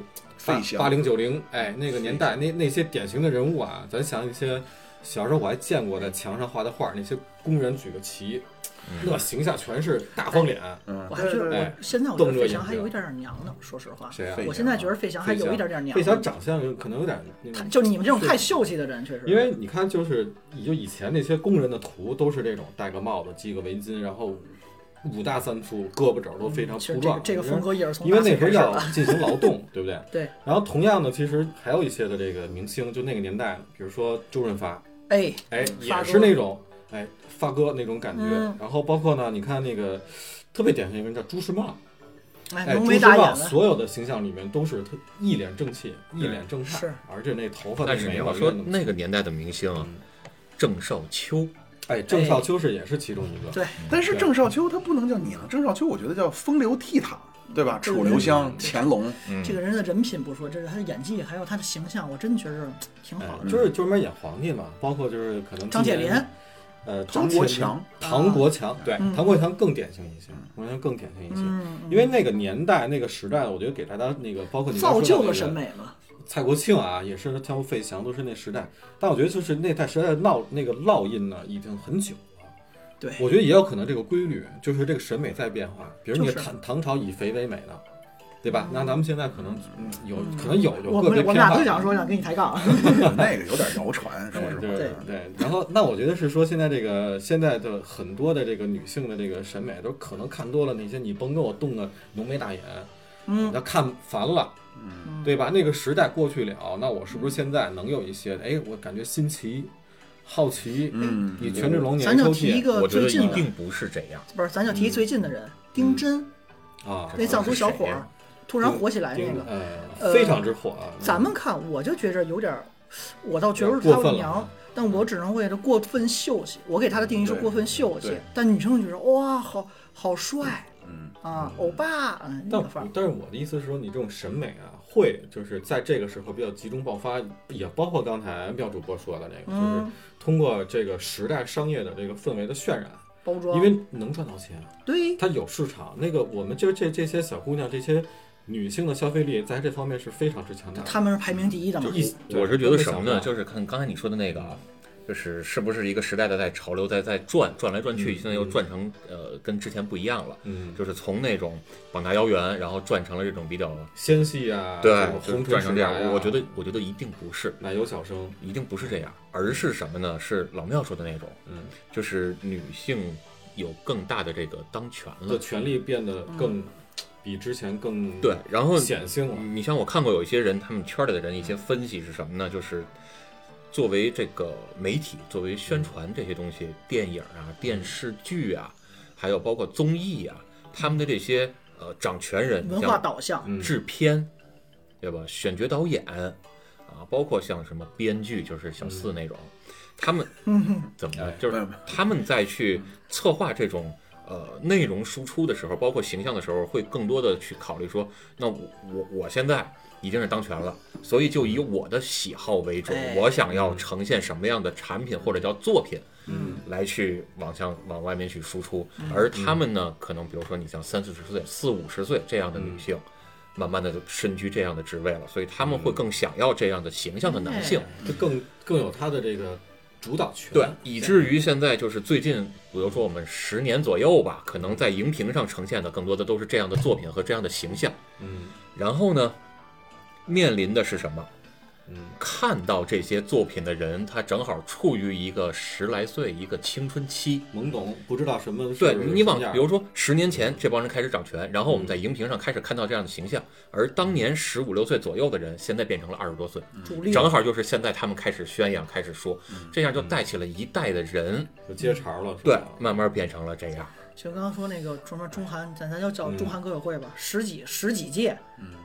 Speaker 2: 八
Speaker 1: 费翔嗯
Speaker 2: 八零九零，哎，那个年代那那些典型的人物啊，咱想一些小时候我还见过在墙上画的画，那些工人举个旗，那形象全是大方脸。
Speaker 1: 嗯
Speaker 3: 我，还觉得
Speaker 2: 哎
Speaker 3: 我现在我觉得
Speaker 2: 瞪着
Speaker 3: 费翔
Speaker 2: 眼
Speaker 3: 还有
Speaker 2: 睛
Speaker 3: 一点点娘呢，说实话，
Speaker 2: 谁啊
Speaker 1: 费？
Speaker 3: 我现在觉得费翔还有一点点娘
Speaker 2: 费翔
Speaker 3: 呢。
Speaker 2: 长相可能有点那
Speaker 3: 他
Speaker 2: 种，
Speaker 3: 就你们这种太秀气的人，确实，
Speaker 2: 因为你看，就是也就以前那些工人的图都是这种戴个帽子、系个围巾，然后五大三粗，胳膊肘都非常
Speaker 3: 嗯其
Speaker 2: 粗
Speaker 3: 实这个
Speaker 2: 壮。
Speaker 3: 这个风格也是从
Speaker 2: 因为
Speaker 3: 大
Speaker 2: 那
Speaker 3: 学
Speaker 2: 时候
Speaker 3: 开始
Speaker 2: 要
Speaker 3: 的。
Speaker 2: 进行劳
Speaker 3: [LAUGHS]
Speaker 2: 动，对不对？
Speaker 3: 对。
Speaker 2: 然后同样的，其实还有一些的这个明星，就那个年代，比如说周润发，
Speaker 3: 哎，
Speaker 2: 哎，
Speaker 3: 发
Speaker 2: 也
Speaker 3: 哥
Speaker 2: 是那种哎发哥那种感觉。
Speaker 3: 嗯
Speaker 2: 然后包括呢，你看那个特别典型一个人叫朱时茂，
Speaker 3: 哎，
Speaker 2: 哎，
Speaker 3: 浓
Speaker 2: 朱
Speaker 3: 眉
Speaker 2: 时
Speaker 3: 大
Speaker 2: 茂
Speaker 3: 眼的，
Speaker 2: 所有的形象里面都是他一脸正气，一脸正派，
Speaker 3: 是
Speaker 2: 而且那头发
Speaker 4: 但是你
Speaker 2: 眉
Speaker 4: 要
Speaker 2: 毛
Speaker 4: 说
Speaker 2: 永远都
Speaker 4: 那个年代的明星啊，
Speaker 2: 嗯
Speaker 4: 郑少秋，
Speaker 2: 哎，郑少秋是也是其中一个。
Speaker 3: 对，
Speaker 1: 但是
Speaker 2: 对
Speaker 1: 郑少秋他不能叫娘，郑少秋我觉得叫风流倜傥，对吧？
Speaker 3: 对
Speaker 1: 楚留香、
Speaker 3: 对
Speaker 1: 乾 [LAUGHS] 隆，
Speaker 4: 嗯
Speaker 3: 这个人的人品不说，这是他的演技，还有他的形象，我真的觉得挺好
Speaker 2: 哎
Speaker 3: 的。
Speaker 2: 就是专门演皇帝嘛，包括就是可能
Speaker 3: 张铁
Speaker 2: 今
Speaker 3: 林
Speaker 2: 年，呃，
Speaker 1: 张
Speaker 2: 铁
Speaker 1: 国
Speaker 2: 林
Speaker 1: 强
Speaker 2: 唐国强，对，
Speaker 3: 嗯
Speaker 2: 唐国强更典型一些，唐国强更典型一些，
Speaker 3: 嗯，嗯
Speaker 2: 因为那个年代、那个时代，我觉得给大家那个，包括你刚
Speaker 3: 造
Speaker 2: 说
Speaker 3: 就
Speaker 2: 到那
Speaker 3: 了
Speaker 2: 个
Speaker 3: 审美嘛。
Speaker 2: 蔡国庆啊，也是像费翔，都是那时代。但我觉得就是那代时代的烙那个烙印呢，已经很久了。
Speaker 3: 对
Speaker 2: 我觉得也有可能这个规律，就是这个审美在变化。比如你
Speaker 3: 就
Speaker 2: 看
Speaker 3: 是
Speaker 2: 唐唐朝以肥为美的，对吧？那咱们现在可能嗯有
Speaker 3: 嗯
Speaker 2: 可能有有
Speaker 3: 我
Speaker 2: 个
Speaker 3: 们
Speaker 2: 别
Speaker 3: 我
Speaker 2: 偏
Speaker 3: 们俩
Speaker 2: 好
Speaker 3: 都。想说想跟你抬杠，
Speaker 1: 那个有点谣传，说
Speaker 2: 哎
Speaker 1: 实
Speaker 2: 对
Speaker 1: 话
Speaker 2: 对。对，然后那我觉得是说，现在这个现在的很多的这个女性的这个审美，都可能看多了那些你甭给我动的浓眉大眼，
Speaker 3: 嗯，
Speaker 2: 那看烦了，
Speaker 3: 嗯
Speaker 2: 对吧？那个时代过去了，那我是不是现在能有一些？哎，我感觉新奇、好奇。哎
Speaker 1: 嗯，
Speaker 2: 以权志龙年
Speaker 3: [LAUGHS] 咱就
Speaker 2: 抽
Speaker 3: 提一
Speaker 2: 屉
Speaker 3: 个
Speaker 4: 嗯我觉
Speaker 3: 最
Speaker 4: 得
Speaker 3: 近
Speaker 4: 一
Speaker 3: 的，
Speaker 4: 定不是这样。
Speaker 3: 不是，咱就
Speaker 2: 嗯
Speaker 3: 提最近的人，丁真
Speaker 2: 啊，
Speaker 3: 那藏族小伙
Speaker 4: 是谁
Speaker 3: 儿
Speaker 4: 呀
Speaker 3: 突然火起来那
Speaker 2: 丁
Speaker 3: 个，
Speaker 2: 呃
Speaker 3: 呃
Speaker 2: 非常之火啊。
Speaker 3: 咱们看我就觉着有点儿，我倒觉得
Speaker 2: 过分
Speaker 3: 他是
Speaker 2: 了
Speaker 3: 娘
Speaker 2: 啊，
Speaker 3: 但我只能为他过分秀气。我给他的定义是
Speaker 1: 对
Speaker 3: 过分秀气
Speaker 1: 对，
Speaker 3: 但女生就觉得哇，好好帅
Speaker 1: 嗯，
Speaker 3: 啊，欧巴，嗯，那
Speaker 2: 但
Speaker 3: 个范儿。
Speaker 2: 但是我的意思是说，你这种审美啊，会就是在这个时候比较集中爆发，也包括刚才妙主播说的这个，就是
Speaker 3: 嗯，
Speaker 2: 通过这个时代商业的这个氛围的渲染，
Speaker 3: 包装，
Speaker 2: 因为能赚到钱，
Speaker 3: 对，
Speaker 2: 它有市场。那个我们就这这些小姑娘，这些女性的消费力在这方面是非常之强大的。
Speaker 3: 他们是排名第一的嘛
Speaker 2: 就。一，
Speaker 4: 我是觉得什么呢？
Speaker 2: 就
Speaker 4: 就是看刚才你说的那个啊，就是是不是一个时代的在潮流在在转转来转去，
Speaker 2: 嗯
Speaker 4: 现在又转成呃跟之前不一样了，
Speaker 2: 嗯，
Speaker 4: 就是从那种膀大腰圆，然后转成了这种比较
Speaker 2: 纤细啊，
Speaker 4: 对
Speaker 2: 这种，
Speaker 4: 就是
Speaker 2: 红唇
Speaker 4: 转
Speaker 2: 时
Speaker 4: 成这
Speaker 2: 代啊
Speaker 4: 样。我觉得我觉得一定不是，
Speaker 2: 奶油小生，
Speaker 4: 一定不是这样，而是什么呢？是老庙说的那种，
Speaker 2: 嗯，
Speaker 4: 就是女性有更大的这个当权
Speaker 2: 的
Speaker 4: 了。
Speaker 2: 权力变得
Speaker 3: 嗯
Speaker 2: 更比之前更
Speaker 4: 对，然后
Speaker 2: 显性了。
Speaker 4: 你像我看过有一些人，他们圈里的人一些分析是什么呢？就是作为这个媒体，作为
Speaker 3: 嗯
Speaker 4: 宣传这些东西，电影啊、电视剧啊，还有包括综艺啊，他们的这些呃掌权人，
Speaker 3: 文化导向，
Speaker 2: 嗯
Speaker 4: 像制片，对吧？选角导演啊，包括像什么编剧，就是小四那种，他们
Speaker 3: 嗯，
Speaker 4: 怎么
Speaker 2: 哎
Speaker 4: 了？就
Speaker 1: 没
Speaker 4: 是
Speaker 1: 有没有
Speaker 4: 他们在去策划这种呃内容输出的时候，包括形象的时候，会更多的去考虑说，那我我我现在已经是当权了，所以就以我的喜好为准，
Speaker 3: 哎
Speaker 4: 我想要呈现什么样的产品或者叫作品，
Speaker 2: 嗯，
Speaker 4: 来去往向往外面去输出。而他们呢，可能比如说你像三四十岁、四五十岁这样的女性。慢慢的就身居这样的职位了，所以他们会更想要这样的形象的男性，
Speaker 2: 就更更有他的这个主导权。
Speaker 4: 对，以至于现在就是最近，比如说我们十年左右吧，可能在荧屏上呈现的更多的都是这样的作品和这样的形象。
Speaker 2: 嗯
Speaker 4: 然后呢，面临的是什么？
Speaker 2: 嗯
Speaker 4: 看到这些作品的人，他正好处于一个十来岁一个青春期。
Speaker 2: 懵懂，不知道什么是
Speaker 4: 对
Speaker 2: 什么
Speaker 4: 你往
Speaker 2: 样，嗯
Speaker 4: 比如说十年前这帮人开始掌权，然后我们在荧屏上开始看到这样的形象，而当年十五六岁左右的人，现在变成了二十多岁，
Speaker 2: 嗯
Speaker 3: 主力
Speaker 4: 正好就是现在他们开始宣扬，开始说，
Speaker 1: 嗯
Speaker 4: 这样就带起了一代的人。
Speaker 2: 就接茬了，是
Speaker 4: 对
Speaker 2: 吧，
Speaker 4: 慢慢变成了这样。
Speaker 3: 就刚刚说那个什么中韩，咱咱就
Speaker 4: 嗯
Speaker 3: 叫中韩歌友会吧，十几十几届，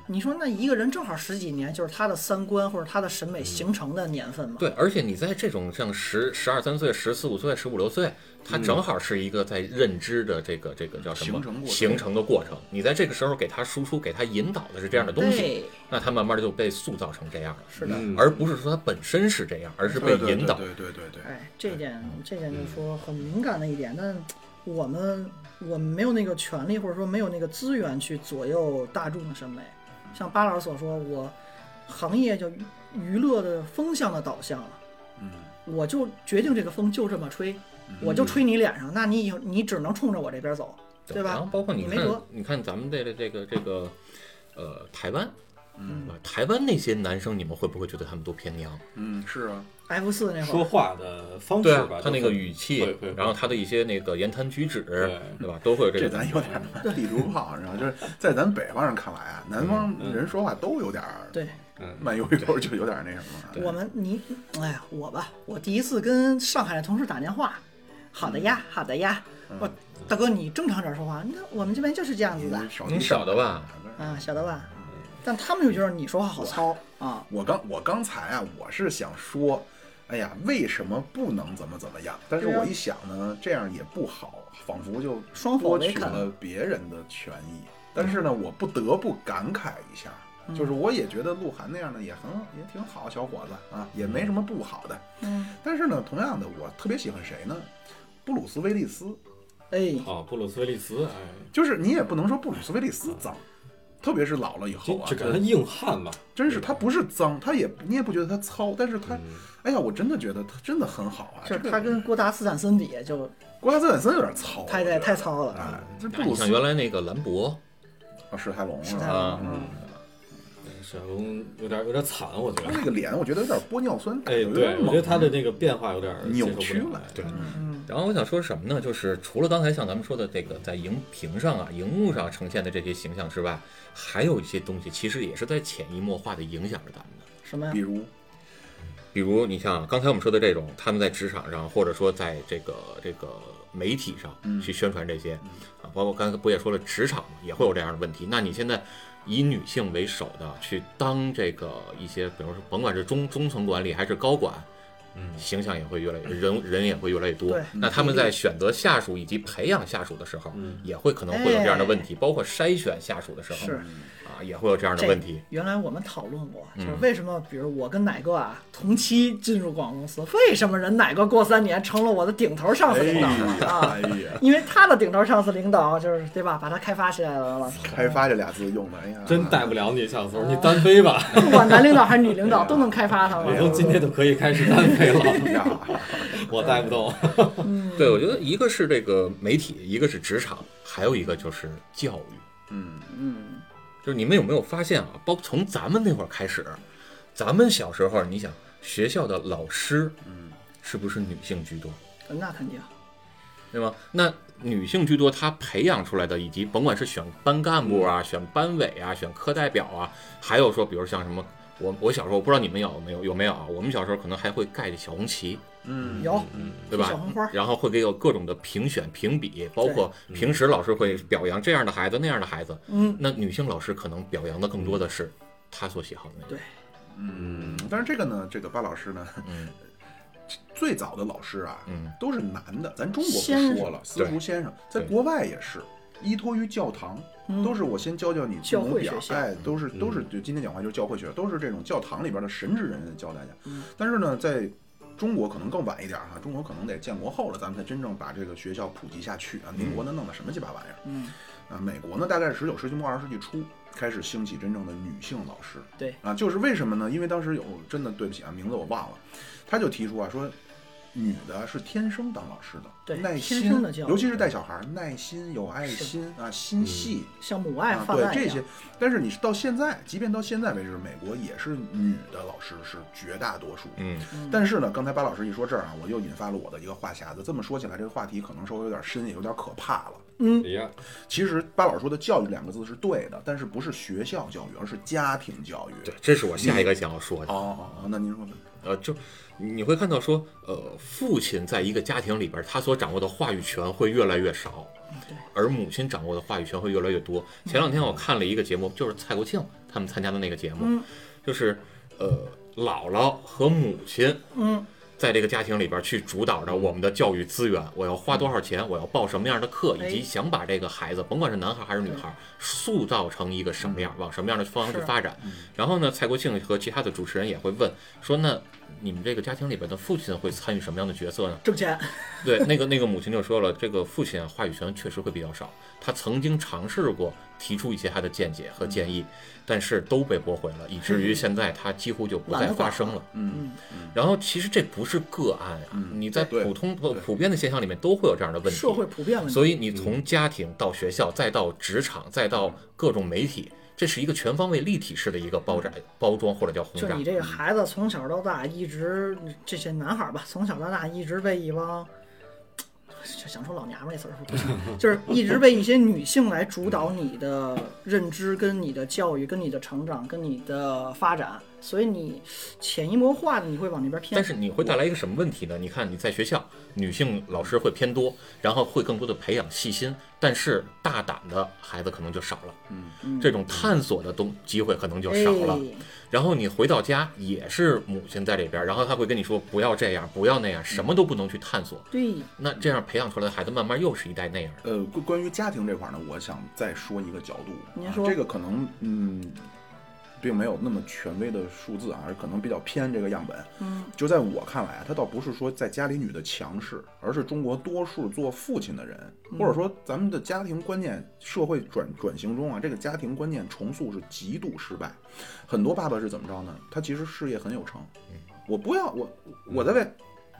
Speaker 3: 你说那一个人正好十几年，就是他的三观或者他的审美形成的年份嘛。
Speaker 4: 嗯对，而且你在这种像十十二三岁、十四五岁、十五六岁，他正好是一个在认知的这个这个叫什么
Speaker 1: 嗯形成过程
Speaker 4: 形成的过程。你在这个时候给他输出、给他引导的是这样的东西，
Speaker 3: 对，
Speaker 4: 那他慢慢的就被塑造成这样了，
Speaker 3: 是的。
Speaker 2: 嗯
Speaker 4: 而不是说他本身是这样，而是被
Speaker 1: 对对
Speaker 4: 引导。
Speaker 1: 对对对对
Speaker 3: 哎，这点
Speaker 4: 嗯
Speaker 3: 这点就是说很敏感的一点，但我们我们没有那个权利，或者说没有那个资源去左右大众的审美。像巴老师所说，我行业就娱乐的风向的导向了。
Speaker 1: 嗯，
Speaker 3: 我就决定这个风就这么吹，
Speaker 4: 嗯
Speaker 3: 我就吹你脸上，那你以后你只能冲着我这边走，对
Speaker 4: 然
Speaker 3: 吧
Speaker 4: 后？包括你
Speaker 3: 你没
Speaker 4: 看
Speaker 3: 辙，
Speaker 4: 你看咱们这个这个这个，呃，台湾，
Speaker 1: 嗯
Speaker 4: 啊，台湾那些男生，你们会不会觉得他们都偏娘？
Speaker 1: 嗯，是啊，
Speaker 3: F 四那会
Speaker 2: 说
Speaker 3: 儿，
Speaker 2: 话的方式
Speaker 4: 对啊
Speaker 2: 吧，，
Speaker 4: 他
Speaker 2: 就
Speaker 4: 那个
Speaker 2: 很
Speaker 4: 语气
Speaker 2: 会会，
Speaker 4: 然后他的一些那个言谈举止，
Speaker 2: 对
Speaker 4: 对吧，都会有这
Speaker 1: 这
Speaker 4: 个
Speaker 1: 咱
Speaker 4: 感觉。
Speaker 1: 有点
Speaker 3: 嗯
Speaker 1: 儿地图炮，你知道，就是在咱北方人看来啊，南方
Speaker 2: 嗯
Speaker 1: 人说话都有点儿
Speaker 3: 对
Speaker 2: 嗯
Speaker 1: 慢悠悠，就有点儿那什么了。
Speaker 3: 我们你，哎呀，我吧，我第一次跟上海的同事打电话，好的
Speaker 1: 嗯
Speaker 3: 呀，好的呀，我大哥你正常点说话，那我们这边就是这样子的
Speaker 1: 你少
Speaker 4: 你少的吧？
Speaker 1: 嗯
Speaker 3: 啊，晓得吧？但他们就觉得你说话好糙啊，
Speaker 1: 我刚我刚才啊，我是想说，哎呀，为什么不能怎么怎么样？但是
Speaker 3: 对啊
Speaker 1: 我一想呢，这样也不好，仿佛就
Speaker 3: 双
Speaker 1: 夺
Speaker 3: 否
Speaker 1: 取
Speaker 3: 为肯
Speaker 1: 了别人的权益。
Speaker 3: 嗯
Speaker 1: 但是呢，我不得不感慨一下，就是我也觉得鹿晗那样的也很也挺好，小伙子啊，也没什么不好的。
Speaker 3: 嗯，
Speaker 1: 但是呢，同样的，我特别喜欢谁呢？布鲁斯威利斯，
Speaker 3: 哎，
Speaker 2: 哦，布鲁斯威利斯，哎，
Speaker 1: 就是你也不能说布鲁斯威利斯脏，特别是老了以后
Speaker 2: 就
Speaker 1: 啊
Speaker 2: 只，给他硬汉嘛，
Speaker 1: 真是他不是脏，他也你也不觉得他糙，但是
Speaker 2: 嗯
Speaker 1: 他，哎呀，我真的觉得他真的很好啊。
Speaker 3: 就是
Speaker 1: 这个
Speaker 3: 他跟郭达斯坦森比就
Speaker 1: 郭达斯坦森有点糙，啊
Speaker 3: 太太太糙了，
Speaker 1: 哎，这布
Speaker 4: 那你
Speaker 1: 鲁
Speaker 4: 像
Speaker 1: 斯
Speaker 4: 原来那个兰博，
Speaker 1: 啊史泰龙是
Speaker 3: 史泰
Speaker 1: 吧
Speaker 4: 龙？
Speaker 1: 嗯，
Speaker 2: 沈龙有点有点惨，我觉
Speaker 1: 他
Speaker 2: 得。
Speaker 4: 哎
Speaker 1: 那个脸我觉得有点玻尿酸感，
Speaker 2: 哎，
Speaker 1: 有
Speaker 2: 对
Speaker 1: 点，
Speaker 2: 我
Speaker 1: 猛
Speaker 2: 觉得他的那个变化有点接受不哎
Speaker 1: 扭曲了，
Speaker 2: 对，
Speaker 3: 嗯
Speaker 4: 然后我想说什么呢？就是除了刚才像咱们说的这个在荧屏上啊、荧幕上呈现的这些形象之外，还有一些东西其实也是在潜移默化的影响着咱们的。
Speaker 3: 什么呀
Speaker 1: 比？如
Speaker 4: 比如你像刚才我们说的这种，他们在职场上，或者说在这个这个媒体上
Speaker 3: 嗯
Speaker 4: 去宣传这些，啊，包括刚才不也说了，职场也会有这样的问题。那你现在以女性为首的去当这个一些，比如说甭管是中中层管理还是高管。
Speaker 2: 嗯
Speaker 4: 形象也会越来越人人也会越来越多
Speaker 3: 对。
Speaker 4: 那他们在选择下属以及培养下属的时候，
Speaker 2: 嗯
Speaker 4: 也会可能会有这样的问题，包括筛选下属的时候
Speaker 3: 哎是
Speaker 4: 啊，也会有这样的
Speaker 3: 这
Speaker 4: 问题。
Speaker 3: 原来我们讨论过，
Speaker 1: 嗯
Speaker 3: 就是为什么，比如我跟奶哥啊同期进入广告公司，为什么人奶哥过三年成了我的顶头上司领导了啊？
Speaker 1: 哎
Speaker 4: [LAUGHS]
Speaker 1: 呀，
Speaker 3: 因为他的顶头上司领导就是对吧，把他开发起来了嘛。
Speaker 4: [LAUGHS]
Speaker 1: 开发这俩字用的，哎呀，
Speaker 2: 真带不了你，小孙儿，你单飞吧，
Speaker 3: 不管男领导还是女领导，都能开发他
Speaker 2: 我
Speaker 3: 了。
Speaker 2: 从今天就可以开始单飞
Speaker 1: 哎
Speaker 2: 了，
Speaker 1: 呀，
Speaker 2: 我带不
Speaker 4: [LAUGHS]
Speaker 2: 动。
Speaker 4: 对，我觉得一个是这个媒体，一个是职场，还有一个就是教育。
Speaker 1: 嗯，
Speaker 3: 嗯，
Speaker 4: 就是你们有没有发现啊？包从咱们那会儿开始，咱们小时候，你想学校的老师，
Speaker 1: 嗯，
Speaker 4: 是不是女性居多，
Speaker 3: 那肯定。
Speaker 4: 对吗？那女性居多，她培养出来的，以及甭管是选班干部
Speaker 1: 嗯
Speaker 4: 啊、选班委啊、选课代表啊，还有说，比如像什么，我我小时候我不知道你们有没有有没有啊？我们小时候可能还会盖小红旗，
Speaker 1: 嗯，
Speaker 3: 有
Speaker 4: 对吧？
Speaker 3: 小红花
Speaker 4: 然后会给有各种的评选、评比，包括平时老师会表扬这样的孩子、那样的孩子。
Speaker 3: 嗯，
Speaker 4: 那女性老师可能表扬的更多的是她所喜好的那个。
Speaker 3: 对，
Speaker 1: 嗯，但是这个呢，这个巴老师呢，
Speaker 4: 嗯
Speaker 1: [LAUGHS] 最早的老师啊，
Speaker 4: 嗯，
Speaker 1: 都是男的，咱中国
Speaker 3: 先
Speaker 1: 不说了，私塾先生，在
Speaker 4: 对
Speaker 1: 国外也是。依托于教堂，
Speaker 3: 嗯
Speaker 1: 都是我先教教你
Speaker 3: 教
Speaker 1: 不能
Speaker 3: 会
Speaker 1: 表
Speaker 3: 学校
Speaker 1: 哎，都是
Speaker 4: 嗯
Speaker 1: 都是就今天讲话就是教会学，都是这种教堂里边的神职人员教大家。
Speaker 3: 嗯
Speaker 1: 但是呢，在中国可能更晚一点哈，中国可能得建国后了，咱们才真正把这个学校普及下去
Speaker 4: 嗯
Speaker 1: 啊。民国呢弄的什么鸡巴玩意儿？
Speaker 3: 嗯，
Speaker 1: 啊，美国呢，大概十九世纪末二十世纪初开始兴起真正的女性老师。
Speaker 3: 对
Speaker 1: 啊，就是为什么呢？因为当时有真的对不起啊，名字我忘了，他就提出啊说，女的是天生当老师的，
Speaker 3: 对
Speaker 1: 耐心，
Speaker 3: 天生的教育
Speaker 1: 尤其是带小孩儿，耐心、有爱
Speaker 3: 是
Speaker 1: 心啊，
Speaker 4: 嗯
Speaker 1: 心细。
Speaker 3: 像母爱
Speaker 1: 啊，
Speaker 3: 泛
Speaker 1: 对
Speaker 3: 滥一
Speaker 1: 这
Speaker 3: 样
Speaker 1: 些，，但是你到现在，即便到现在为止，美国也是女的老师是绝大多数。
Speaker 4: 嗯，
Speaker 1: 但是呢，刚才巴老师一说这儿啊，我又引发了我的一个话匣子。这么说起来，这个话题可能稍微有点深，也有点可怕了。
Speaker 2: 一样，
Speaker 1: 其实巴老师说的“教育”两个字是对的，但是不是学校教育，而是家庭教育。
Speaker 4: 对，这是我下一个想要说的。
Speaker 1: 哦，哦哦，那您说吧。
Speaker 4: 呃，就你会看到说，呃，父亲在一个家庭里边儿，他所掌握的话语权会越来越少，而母亲掌握的话语权会越来越多。前两天我看了一个节目，就是蔡国庆他们参加的那个节目，就是呃，姥姥和母亲，
Speaker 3: 嗯，
Speaker 4: 在这个家庭里边儿去主导着我们的教育资源，我要花多少钱，我要报什么样的课，以及
Speaker 3: 哎
Speaker 4: 想把这个孩子，甭管是男孩还是女孩，塑造成一个什么样，往什么样的方向去
Speaker 3: 是
Speaker 4: 发展。
Speaker 1: 嗯
Speaker 4: 然后呢，蔡国庆和其他的主持人也会问说，那你们这个家庭里边的父亲会参与什么样的角色呢？
Speaker 3: 挣钱，
Speaker 4: 对，那个那个母亲就说了，这个父亲啊，话语权确实会比较少。他曾经尝试过提出一些他的见解和建
Speaker 1: 嗯
Speaker 4: 议，但是都被驳回了，以至于现在他几乎就不
Speaker 3: 懒
Speaker 4: 再
Speaker 3: 得
Speaker 4: 发
Speaker 3: 管
Speaker 4: 生
Speaker 3: 了
Speaker 4: 了。
Speaker 1: 嗯，
Speaker 4: 然后其实这不是个案啊，
Speaker 1: 嗯
Speaker 4: 你在
Speaker 1: 对
Speaker 4: 普通呃
Speaker 1: 对
Speaker 4: 普遍的现象里面都会有这样的问题。
Speaker 3: 社会普遍问题。
Speaker 4: 所以你从家庭到学校，再到职场，再
Speaker 3: 嗯
Speaker 4: 到各种媒体，这是一个全方位立体式的一个包展、包装或者叫
Speaker 3: 嗯就
Speaker 4: 轰
Speaker 3: 是
Speaker 4: 炸
Speaker 1: 嗯
Speaker 3: 你。这个孩子从小到大一直，这些男孩儿吧，从小到大一直被一帮，就想说老娘们儿那词儿
Speaker 1: [LAUGHS]
Speaker 3: 不行，就是一直被一些女性来主导你的认知、跟你的教育、跟你的成长、跟你的发展，所以你潜移默化的你会往那边偏。
Speaker 4: 但是你会带来一个什么问题呢？你看你在学校，女性老师会偏多，然后会更多的培养细心，但是大胆的孩子可能就少了，嗯，这种探索的东机会可能就少了。
Speaker 3: 哎
Speaker 4: 然后你回到家也是母亲在这边，然后她会跟你说不要这样，不要那样，什么都不能去探索。
Speaker 3: 对，
Speaker 4: 那这样培养出来的孩子，慢慢又是一代那样的。
Speaker 1: 呃，关关于家庭这块呢，我想再说一个角度。
Speaker 3: 您
Speaker 1: 啊
Speaker 3: 说
Speaker 1: 这个可能嗯，并没有那么权威的数字啊，而可能比较偏这个样本。
Speaker 3: 嗯，
Speaker 1: 就在我看来啊，他倒不是说在家里女的强势，而是中国多数做父亲的人，或者说咱们的家庭观念、社会转转型中啊，这个家庭观念重塑是极度失败。很多爸爸是怎么着呢？他其实事业很有成，我不要我我在外。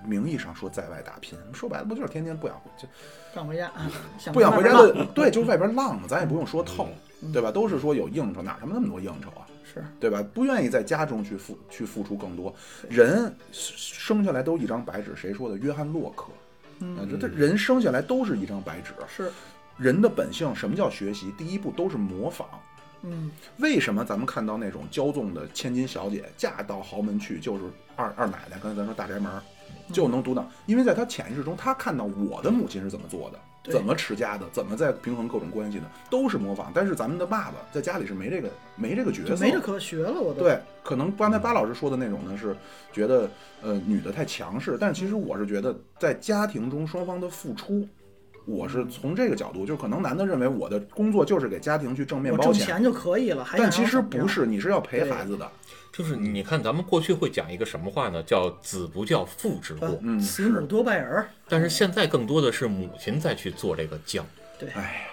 Speaker 1: 名义上说在外打拼，说白了不就是天天不想就
Speaker 3: 想回家，啊
Speaker 1: [LAUGHS]
Speaker 3: 想
Speaker 1: 不想回家
Speaker 3: 的
Speaker 1: 的，对，就是外边浪嘛，咱也不用说透，
Speaker 3: 嗯
Speaker 1: 对吧？都是说有应酬，哪他妈那么多应酬啊，
Speaker 3: 是
Speaker 1: 对吧？不愿意在家中去付去付出更多，人生下来都一张白纸，谁说的？约翰洛克，
Speaker 3: 嗯
Speaker 1: 啊，就这人生下来都是一张白纸，
Speaker 3: 是，
Speaker 1: 人的本性，什么叫学习？第一步都是模仿。
Speaker 3: 嗯，
Speaker 1: 为什么咱们看到那种骄纵的千金小姐嫁到豪门去，就是二二奶奶，刚才咱说大宅门儿，就能独当？因为在她潜意识中，她看到我的母亲是怎么做的，
Speaker 3: 对
Speaker 1: 怎么持家的，怎么在平衡各种关系的，都是模仿。但是咱们的爸爸在家里是没这个没这个角
Speaker 3: 就
Speaker 1: 色，
Speaker 3: 没这可学了，我都。
Speaker 1: 对，可能刚才巴老师说的那种呢，是觉得呃女的太强势，但是其实我是觉得在家庭中双方的付出，我是从这个角度，就可能男的认为我的工作就是给家庭去正面
Speaker 3: 我
Speaker 1: 包
Speaker 3: 挣钱就可以了，还
Speaker 1: 但
Speaker 3: 想
Speaker 1: 其
Speaker 3: 让
Speaker 1: 实
Speaker 3: 我怎么
Speaker 1: 不
Speaker 3: 样，
Speaker 1: 是，你是要陪孩子的，
Speaker 4: 就是你看，咱们过去会讲一个什么话呢？叫“子不教，父之过
Speaker 1: 嗯，
Speaker 3: 啊慈母
Speaker 1: 是，
Speaker 3: 多败儿，
Speaker 4: 但是现在更多的是母亲再去做这个教。
Speaker 3: 对，
Speaker 1: 哎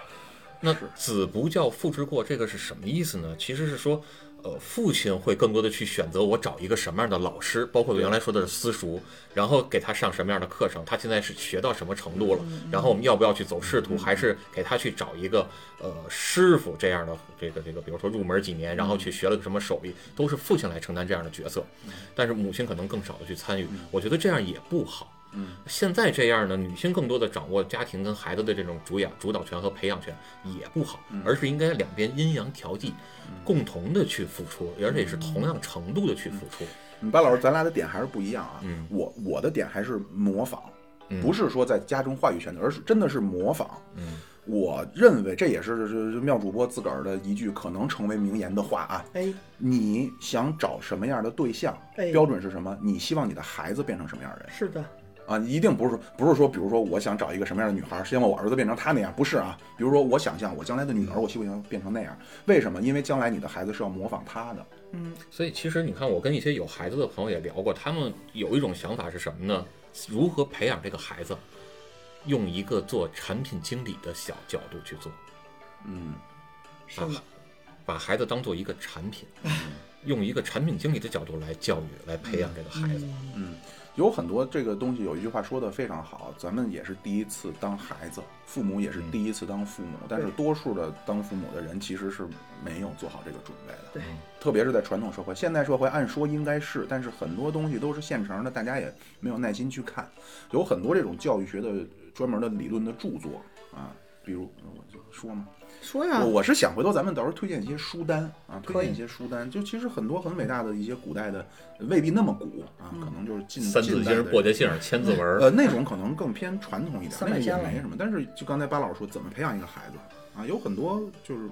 Speaker 4: 那“子不教，父之过”这个是什么意思呢？其实是说，呃，父亲会更多的去选择我找一个什么样的老师，包括原来说的是私塾，然后给他上什么样的课程，他现在是学到什么程度了，然后我们要不要去走仕途，还是给他去找一个呃师傅这样的这个这个，比如说入门几年，然后去学了个什么手艺，都是父亲来承担这样的角色，但是母亲可能更少的去参与，我觉得这样也不好。现在这样呢，女性更多的掌握家庭跟孩子的这种主养、主导权和培养权也不好，
Speaker 1: 嗯
Speaker 4: 而是应该两边阴阳调剂，共同的去付出，而且是同样程度的去付出。
Speaker 1: 嗯巴老师，咱俩的点还是不一样啊，
Speaker 4: 嗯
Speaker 1: 我我的点还是模仿，
Speaker 4: 嗯
Speaker 1: 不是说在家中话语权的，而是真的是模仿，
Speaker 4: 嗯，
Speaker 1: 我认为这也是是是妙主播自个儿的一句可能成为名言的话啊，
Speaker 3: 哎，
Speaker 1: 你想找什么样的对象？
Speaker 3: 哎
Speaker 1: 标准是什么？你希望你的孩子变成什么样的人
Speaker 3: 是的，
Speaker 1: 啊？一定不是说不是说，比如说我想找一个什么样的女孩，希望我儿子变成她那样，不是啊。比如说我想象我将来的女儿，我希望她变成那样。为什么？因为将来你的孩子是要模仿她的。
Speaker 3: 嗯，
Speaker 4: 所以其实你看，我跟一些有孩子的朋友也聊过，他们有一种想法是什么呢？如何培养这个孩子，用一个做产品经理的小角度去做，
Speaker 1: 嗯，
Speaker 3: 是
Speaker 4: 把
Speaker 3: 的，
Speaker 4: 把孩子当做一个产品，
Speaker 1: 嗯
Speaker 4: 用一个产品经理的角度来教育、来培养这个孩子。
Speaker 3: 嗯
Speaker 1: 有很多这个东西，有一句话说的非常好，咱们也是第一次当孩子，父母也是第一次当父母，但是多数的当父母的人其实是没有做好这个准备的。
Speaker 3: 对，
Speaker 1: 特别是在传统社会，现代社会按说应该是，但是很多东西都是现成的，大家也没有耐心去看。有很多这种教育学的专门的理论的著作啊，比如我就说嘛，
Speaker 3: 说呀
Speaker 1: 我，我是想回头咱们到时候推荐一些书单啊，推
Speaker 3: 可以
Speaker 1: 荐一些书单。就其实很多很伟大的一些古代的，呃未必那么古啊，
Speaker 3: 嗯
Speaker 1: 可能就是近
Speaker 4: 三字
Speaker 1: 近代的
Speaker 4: 经、簸箕姓、千字文儿，
Speaker 1: 呃，那种可能更偏传统一点，
Speaker 3: 三
Speaker 1: 那个
Speaker 3: 百
Speaker 1: 也
Speaker 3: 天了
Speaker 1: 没什么。但是就刚才巴老师说，怎么培养一个孩子啊？有很多就是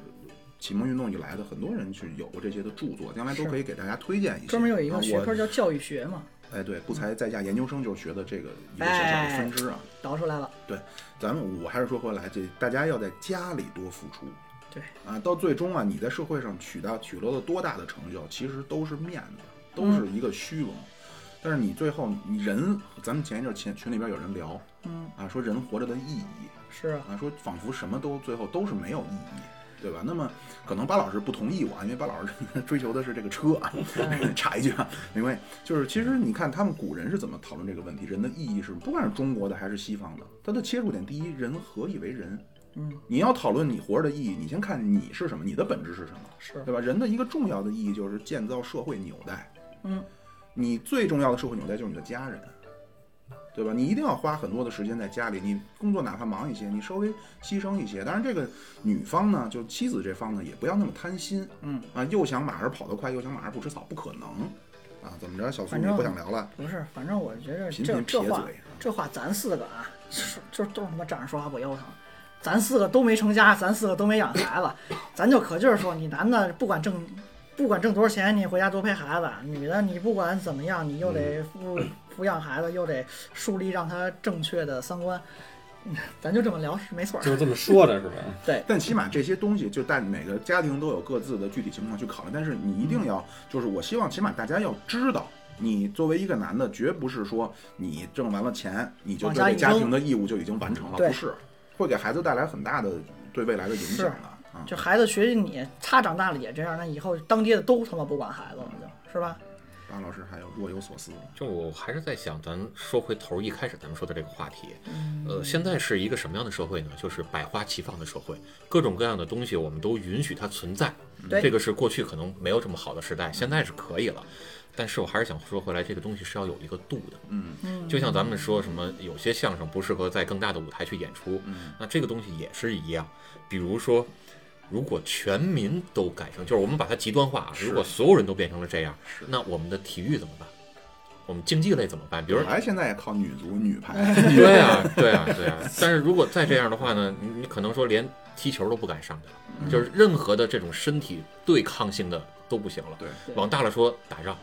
Speaker 1: 启蒙运动以来的很多人去有过这些的著作，将来都
Speaker 3: 是
Speaker 1: 可以给大家推荐一些。
Speaker 3: 专门有一个学科嗯
Speaker 1: 啊
Speaker 3: 叫教育学嘛，
Speaker 1: 我哎，对，不才在家研究生就是学的这个一个小小
Speaker 3: 哎
Speaker 1: 的分支啊。
Speaker 3: 倒出来了，
Speaker 1: 咱们我还是说回来，这大家要在家里多付出。
Speaker 3: 对
Speaker 1: 啊，到最终啊，你在社会上取到取得了多大的成就，其实都是面子，都
Speaker 3: 嗯
Speaker 1: 是一个虚荣。但是你最后你人，咱们前一阵儿群群里边有人聊
Speaker 3: 嗯，
Speaker 1: 啊，说人活着的意义，
Speaker 3: 是啊，
Speaker 1: 啊，说仿佛什么都最后都是没有意义。对吧？那么可能巴老师不同意我啊，因为巴老师 [LAUGHS] 追求的是这个车啊， [LAUGHS]
Speaker 3: 嗯
Speaker 1: 插一句啊，没关系。就是其实你看他们古人是怎么讨论这个问题，人的意义是，不管是中国的还是西方的，它的切入点，第一，人何以为人？
Speaker 3: 嗯，
Speaker 1: 你要讨论你活着的意义，你先看你是什么，你的本质是什么，
Speaker 3: 是啊
Speaker 1: 对吧？人的一个重要的意义就是建造社会纽带，
Speaker 3: 嗯，
Speaker 1: 你最重要的社会纽带就是你的家人，对吧？你一定要花很多的时间在家里，你工作哪怕忙一些，你稍微牺牲一些。当然，这个女方呢，就妻子这方呢，也不要那么贪心，
Speaker 3: 嗯
Speaker 1: 啊，又想马儿跑得快，又想马儿不吃草，不可能啊！怎么着，小苏
Speaker 3: 反
Speaker 1: 你
Speaker 3: 正
Speaker 1: 不想聊了？
Speaker 3: 不是，反正我觉得
Speaker 1: 频
Speaker 3: 这
Speaker 1: 频
Speaker 3: 这
Speaker 1: 撇
Speaker 3: 话
Speaker 1: 嘴，啊
Speaker 3: 这话咱四个啊，是就都他妈站着说话不腰疼。咱四个都没成家，咱四个都没养孩子，咱就可劲儿说，你男的不管挣不管挣多少钱，你回家多陪孩子；女的你不管怎么样，你又
Speaker 1: 嗯
Speaker 3: 得抚抚养孩子，又得树立让他正确的三观。嗯咱就这么聊是没错儿。
Speaker 2: 就是这么说的，是吧？
Speaker 1: 但起码这些东西，就但每个家庭都有各自的具体情况去考虑。但是你一定
Speaker 3: 嗯
Speaker 1: 要，就是我希望起码大家要知道，你作为一个男的，绝不是说你挣完了钱，你就
Speaker 3: 往
Speaker 1: 对
Speaker 3: 家
Speaker 1: 这
Speaker 3: 一
Speaker 1: 家
Speaker 3: 扔嗯
Speaker 1: 庭的义务就已经完成了，
Speaker 3: 对
Speaker 1: 不是，会给孩子带来很大的对未来的影响的啊。
Speaker 3: 就孩子学习你，他长大了也这样，那以后当爹的都他妈不管孩子了，
Speaker 4: 嗯
Speaker 3: 就是吧？
Speaker 1: 张老师还有若有所思，
Speaker 4: 就我还是在想，咱说回头儿一开始咱们说的这个话题，呃，现在是一个什么样的社会呢？就是百花齐放的社会，各种各样的东西我们都允许它存在。
Speaker 3: 对
Speaker 4: 这个是过去可能没有这么好的时代，现在是可以了。但是我还是想说回来，这个东西是要有一个度的。
Speaker 1: 嗯，
Speaker 4: 就像咱们说什么，有些相声不适合在更大的舞台去演出，
Speaker 3: 嗯
Speaker 4: 那这个东西也是一样。比如说，如果全民都改成，就是我们把它极端化啊，
Speaker 1: 是
Speaker 4: 如果所有人都变成了这样
Speaker 1: 是，
Speaker 4: 那我们的体育怎么办？我们竞技类怎么办？比如
Speaker 1: 本来现在也靠女足女
Speaker 3: [LAUGHS]
Speaker 1: 排，
Speaker 4: 对啊，对啊，对啊。但是如果再这样的话呢，你你可能说连踢球都不敢上去
Speaker 1: 嗯
Speaker 4: 了，就是任何的这种身体对抗性的都不行了。
Speaker 1: 对
Speaker 4: 往大了说打仗，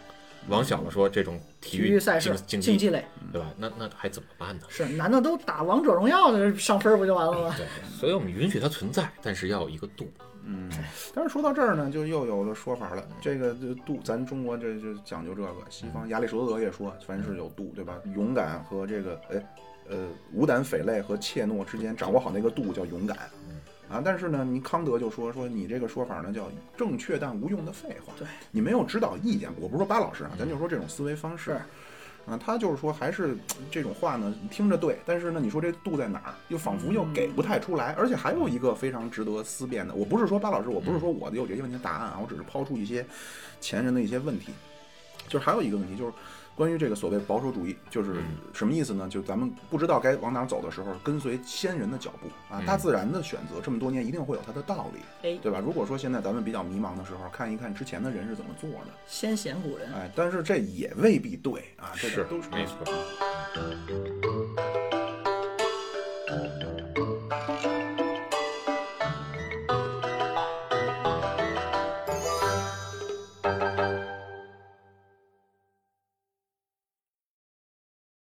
Speaker 4: 往小了说这种
Speaker 3: 体
Speaker 4: 体
Speaker 3: 育赛
Speaker 4: 竞
Speaker 3: 事、
Speaker 4: 竞
Speaker 3: 竞技类
Speaker 4: 对吧？那那还怎么办呢？
Speaker 3: 是男的都打王者荣耀的上分儿不就完了吗？
Speaker 4: 对，所以我们允许它存在，但是要有一个度。
Speaker 1: 嗯，但是说到这儿呢，就又有了说法了。这个这度，咱中国这就讲究这个，西方亚里士多德也说，凡事有度，对吧？勇敢和这个，哎，呃，无胆匪类和怯懦之间掌握好那个度叫勇敢。
Speaker 3: 嗯
Speaker 1: 啊，但是呢，你康德就说说你这个说法呢叫正确但无用的废话，
Speaker 3: 对
Speaker 1: 你没有指导意见。我不是说巴老师啊，咱就说这种思维方式
Speaker 3: 是，
Speaker 1: 啊，他就是说还是这种话呢听着对，但是呢，你说这度在哪儿，又仿佛又给不太出来。而且还有一个非常值得思辨的，我不是说巴老师，我不是说我有这些问题的答案啊，我只是抛出一些前人的一些问题。就是还有一个问题，就是关于这个所谓保守主义，就是什么意思呢？就咱们不知道该往哪儿走的时候，跟随先人的脚步啊，大自然的选择，这么多年一定会有它的道理，
Speaker 3: 哎，
Speaker 1: 对吧？如果说现在咱们比较迷茫的时候，看一看之前的人是怎么做的，
Speaker 3: 先贤古人。
Speaker 1: 啊哎，但是这也未必对啊，这
Speaker 4: 是
Speaker 1: 都是
Speaker 4: 没错。